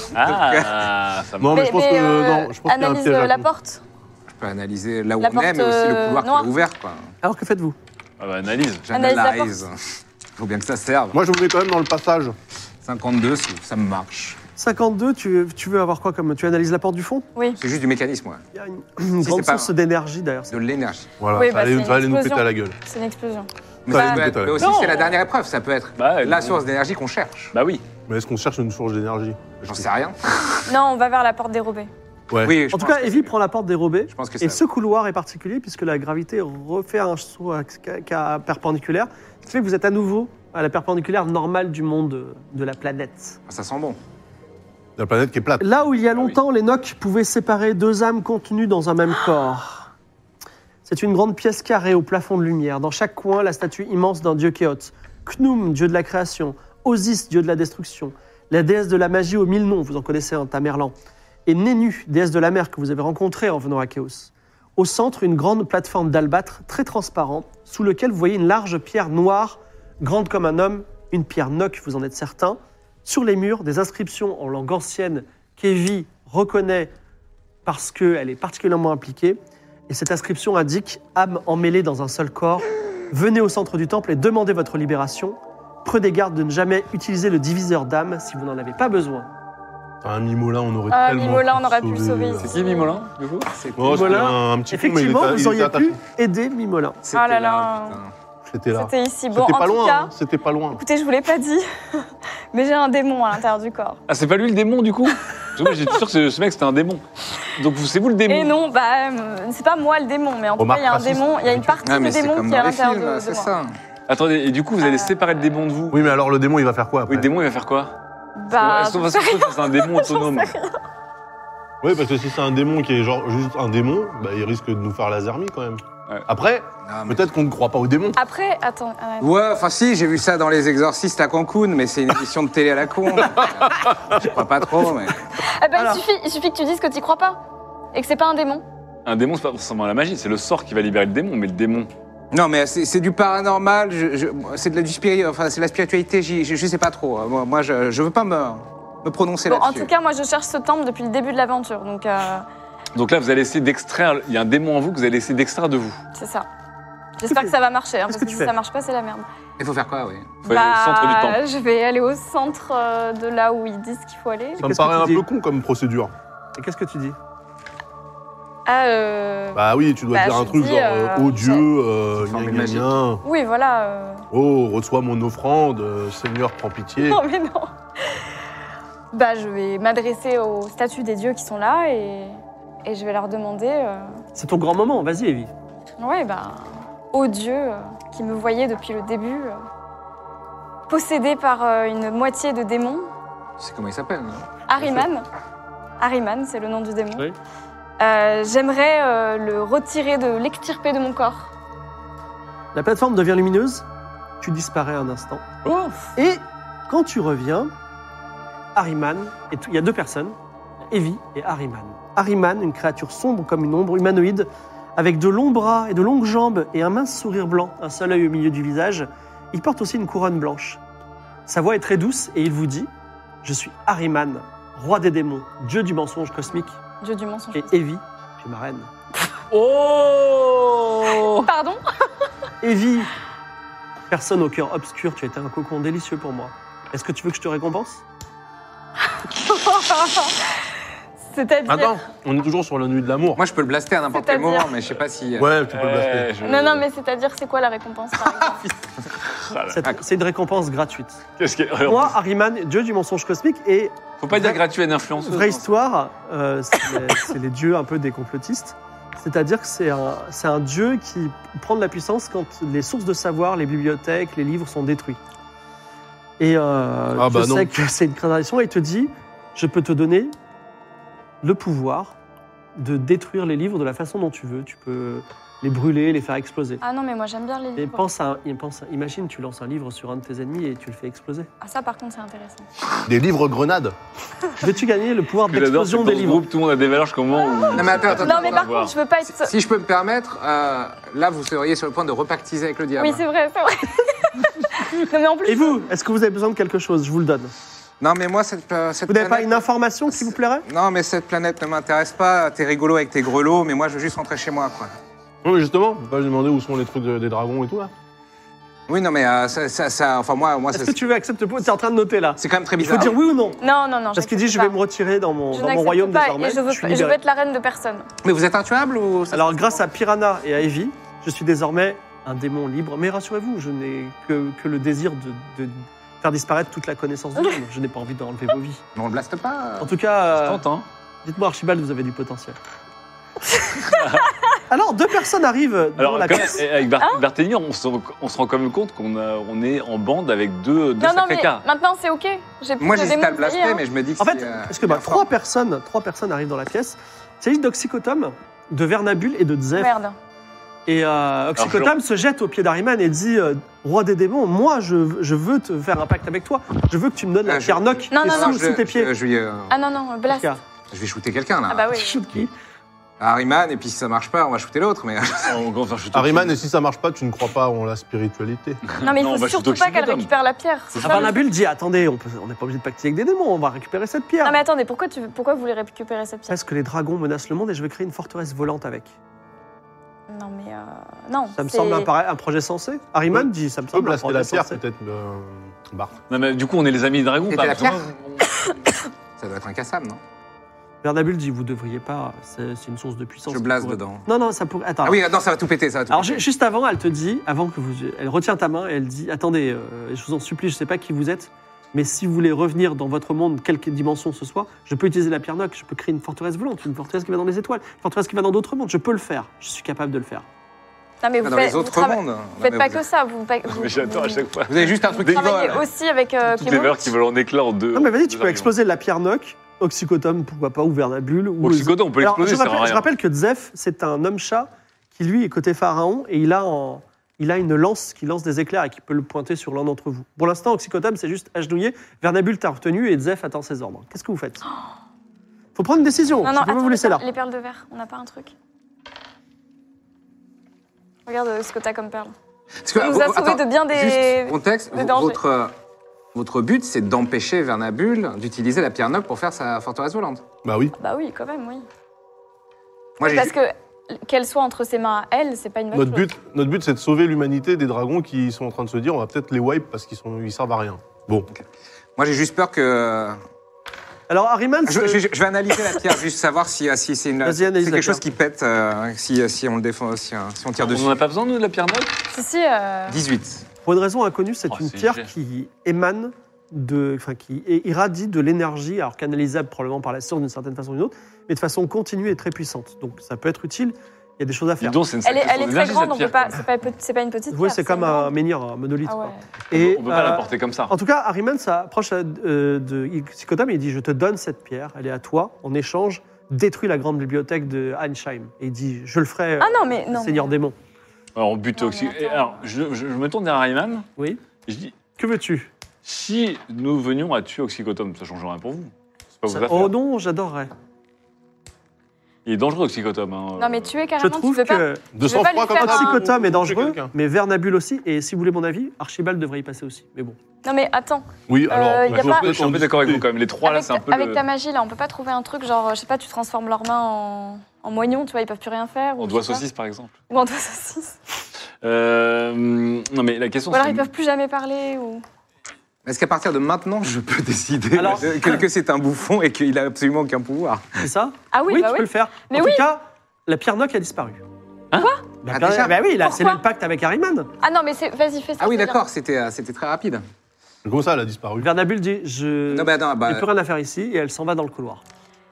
Speaker 4: Ah, ça me.
Speaker 2: Non, mais, je pense que. non, je pense qu'il y a un
Speaker 6: euh, analyse
Speaker 2: piège à
Speaker 6: euh, la
Speaker 2: con.
Speaker 6: porte.
Speaker 5: Je peux analyser là où
Speaker 6: La
Speaker 5: on est, mais
Speaker 6: porte,
Speaker 5: aussi le
Speaker 6: euh,
Speaker 5: couloir
Speaker 6: noire.
Speaker 5: qui est ouvert. quoi.
Speaker 3: Alors, que faites-vous
Speaker 4: Ah bah, analyse.
Speaker 6: Analyse la
Speaker 5: J'analyse. Faut bien que ça serve.
Speaker 2: Moi, je vous mets quand même dans le passage.
Speaker 5: 52, ça ça me marche.
Speaker 3: 52, tu, tu veux avoir quoi comme. Tu analyses la porte du fond
Speaker 6: Oui.
Speaker 5: C'est juste du mécanisme, ouais.
Speaker 3: Il y a une, une
Speaker 5: Si,
Speaker 3: grande
Speaker 5: c'est pas-
Speaker 3: source d'énergie derrière ça.
Speaker 5: De l'énergie.
Speaker 2: Voilà,
Speaker 6: Oui,
Speaker 2: ça
Speaker 6: bah,
Speaker 2: allait-
Speaker 6: c'est
Speaker 2: ça
Speaker 6: une
Speaker 2: allait nous péter
Speaker 6: explosion.
Speaker 2: à la gugueule.
Speaker 6: C'est une explosion.
Speaker 5: Mais,
Speaker 6: Bah,
Speaker 5: ça peut
Speaker 2: mais
Speaker 5: être- mais aussi,
Speaker 4: non.
Speaker 5: c'est la dernière épreuve, ça peut être
Speaker 4: Bah,
Speaker 5: la
Speaker 4: bon.
Speaker 5: source d'énergie qu'on cherche.
Speaker 4: Bah oui.
Speaker 2: Mais est-ce qu'on cherche une source d'énergie
Speaker 5: J'en sais rien.
Speaker 6: Non, on va vers la porte dérobée.
Speaker 2: Ouais.
Speaker 5: Oui, je
Speaker 3: En tout
Speaker 5: pense
Speaker 3: cas,
Speaker 5: que
Speaker 3: Evie
Speaker 5: c'est-
Speaker 3: prend la porte dérobée.
Speaker 5: Je pense que
Speaker 3: Et
Speaker 5: ça.
Speaker 3: ce couloir est particulier puisque la gravité refait un saut à- qu'à- perpendiculaire, ce qui fait que vous êtes à nouveau à la perpendiculaire normale du monde euh, de la planète.
Speaker 5: Ça sent bon.
Speaker 2: La planète qui est plate.
Speaker 3: Là où il y a
Speaker 4: oui.
Speaker 3: longtemps les Nocs pouvaient séparer deux âmes contenues dans un même corps. C'est une grande pièce carrée au plafond de lumière. Dans chaque coin, la statue immense d'un dieu Kéops. Knoum, dieu de la création. Osis, dieu de la destruction. La déesse de la magie aux mille noms, vous en connaissez un, Tamerlan. Et Nénu, déesse de la mer que vous avez rencontrée en venant à Chaos. Au centre, une grande plateforme d'albâtre très transparente, sous lequel vous voyez une large pierre noire, grande comme un homme, une pierre noc, vous en êtes certain. Sur les murs, des inscriptions en langue ancienne qu'Evie reconnaît parce qu'elle est particulièrement impliquée. Et cette inscription indique âme emmêlée dans un seul corps, venez au centre du temple et demandez votre libération. Prenez garde de ne jamais utiliser le diviseur d'âme si vous n'en avez pas besoin.
Speaker 2: Putain, Un Mimola, on aurait
Speaker 6: Ah,
Speaker 2: tellement.
Speaker 6: Mimola, on aurait pu le sauver.
Speaker 2: euh.
Speaker 4: C'est qui Mimolin du coup
Speaker 2: Non, c'était
Speaker 3: Mimola,
Speaker 2: un, un petit con, mais il
Speaker 3: Effectivement,
Speaker 2: était- il
Speaker 3: vous auriez
Speaker 2: était
Speaker 3: pu
Speaker 2: attachant.
Speaker 3: aider Mimolin.
Speaker 5: C'était
Speaker 6: Ah là là.
Speaker 5: putain.
Speaker 2: C'était là.
Speaker 6: C'était ici. Bon,
Speaker 2: C'était
Speaker 6: en
Speaker 2: pas
Speaker 6: tout
Speaker 2: loin.
Speaker 6: cas,
Speaker 2: hein, C'était pas loin.
Speaker 6: écoutez, je vous l'ai pas dit, mais j'ai un démon à l'intérieur du corps.
Speaker 4: Ah, c'est pas lui le démon du coup Parce que Moi j'étais sûr que ce- ce mec c'était un démon. Donc vous- c'est vous le démon
Speaker 6: Et non, bah, euh, c'est pas moi le démon, mais en tout cas,
Speaker 2: Remarque
Speaker 6: il y a un
Speaker 2: raciste,
Speaker 6: démon, il y a une
Speaker 2: habitude.
Speaker 6: partie
Speaker 5: Ah,
Speaker 6: du
Speaker 5: mais c'est
Speaker 6: démon
Speaker 5: comme
Speaker 6: qui est à
Speaker 5: dans les
Speaker 6: l'intérieur
Speaker 5: films,
Speaker 6: de, de
Speaker 5: c'est
Speaker 6: moi.
Speaker 5: ça.
Speaker 4: Attendez, et du coup vous allez séparer le démon de vous
Speaker 2: Oui, mais alors le démon, il va faire quoi après
Speaker 4: Oui, le démon il va faire quoi
Speaker 6: Bah,
Speaker 4: Est-ce qu'on va se retrouver face à un démon autonome
Speaker 2: Oui, parce que si c'est un démon qui est genre juste un démon, bah, il risque de nous faire lasermie quand même.
Speaker 4: Ouais.
Speaker 2: Après,
Speaker 5: Non, Ah, mais-
Speaker 2: peut-être qu'on ne croit pas aux démons.
Speaker 6: après, attends. euh,
Speaker 5: Ouais, enfin si, j'ai vu ça dans Les Exorcistes à Cancun, mais c'est une émission de télé à la con. Je crois pas trop, mais.
Speaker 6: Eh ben,
Speaker 3: Alors.
Speaker 6: il, suffit, il suffit que tu dises que tu crois pas et que c'est pas un démon.
Speaker 4: Un démon c'est pas forcément la magie, c'est le sort qui va libérer le démon, mais le démon.
Speaker 5: Non, mais c'est c'est du paranormal, je- je- c'est de la, du spiri- enfin, c'est de la spiritualité, j'y- je, je sais pas trop. hein. Moi, moi, je, je veux pas me, me prononcer
Speaker 6: Bon, en
Speaker 5: là-dessus.
Speaker 6: tout cas, moi, je cherche ce temple depuis le début de l'aventure, donc euh,
Speaker 4: Donc là vous allez essayer d'extraire, il y a un démon en vous que vous allez essayer d'extraire de vous.
Speaker 6: c'est ça. J'espère que ça va marcher, hein,
Speaker 3: Qu'est-ce que
Speaker 6: parce que,
Speaker 3: tu
Speaker 6: si
Speaker 3: fais
Speaker 6: ça marche pas, c'est la merde.
Speaker 5: Il faut faire quoi, oui
Speaker 4: Faut aller
Speaker 6: Bah,
Speaker 4: au centre du temple.
Speaker 6: je vais aller au centre euh, de là où ils disent qu'il faut aller.
Speaker 2: Ça me
Speaker 3: qu'est-ce que
Speaker 2: paraît
Speaker 3: tu
Speaker 2: un
Speaker 3: dis
Speaker 2: peu con comme procédure.
Speaker 3: Et qu'est-ce que tu dis
Speaker 6: Ah, euh,
Speaker 2: Bah oui, tu dois
Speaker 6: Bah,
Speaker 2: dire un
Speaker 6: je
Speaker 2: truc
Speaker 6: dis,
Speaker 2: genre euh,
Speaker 6: euh,
Speaker 2: Oh Dieu, euh,
Speaker 5: Formule
Speaker 2: gna, gna,
Speaker 5: magique.
Speaker 2: gna.
Speaker 6: Oui, voilà. euh.
Speaker 2: oh reçois mon offrande, euh, Seigneur prends pitié.
Speaker 6: Non, mais non. Bah, je vais m'adresser aux statues des dieux qui sont là et, et je vais leur demander euh,
Speaker 3: C'est ton grand moment, vas-y, Evie.
Speaker 6: Ouais, bah, odieux, euh, qui me voyait depuis le début, euh, possédé par euh, une moitié de démon,
Speaker 5: C'est comment il s'appelle, hein. non
Speaker 6: Harriman. Harriman, c'est le nom du démon.
Speaker 3: Oui.
Speaker 6: Euh, J'aimerais euh, le retirer, de l'extirper de mon corps.
Speaker 3: La plateforme devient lumineuse, tu disparais un instant. Et quand tu reviens, Harriman, et tout- il y a deux personnes, Evie et Harriman. Harriman, une créature sombre comme une ombre humanoïde, avec de longs bras et de longues jambes et un mince sourire blanc, un seul œil au milieu du visage. Il porte aussi une couronne blanche. Sa voix est très douce et il vous dit Je suis Harriman, roi des démons, dieu du mensonge cosmique,
Speaker 6: Dieu du mensonge.
Speaker 3: et Evie, tu es ma reine.
Speaker 4: Oh
Speaker 6: Pardon
Speaker 3: Evie, personne au cœur obscur, tu as été un cocon délicieux pour moi. Est-ce que tu veux que je te récompense
Speaker 6: C'est-à-dire.
Speaker 2: Attends, on est toujours sur la nuit de l'amour.
Speaker 5: Moi, je peux le blaster à n'importe quel
Speaker 6: C'est-à-dire
Speaker 5: moment, mais je sais pas si. euh,
Speaker 2: Ouais, tu peux le blaster.
Speaker 4: Eh, je-
Speaker 6: Non, non, mais c'est-à-dire, c'est quoi la récompense par exemple
Speaker 3: C'est- C'est une récompense gratuite.
Speaker 4: Qu'est-ce que...
Speaker 3: Moi, Harryman, dieu du mensonge cosmique, et
Speaker 4: Faut pas dire gratuit à une influenceuse. hein.
Speaker 3: vraie histoire, euh, c'est les- c'est les dieux un peu des complotistes. C'est-à-dire que c'est un, c'est un dieu qui prend de la puissance quand les sources de savoir, les bibliothèques, les livres sont détruits. Et euh,
Speaker 2: Ah
Speaker 3: je
Speaker 2: bah non.
Speaker 3: sais que c'est une contradiction. et Il te dit, je peux te donner le pouvoir de détruire les livres de la façon dont tu veux. Tu peux les brûler, les faire exploser.
Speaker 6: Ah non, mais moi j'aime bien les
Speaker 3: Et
Speaker 6: livres.
Speaker 3: pense à, et pense à- imagine, tu lances un livre sur un de tes ennemis et tu le fais exploser.
Speaker 6: Ah, ça par contre, c'est intéressant.
Speaker 2: Des livres grenades.
Speaker 3: Veux-tu gagner le pouvoir
Speaker 4: Ce que j'adore, c'est que
Speaker 3: d'explosion
Speaker 4: dans
Speaker 3: des
Speaker 4: le
Speaker 3: livres
Speaker 4: groupe, tout le monde a des valeurs jusqu'au moment où...
Speaker 5: Non, mais attends, attends,
Speaker 6: Non, mais
Speaker 5: on
Speaker 6: par contre, je veux pas être.
Speaker 5: Si je peux me permettre, euh, là, vous seriez sur le point de repactiser avec le diable.
Speaker 6: Oui, c'est vrai, c'est vrai. non, mais en plus.
Speaker 3: Et vous, est-ce que vous avez besoin de quelque chose Je vous le donne.
Speaker 5: non, mais moi, cette, euh, cette
Speaker 3: Vous n'avez pas
Speaker 5: planète.
Speaker 3: une information, s'il vous plairait
Speaker 5: Non, mais cette planète ne m'intéresse pas. T'es rigolo avec tes grelots, mais moi, je veux juste rentrer chez moi, quoi.
Speaker 2: Non, mais justement, on peut pas lui demander où sont les trucs de- des dragons et tout là.
Speaker 5: Oui, non, mais euh, ça, ça, ça- Enfin, moi, moi
Speaker 3: Est-ce
Speaker 5: ça-
Speaker 3: que tu veux accepter le pot- C'est en train de noter là.
Speaker 5: c'est quand même très
Speaker 3: Il faut
Speaker 5: bizarre.
Speaker 3: dire oui ou non
Speaker 6: Non, non, non.
Speaker 3: Parce qu'il dit je vais me retirer dans mon, dans mon royaume
Speaker 6: pas,
Speaker 3: désormais.
Speaker 6: Et je veux,
Speaker 3: Je suis
Speaker 6: je veux
Speaker 3: libéré.
Speaker 6: être la reine de personne.
Speaker 5: Mais vous êtes intuable ou ça-
Speaker 3: Alors grâce à Piranha et à Evie, je suis désormais un démon libre. Mais rassurez-vous, je n'ai que, que le désir de, de faire disparaître toute la connaissance du monde. Je n'ai pas envie d'enlever vos vies.
Speaker 5: Mais On le blaste pas.
Speaker 3: En tout cas, euh,
Speaker 4: Tente, hein.
Speaker 3: dites-moi Archibald, vous avez du potentiel. Alors deux personnes arrivent dans
Speaker 4: Alors,
Speaker 3: la
Speaker 4: quand-
Speaker 3: pièce.
Speaker 4: eh, avec
Speaker 6: Hein
Speaker 4: Bar- Barthélemy, on se, on se rend quand même compte qu'on a- on est en bande avec deux, deux
Speaker 6: Non, non,
Speaker 4: sacrés
Speaker 6: mais
Speaker 4: cas.
Speaker 6: maintenant c'est ok. J'ai plus
Speaker 5: Moi,
Speaker 6: de
Speaker 5: j'hésite à
Speaker 6: démons
Speaker 5: le
Speaker 6: qui
Speaker 5: blaster,
Speaker 6: brillent, hein.
Speaker 5: mais je me dis que
Speaker 3: En fait, bah,
Speaker 5: c'est, euh,
Speaker 3: excuse-moi,
Speaker 5: il est
Speaker 3: trois
Speaker 5: fort.
Speaker 3: personnes, trois personnes arrivent dans la pièce. Il s'agit d'Oxycotome, de Vernabule et de Zeph.
Speaker 6: Merde.
Speaker 3: Et euh, Oxycotome se jette au pied d'Ariman et dit euh, Roi des démons, moi je, je veux te faire un pacte avec toi. Je veux que tu me donnes
Speaker 5: Ah,
Speaker 3: la
Speaker 5: je-
Speaker 3: pierre Noc qui
Speaker 6: Non,
Speaker 3: est
Speaker 6: non,
Speaker 3: sous,
Speaker 6: non,
Speaker 3: sous
Speaker 5: je,
Speaker 3: tes pieds.
Speaker 5: je- je vais, euh,
Speaker 6: Ah non, non, blast.
Speaker 3: Car-
Speaker 5: je vais shooter quelqu'un, là.
Speaker 6: Ah bah oui.
Speaker 3: Shoot qui
Speaker 5: Harryman, et puis si ça marche pas, on va shooter l'autre, mais.
Speaker 4: On, on va faire chuter
Speaker 2: Harryman,
Speaker 4: tout.
Speaker 2: et si ça marche pas, tu ne crois pas en la spiritualité.
Speaker 6: Non, mais il
Speaker 4: Non, bah, on
Speaker 6: faut
Speaker 4: va
Speaker 6: surtout
Speaker 4: chuter
Speaker 6: pas
Speaker 4: au
Speaker 6: qu'elle
Speaker 4: Oxycodone.
Speaker 6: récupère la pierre. c'est
Speaker 3: Ah,
Speaker 6: ça, le-
Speaker 3: Barnabule dit Attendez, on peut- on n'est pas obligé de pactiser avec des démons, on va récupérer cette pierre.
Speaker 6: Non, mais attendez, pourquoi, tu veux- pourquoi vous voulez récupérer cette pierre
Speaker 3: Parce que les dragons menacent le monde et je vais créer une forteresse volante avec.
Speaker 6: Non, mais. euh, Non.
Speaker 3: Ça me
Speaker 6: c'est-
Speaker 3: semble un, para- un projet sensé. Harryman dit Ça me
Speaker 2: Tu peux
Speaker 3: semble un
Speaker 2: blaster
Speaker 3: projet
Speaker 2: la pierre
Speaker 3: sensé.
Speaker 2: peut-être, euh, Bart.
Speaker 4: Non, mais du coup, on est les amis des dragons,
Speaker 5: Et
Speaker 4: pas
Speaker 5: t'es la
Speaker 4: parce que
Speaker 5: pierre
Speaker 4: moi,
Speaker 5: Ça doit être incassable, non
Speaker 3: Vernabule dit Vous devriez pas, c'est c'est une source de puissance.
Speaker 5: Je blase
Speaker 3: Pour-
Speaker 5: dedans.
Speaker 3: Non, non, ça pourrait. Attends.
Speaker 5: Ah oui, non, ça va tout péter, ça va tout
Speaker 3: Alors
Speaker 5: péter.
Speaker 3: ju- juste avant, elle te dit, avant que vous, elle retient ta main et elle dit, attendez, euh, je vous en supplie, je sais pas qui vous êtes, mais si vous voulez revenir dans votre monde, quelque dimension ce soit, je peux utiliser la pierre noc, je peux créer une forteresse volante, une forteresse qui va dans les étoiles, une forteresse qui va dans d'autres mondes, je peux le faire, je suis capable de le faire.
Speaker 6: Non, mais vous
Speaker 5: Ah, Dans
Speaker 6: faites-
Speaker 5: les
Speaker 6: vous
Speaker 5: autres
Speaker 6: trava-
Speaker 5: mondes. Non,
Speaker 6: Vous faites
Speaker 5: mais
Speaker 6: pas
Speaker 5: vous-
Speaker 6: que ça. Vous pa- vous-
Speaker 4: Mais j'adore à
Speaker 6: vous-
Speaker 4: chaque fois.
Speaker 5: Vous avez juste un truc
Speaker 6: Vous
Speaker 5: qui
Speaker 6: travaillez
Speaker 5: vole.
Speaker 6: aussi avec euh,
Speaker 4: Toutes les
Speaker 6: Clément.
Speaker 4: valeurs qui veulent en éclat en deux.
Speaker 3: Non mais vas-y, tu
Speaker 4: deux
Speaker 3: peux
Speaker 4: arguments.
Speaker 3: exploser la pierre noc, oxycotome, pourquoi pas, ou vernabule, ou...
Speaker 4: Oxycodone, on peut
Speaker 3: Alors, je,
Speaker 4: l'exploser, ça sert à
Speaker 3: rappelle, je
Speaker 4: rien.
Speaker 3: rappelle que Zeph, c'est un homme-chat qui, lui, est côté pharaon et il a, en- il a une lance qui lance des éclairs et qui peut le pointer sur l'un d'entre vous. Pour l'instant, Oxycotome, c'est juste agenouillé. Vernabule t'a retenu et Zeph attend ses ordres. Qu'est-ce que vous faites faut prendre une décision.
Speaker 6: Oh. Non, non,
Speaker 3: je peux pas
Speaker 6: attends,
Speaker 3: vous laisser là.
Speaker 6: les perles de verre, on n'a pas un truc. Regarde euh, ce que t'as comme perle.
Speaker 5: Parce que-
Speaker 6: Ça nous a
Speaker 5: oh,
Speaker 6: sauvés
Speaker 5: attends,
Speaker 6: de bien des-
Speaker 5: Juste contexte,
Speaker 6: des
Speaker 5: v-
Speaker 6: dangers.
Speaker 5: votre, euh, votre but, c'est d'empêcher Vernabule d'utiliser la pierre noble pour faire sa forteresse volante.
Speaker 2: Bah oui.
Speaker 6: Bah oui, quand même, oui.
Speaker 5: Moi, j'ai
Speaker 6: Parce que euh, qu'elle soit entre ses mains à elle, c'est pas une bonne
Speaker 2: Notre
Speaker 6: chose.
Speaker 2: but, notre but, c'est de sauver l'humanité des dragons qui sont en train de se dire on va peut-être les wipe parce qu'ils sont, ils servent à rien. Bon,
Speaker 5: moi, j'ai juste peur que. euh,
Speaker 3: Alors, Harryman, se-
Speaker 5: Je, je- je vais analyser la pierre, juste savoir si, euh, si c'est une-
Speaker 3: Vas-y,
Speaker 5: c'est
Speaker 3: analyse la
Speaker 5: quelque chose
Speaker 3: pierre.
Speaker 5: qui pète, euh, si, si on le défend, si, euh, si on tire dessus.
Speaker 4: On en a pas besoin, nous, de la pierre note
Speaker 6: Si, si, euh,
Speaker 5: 18.
Speaker 3: pour une raison inconnue, c'est
Speaker 4: Oh,
Speaker 3: une
Speaker 4: c'est
Speaker 3: pierre
Speaker 4: léger.
Speaker 3: qui émane de, enfin, qui é- irradie de l'énergie, alors canalisable probablement par la science d'une certaine façon ou d'une autre, mais de façon continue et très puissante. Donc, ça peut être utile. y a des choses à
Speaker 4: Dis
Speaker 3: faire.
Speaker 4: donc, c'est une
Speaker 6: Elle est,
Speaker 4: sacrée
Speaker 6: elle est
Speaker 4: source
Speaker 6: très
Speaker 4: d'énergie,
Speaker 6: grande,
Speaker 4: cette pierre,
Speaker 6: on peut pas. C'est pas, c'est pas une petite.
Speaker 3: Oui,
Speaker 6: pierre,
Speaker 3: c'est comme
Speaker 6: une
Speaker 3: un
Speaker 6: grande.
Speaker 3: menhir, un monolithe.
Speaker 6: Ah
Speaker 3: quoi.
Speaker 6: ouais.
Speaker 3: Et,
Speaker 4: On peut pas
Speaker 3: euh,
Speaker 4: la porter comme ça.
Speaker 3: En tout cas, Harriman s'approche euh, de Psychotom et il dit Je te donne cette pierre, elle est à toi. En échange, détruis la grande bibliothèque de Heinsheim. Et il dit Je le ferai, euh,
Speaker 6: Ah non, mais non.
Speaker 3: Seigneur Démon. euh,
Speaker 4: Alors, on bute
Speaker 6: Non,
Speaker 4: aussi.
Speaker 6: mais
Speaker 4: Et
Speaker 6: attends.
Speaker 4: Alors, je, je- je me tourne vers Rayman.
Speaker 3: Oui.
Speaker 4: Je dis
Speaker 3: Que veux-tu
Speaker 4: si nous venions à tuer Oxycotome, ça change rien pour vous. C'est pas vous
Speaker 3: Ça-
Speaker 4: affaire.
Speaker 3: Oh non, j'adorerais.
Speaker 4: Il est dangereux, Oxycotome. hein.
Speaker 6: Non, mais tuer
Speaker 3: Je
Speaker 6: carrément, tu
Speaker 3: trouve
Speaker 6: veux pas.
Speaker 3: que
Speaker 2: De
Speaker 6: Je vais pas
Speaker 2: sang-froid
Speaker 6: lui
Speaker 2: comme
Speaker 6: faire
Speaker 2: ça.
Speaker 6: un-
Speaker 2: vous-
Speaker 3: Psychotom
Speaker 2: vous
Speaker 3: est
Speaker 2: tuez
Speaker 3: dangereux,
Speaker 2: quelqu'un.
Speaker 3: mais Vernabule aussi. Et si vous voulez mon avis, Archibald devrait y passer aussi. Mais bon.
Speaker 6: Non, mais attends.
Speaker 2: Oui,
Speaker 6: Euh,
Speaker 2: alors.
Speaker 6: y a
Speaker 2: je
Speaker 6: pas-
Speaker 2: peux-
Speaker 4: Je suis un peu d'accord avec vous quand même. Les trois là,
Speaker 6: Avec,
Speaker 4: c'est un peu.
Speaker 6: avec
Speaker 4: le-
Speaker 6: ta magie, là, on peut pas trouver un truc genre, je sais pas, tu transformes leurs mains en, en moignons, tu vois, ils peuvent plus rien faire. ou
Speaker 4: On
Speaker 6: je
Speaker 4: doit
Speaker 6: sais pas.
Speaker 4: saucisse, par exemple.
Speaker 6: Ou en doigt saucisse.
Speaker 4: Euh, non, mais la question,
Speaker 6: Ou alors ils
Speaker 4: c'est.
Speaker 6: peuvent plus jamais parler. Ou...
Speaker 5: Est-ce qu'à partir de maintenant, je peux décider
Speaker 3: Alors-
Speaker 5: de- que, que c'est un bouffon et qu'il a absolument aucun pouvoir
Speaker 3: C'est ça
Speaker 6: Ah oui,
Speaker 3: Oui,
Speaker 6: bah
Speaker 3: tu
Speaker 6: oui.
Speaker 3: peux le faire.
Speaker 6: Mais
Speaker 3: en
Speaker 6: oui.
Speaker 3: tout cas, la pierre Nock a disparu.
Speaker 4: Hein
Speaker 3: Quoi bah,
Speaker 5: Ah,
Speaker 3: Pierre-
Speaker 5: déjà
Speaker 3: bah oui, là, c'est
Speaker 6: Pourquoi
Speaker 3: le pacte avec Harriman.
Speaker 6: Ah non, mais c'est... vas-y, fais ça.
Speaker 5: Ah oui,
Speaker 6: c'est-à-dire-
Speaker 5: d'accord, c'était euh, c'était très rapide.
Speaker 2: Comment ça, elle a disparu
Speaker 3: Vernabule dit Je.
Speaker 5: Non, bah non, bah-
Speaker 3: Il n'y a plus rien à faire ici et elle s'en va dans le couloir.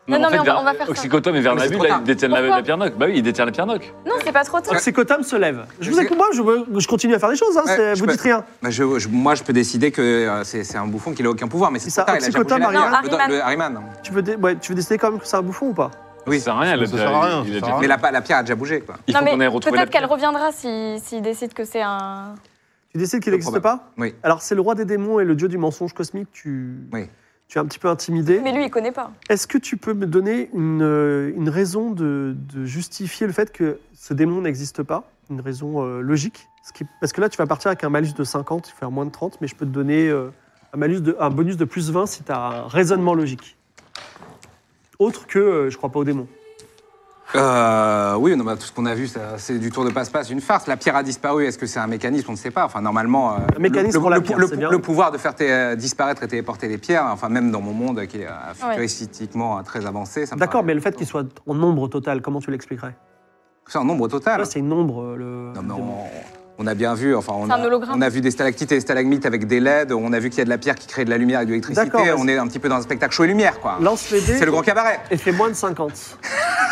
Speaker 6: Non, non,
Speaker 4: en fait,
Speaker 6: mais on va-
Speaker 4: Ver-
Speaker 6: on va faire ça.
Speaker 4: Oxycotome et
Speaker 5: Mais c'est
Speaker 4: Vernabule,
Speaker 5: trop
Speaker 4: là,
Speaker 5: tard.
Speaker 4: ils détiennent la,
Speaker 6: Pourquoi
Speaker 4: la pierre noc. Bah oui, ils détiennent la pierre noc.
Speaker 6: Non, c'est pas trop tard.
Speaker 3: Oxycotam se lève. Je
Speaker 5: Je
Speaker 3: vous
Speaker 5: sais-
Speaker 3: écoute, moi, je, veux- je continue à faire des choses, hein,
Speaker 5: Ouais,
Speaker 3: c'est-
Speaker 5: je
Speaker 3: vous
Speaker 5: peux-
Speaker 3: dites rien.
Speaker 5: Bah, je- je- moi, je peux décider que euh, c'est c'est un bouffon qu'il a aucun pouvoir, mais c'est
Speaker 3: C'est ça,
Speaker 5: trop tard, il a déjà bougé
Speaker 3: Oxycotome,
Speaker 5: la pierre.
Speaker 6: Ariane.
Speaker 5: Le-
Speaker 6: Non,
Speaker 5: le- le Harryman.
Speaker 3: Tu veux, dé- ouais, tu veux décider quand même que c'est un bouffon ou pas
Speaker 5: Oui.
Speaker 4: Ça sert à rien. la
Speaker 2: Ça
Speaker 4: pierre-
Speaker 2: sert à rien,
Speaker 4: il-
Speaker 2: ça
Speaker 4: il a
Speaker 2: sert à
Speaker 3: Ah.
Speaker 4: déjà-
Speaker 2: rien.
Speaker 5: Mais la, la pierre a déjà bougé, quoi.
Speaker 4: Il faut
Speaker 6: non, mais
Speaker 4: qu'on aille retrouver la
Speaker 6: peut-être qu'elle
Speaker 4: pierre.
Speaker 6: reviendra s'il si, s'il décide que c'est un.
Speaker 3: Tu décides qu'il
Speaker 5: Le
Speaker 3: n'existe
Speaker 5: problème.
Speaker 3: pas
Speaker 5: Oui.
Speaker 3: Alors, c'est le roi des démons et le dieu du mensonge cosmique, tu,
Speaker 5: Oui.
Speaker 3: tu es un petit peu intimidé.
Speaker 6: Mais lui, il connaît pas.
Speaker 3: Est-ce que tu peux me donner une, euh, une raison de, de justifier le fait que ce démon n'existe pas Une raison euh, logique Ce qui- Parce que là, tu vas partir avec un malus de 50, il faut faire moins de 30, mais je peux te donner euh, un, malus de, un bonus de plus 20 si tu as un raisonnement logique. Autre que euh, je crois pas aux démons.
Speaker 5: Euh, oui, non, bah, tout ce qu'on a vu, ça- c'est du tour de passe-passe, une farce. La pierre a disparu. Est-ce que c'est un mécanisme On ne sait pas. Enfin, normalement, euh, le-
Speaker 3: mécanisme
Speaker 5: le,
Speaker 3: pour la
Speaker 5: le-
Speaker 3: pierre,
Speaker 5: le-
Speaker 3: c'est bien.
Speaker 5: le pouvoir de faire té- euh, disparaître et téléporter les pierres, enfin, même dans mon monde qui est euh,
Speaker 6: Ouais.
Speaker 5: futuristiquement euh, très avancé, ça me
Speaker 3: D'accord, mais
Speaker 5: paraît-
Speaker 3: le fait qu'il soit en nombre total, comment tu l'expliquerais
Speaker 5: c'est un nombre total.
Speaker 3: Là, c'est nombre euh, le.
Speaker 5: Ah, bah. Non, mais
Speaker 3: le démon.
Speaker 5: on, on a bien vu, enfin, on
Speaker 6: C'est un
Speaker 5: a,
Speaker 6: hologramme.
Speaker 5: on a vu des stalactites et des stalagmites avec des LED, on a vu qu'il y a de la pierre qui crée de la lumière et de
Speaker 3: D'accord,
Speaker 5: l'électricité,
Speaker 3: vas-y.
Speaker 5: on est un petit peu dans un spectacle chaud et lumière, quoi.
Speaker 3: Lance les dés.
Speaker 5: C'est le grand cabaret.
Speaker 3: Et fait moins de 50.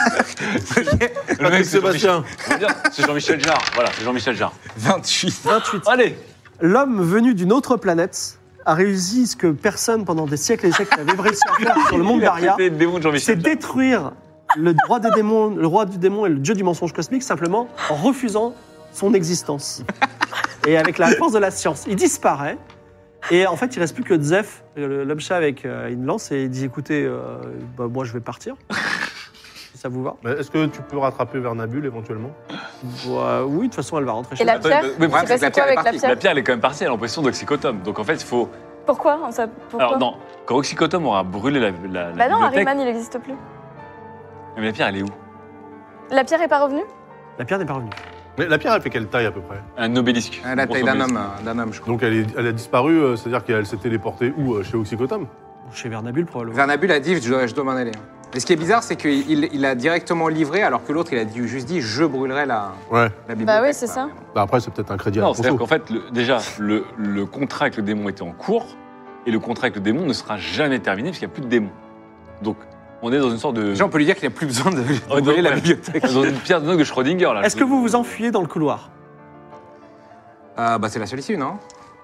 Speaker 4: Le mec,
Speaker 2: Patrick
Speaker 4: c'est Jean-Michel-
Speaker 2: Sébastien.
Speaker 4: Je veux dire, C'est Jean-Michel Jarre. Voilà, c'est Jean-Michel Jarre.
Speaker 5: 28.
Speaker 3: 28.
Speaker 4: Allez
Speaker 3: L'homme venu d'une autre planète a réussi ce que personne pendant des siècles et des siècles n'avait réussi à faire sur le monde d'Aria.
Speaker 4: C'était le démon de
Speaker 3: C'est
Speaker 4: Jean-Michel Jarre.
Speaker 3: détruire le roi des démons, le roi du démon et le dieu du mensonge cosmique simplement en refusant son existence. Et avec la force de la science, il disparaît. Et en fait, il reste plus que Zeph, le- l'homme chat avec euh, une lance, et il dit écoutez, euh, bah, moi je vais partir. Si Ça vous va
Speaker 2: Mais Est-ce que tu peux rattraper Vernabule éventuellement
Speaker 3: Bah, Oui, de toute façon, elle va rentrer chez
Speaker 6: Et la
Speaker 3: elle.
Speaker 6: pierre
Speaker 4: mais- mais
Speaker 6: C'est
Speaker 5: bref,
Speaker 6: passé
Speaker 5: la
Speaker 6: quoi
Speaker 5: pierre est
Speaker 6: avec la
Speaker 5: partie.
Speaker 6: pierre
Speaker 4: La pierre, elle est quand même partie à l'impression d'Oxycotome. Donc en fait, il faut.
Speaker 6: Pourquoi on sait- Pourquoi
Speaker 4: Alors non, quand Oxycotome aura brûlé la, la, la
Speaker 6: Bah non,
Speaker 4: bibliothèque.
Speaker 6: Harryman, il n'existe plus.
Speaker 4: Mais la pierre, elle est où
Speaker 6: La pierre est pas revenue
Speaker 3: La pierre n'est pas revenue.
Speaker 2: Mais La pierre, elle fait quelle taille à peu près
Speaker 4: Un obélisque.
Speaker 5: Ah, La
Speaker 4: Gros
Speaker 5: taille d'un
Speaker 4: obélisque.
Speaker 5: homme, euh, d'un homme, je crois.
Speaker 2: Donc elle, est- elle a disparu, euh, c'est-à-dire qu'elle s'est téléportée où euh, Chez Oxycotam
Speaker 3: Chez Vernabule, probablement.
Speaker 5: Vernabule a dit, je dois, je dois m'en aller. Et ce qui est bizarre, c'est qu'il il- il a directement livré, alors que l'autre, il a dit- juste dit, je brûlerai la,
Speaker 2: Ouais.
Speaker 5: la bibliothèque.
Speaker 6: oui, c'est
Speaker 5: quoi.
Speaker 6: ça.
Speaker 2: Bah après, c'est peut-être un crédit à la
Speaker 4: Non, c'est-à-dire
Speaker 2: conso.
Speaker 4: qu'en fait, le- déjà, le, le contrat avec le démon était en cours, et le contrat avec le démon ne sera jamais terminé, parce qu'il n'y a plus de démon. Donc, on est dans une sorte de...
Speaker 5: Déjà, on peut lui dire qu'il a plus besoin de, de
Speaker 4: Oh,
Speaker 5: brûler
Speaker 4: non,
Speaker 5: la
Speaker 4: ouais.
Speaker 5: bibliothèque.
Speaker 4: dans une pierre de noix de Schrödinger, là.
Speaker 3: Est-ce que vous vous enfuyez dans le couloir
Speaker 5: Ah, bah, c'est la seule issue, non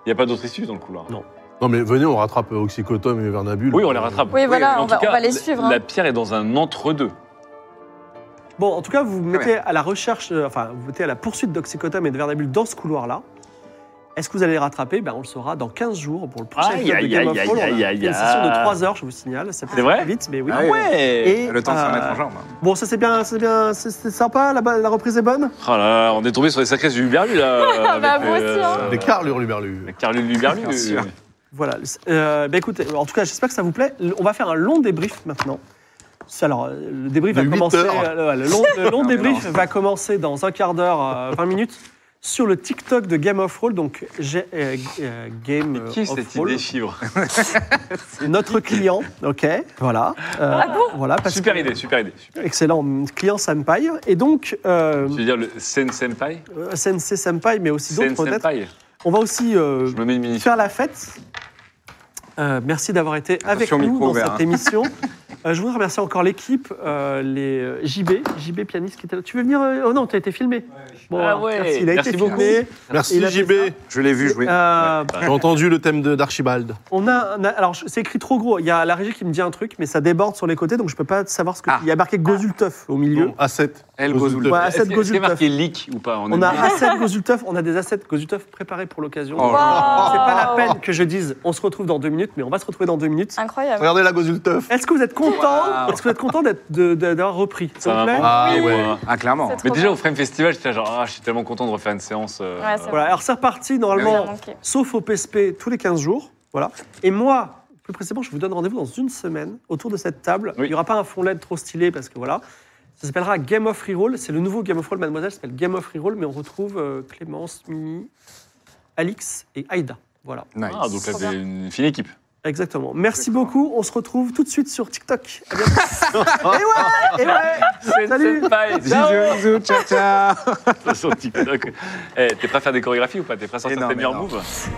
Speaker 4: Il n'y a pas d'autre issue dans le couloir.
Speaker 3: Non.
Speaker 2: Non, mais venez, on rattrape euh, Oxycotome et Vernabule.
Speaker 4: Oui, on les rattrape.
Speaker 6: Oui, voilà,
Speaker 4: mais en
Speaker 6: on va,
Speaker 4: tout cas,
Speaker 6: on va les
Speaker 4: la-
Speaker 6: suivre.
Speaker 4: La
Speaker 6: hein.
Speaker 4: pierre est dans un entre-deux.
Speaker 3: Bon, en tout cas, vous vous
Speaker 5: Très
Speaker 3: mettez à la recherche, euh, enfin, vous vous mettez à la poursuite d'Oxycotome et de Vernabule dans ce couloir-là. Est-ce que vous allez les rattraper ben, On le saura dans 15 jours pour le prochain
Speaker 4: Aïe,
Speaker 3: épisode de
Speaker 4: aïe,
Speaker 3: Game
Speaker 4: aïe,
Speaker 3: of
Speaker 4: aïe,
Speaker 3: Thrones. On a
Speaker 4: aïe, aïe,
Speaker 3: une session de
Speaker 4: aïe.
Speaker 3: 3 heures, je vous signale. Ça passe
Speaker 4: C'est vrai
Speaker 3: très vite, mais oui.
Speaker 5: Ah oui.
Speaker 4: ouais
Speaker 3: Et,
Speaker 5: Le temps de se
Speaker 3: euh,
Speaker 5: remettre en jambe.
Speaker 3: Bon, ça c'est bien, c'est bien, c'est- c'est sympa, la, ba- la reprise est bonne
Speaker 4: Oh là là, on est tombé sur les sacrés du Luberlu, là. euh,
Speaker 6: Bah, vous aussi, hein.
Speaker 2: Les carlures, Luberlu.
Speaker 4: La carlule Luberlu. euh,
Speaker 5: Bien sûr.
Speaker 3: Voilà. Euh, ben, écoutez, en tout cas, j'espère que ça vous plaît. L- On va faire un long débrief maintenant. C'est- Alors, euh, le débrief
Speaker 2: De
Speaker 3: va
Speaker 2: huit
Speaker 3: commencer.
Speaker 2: heures.
Speaker 3: euh, le long, le long
Speaker 5: Non, mais
Speaker 3: débrief
Speaker 5: non.
Speaker 3: va commencer dans un quart d'heure, euh, 20 minutes, sur le TikTok de Game of Roll. Donc, j'ai- euh, euh, Game
Speaker 4: Qui est
Speaker 3: of
Speaker 4: cette
Speaker 3: Roll.
Speaker 4: idée chivre
Speaker 3: Notre client, ok, voilà. Euh, voilà parce
Speaker 4: Super
Speaker 3: que-
Speaker 4: idée, super idée. super.
Speaker 3: Excellent, client Senpai. Et donc, euh,
Speaker 4: Tu veux dire le Sen Senpai
Speaker 3: euh, Sensei Senpai, mais aussi
Speaker 4: Sen
Speaker 3: d'autres peut-être.
Speaker 4: Senpai
Speaker 3: On va aussi euh,
Speaker 4: Je me mets une mini
Speaker 3: faire la fête. Euh, merci d'avoir été avec
Speaker 5: Attention,
Speaker 3: nous
Speaker 5: micro
Speaker 3: dans
Speaker 5: ouvert,
Speaker 3: cette
Speaker 5: hein.
Speaker 3: émission. Euh, je voudrais remercier encore l'équipe, euh, les euh, JB, JB pianiste qui était là. Tu veux venir euh, Oh non, t'as été filmé. Bon,
Speaker 4: Ah
Speaker 3: alors,
Speaker 4: ouais,
Speaker 3: merci, il a
Speaker 4: merci
Speaker 3: été
Speaker 4: beaucoup.
Speaker 3: filmé.
Speaker 2: Merci
Speaker 3: Il a fait
Speaker 2: JB.
Speaker 3: ça.
Speaker 5: Je l'ai vu jouer.
Speaker 3: Euh,
Speaker 2: J'ai entendu le thème de- d'Archibald.
Speaker 3: On a, on a- alors je- c'est écrit trop gros. Il y a la régie qui me dit un truc, mais ça déborde sur les côtés, donc je peux pas savoir ce que.
Speaker 5: Ah.
Speaker 3: Il y a marqué Gozultov au milieu.
Speaker 2: Bon, A7.
Speaker 5: El
Speaker 2: Gozul.
Speaker 5: Gozul.
Speaker 3: Ouais,
Speaker 4: Est-ce
Speaker 3: Asset
Speaker 4: que- est-ce qu'il y a
Speaker 3: Gozultov.
Speaker 4: marqué leak ou pas en
Speaker 3: On a
Speaker 4: anglais
Speaker 3: assets Gozultov, on a des assets Gozultov préparés pour l'occasion.
Speaker 5: Ah. Oh.
Speaker 6: Waouh.
Speaker 3: C'est pas la peine que je dise on se retrouve dans deux minutes, mais on va se retrouver dans deux minutes.
Speaker 6: Incroyable.
Speaker 2: Regardez la Gozulteuf.
Speaker 3: Est-ce que vous êtes content
Speaker 5: Wow.
Speaker 3: Est-ce que vous êtes content d'être- de- de- d'avoir repris s'il
Speaker 4: Ça
Speaker 3: vous
Speaker 4: m'a
Speaker 3: plaît
Speaker 4: manqué,
Speaker 2: Ah
Speaker 4: moi.
Speaker 2: ouais.
Speaker 5: Ah, clairement.
Speaker 6: C'est trop
Speaker 4: Mais déjà
Speaker 6: bien.
Speaker 4: au Frame Festival, j'étais genre, ah, je suis tellement content de refaire une séance. euh,
Speaker 6: Ouais, c'est vrai.
Speaker 3: Voilà, alors c'est reparti
Speaker 6: Ça a
Speaker 3: normalement,
Speaker 6: manqué.
Speaker 3: sauf au PSP tous les 15 jours. Voilà. Et moi, plus précisément, je vous donne rendez-vous dans une semaine autour de cette table.
Speaker 4: Oui.
Speaker 3: Il n'y aura pas un fond LED trop stylé parce que voilà. Ça s'appellera Game of Reroll. C'est le nouveau Game of Roll, mademoiselle, ça s'appelle Game of Reroll, mais on retrouve euh, Clémence, Mimi, Alix et Aïda. Voilà,
Speaker 5: Nice.
Speaker 4: Ah, donc là,
Speaker 6: Trop
Speaker 4: c'est une fine équipe.
Speaker 3: exactement. Merci beaucoup. On se retrouve tout de suite sur TikTok. À bientôt. et ouais, et ouais. Salut.
Speaker 5: Bisous, bisous, ciao, ciao.
Speaker 4: Sur TikTok. Eh, T'es prêt à faire des chorégraphies ou pas T'es prêt à sortir
Speaker 5: Eh non,
Speaker 4: tes
Speaker 5: mais
Speaker 4: meilleurs
Speaker 5: non.
Speaker 4: moves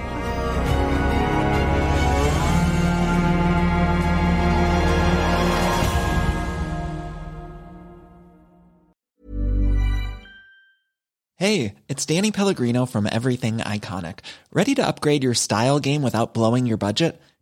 Speaker 7: Hey, it's Danny Pellegrino from Everything Iconic. Ready to upgrade your style game without blowing your budget?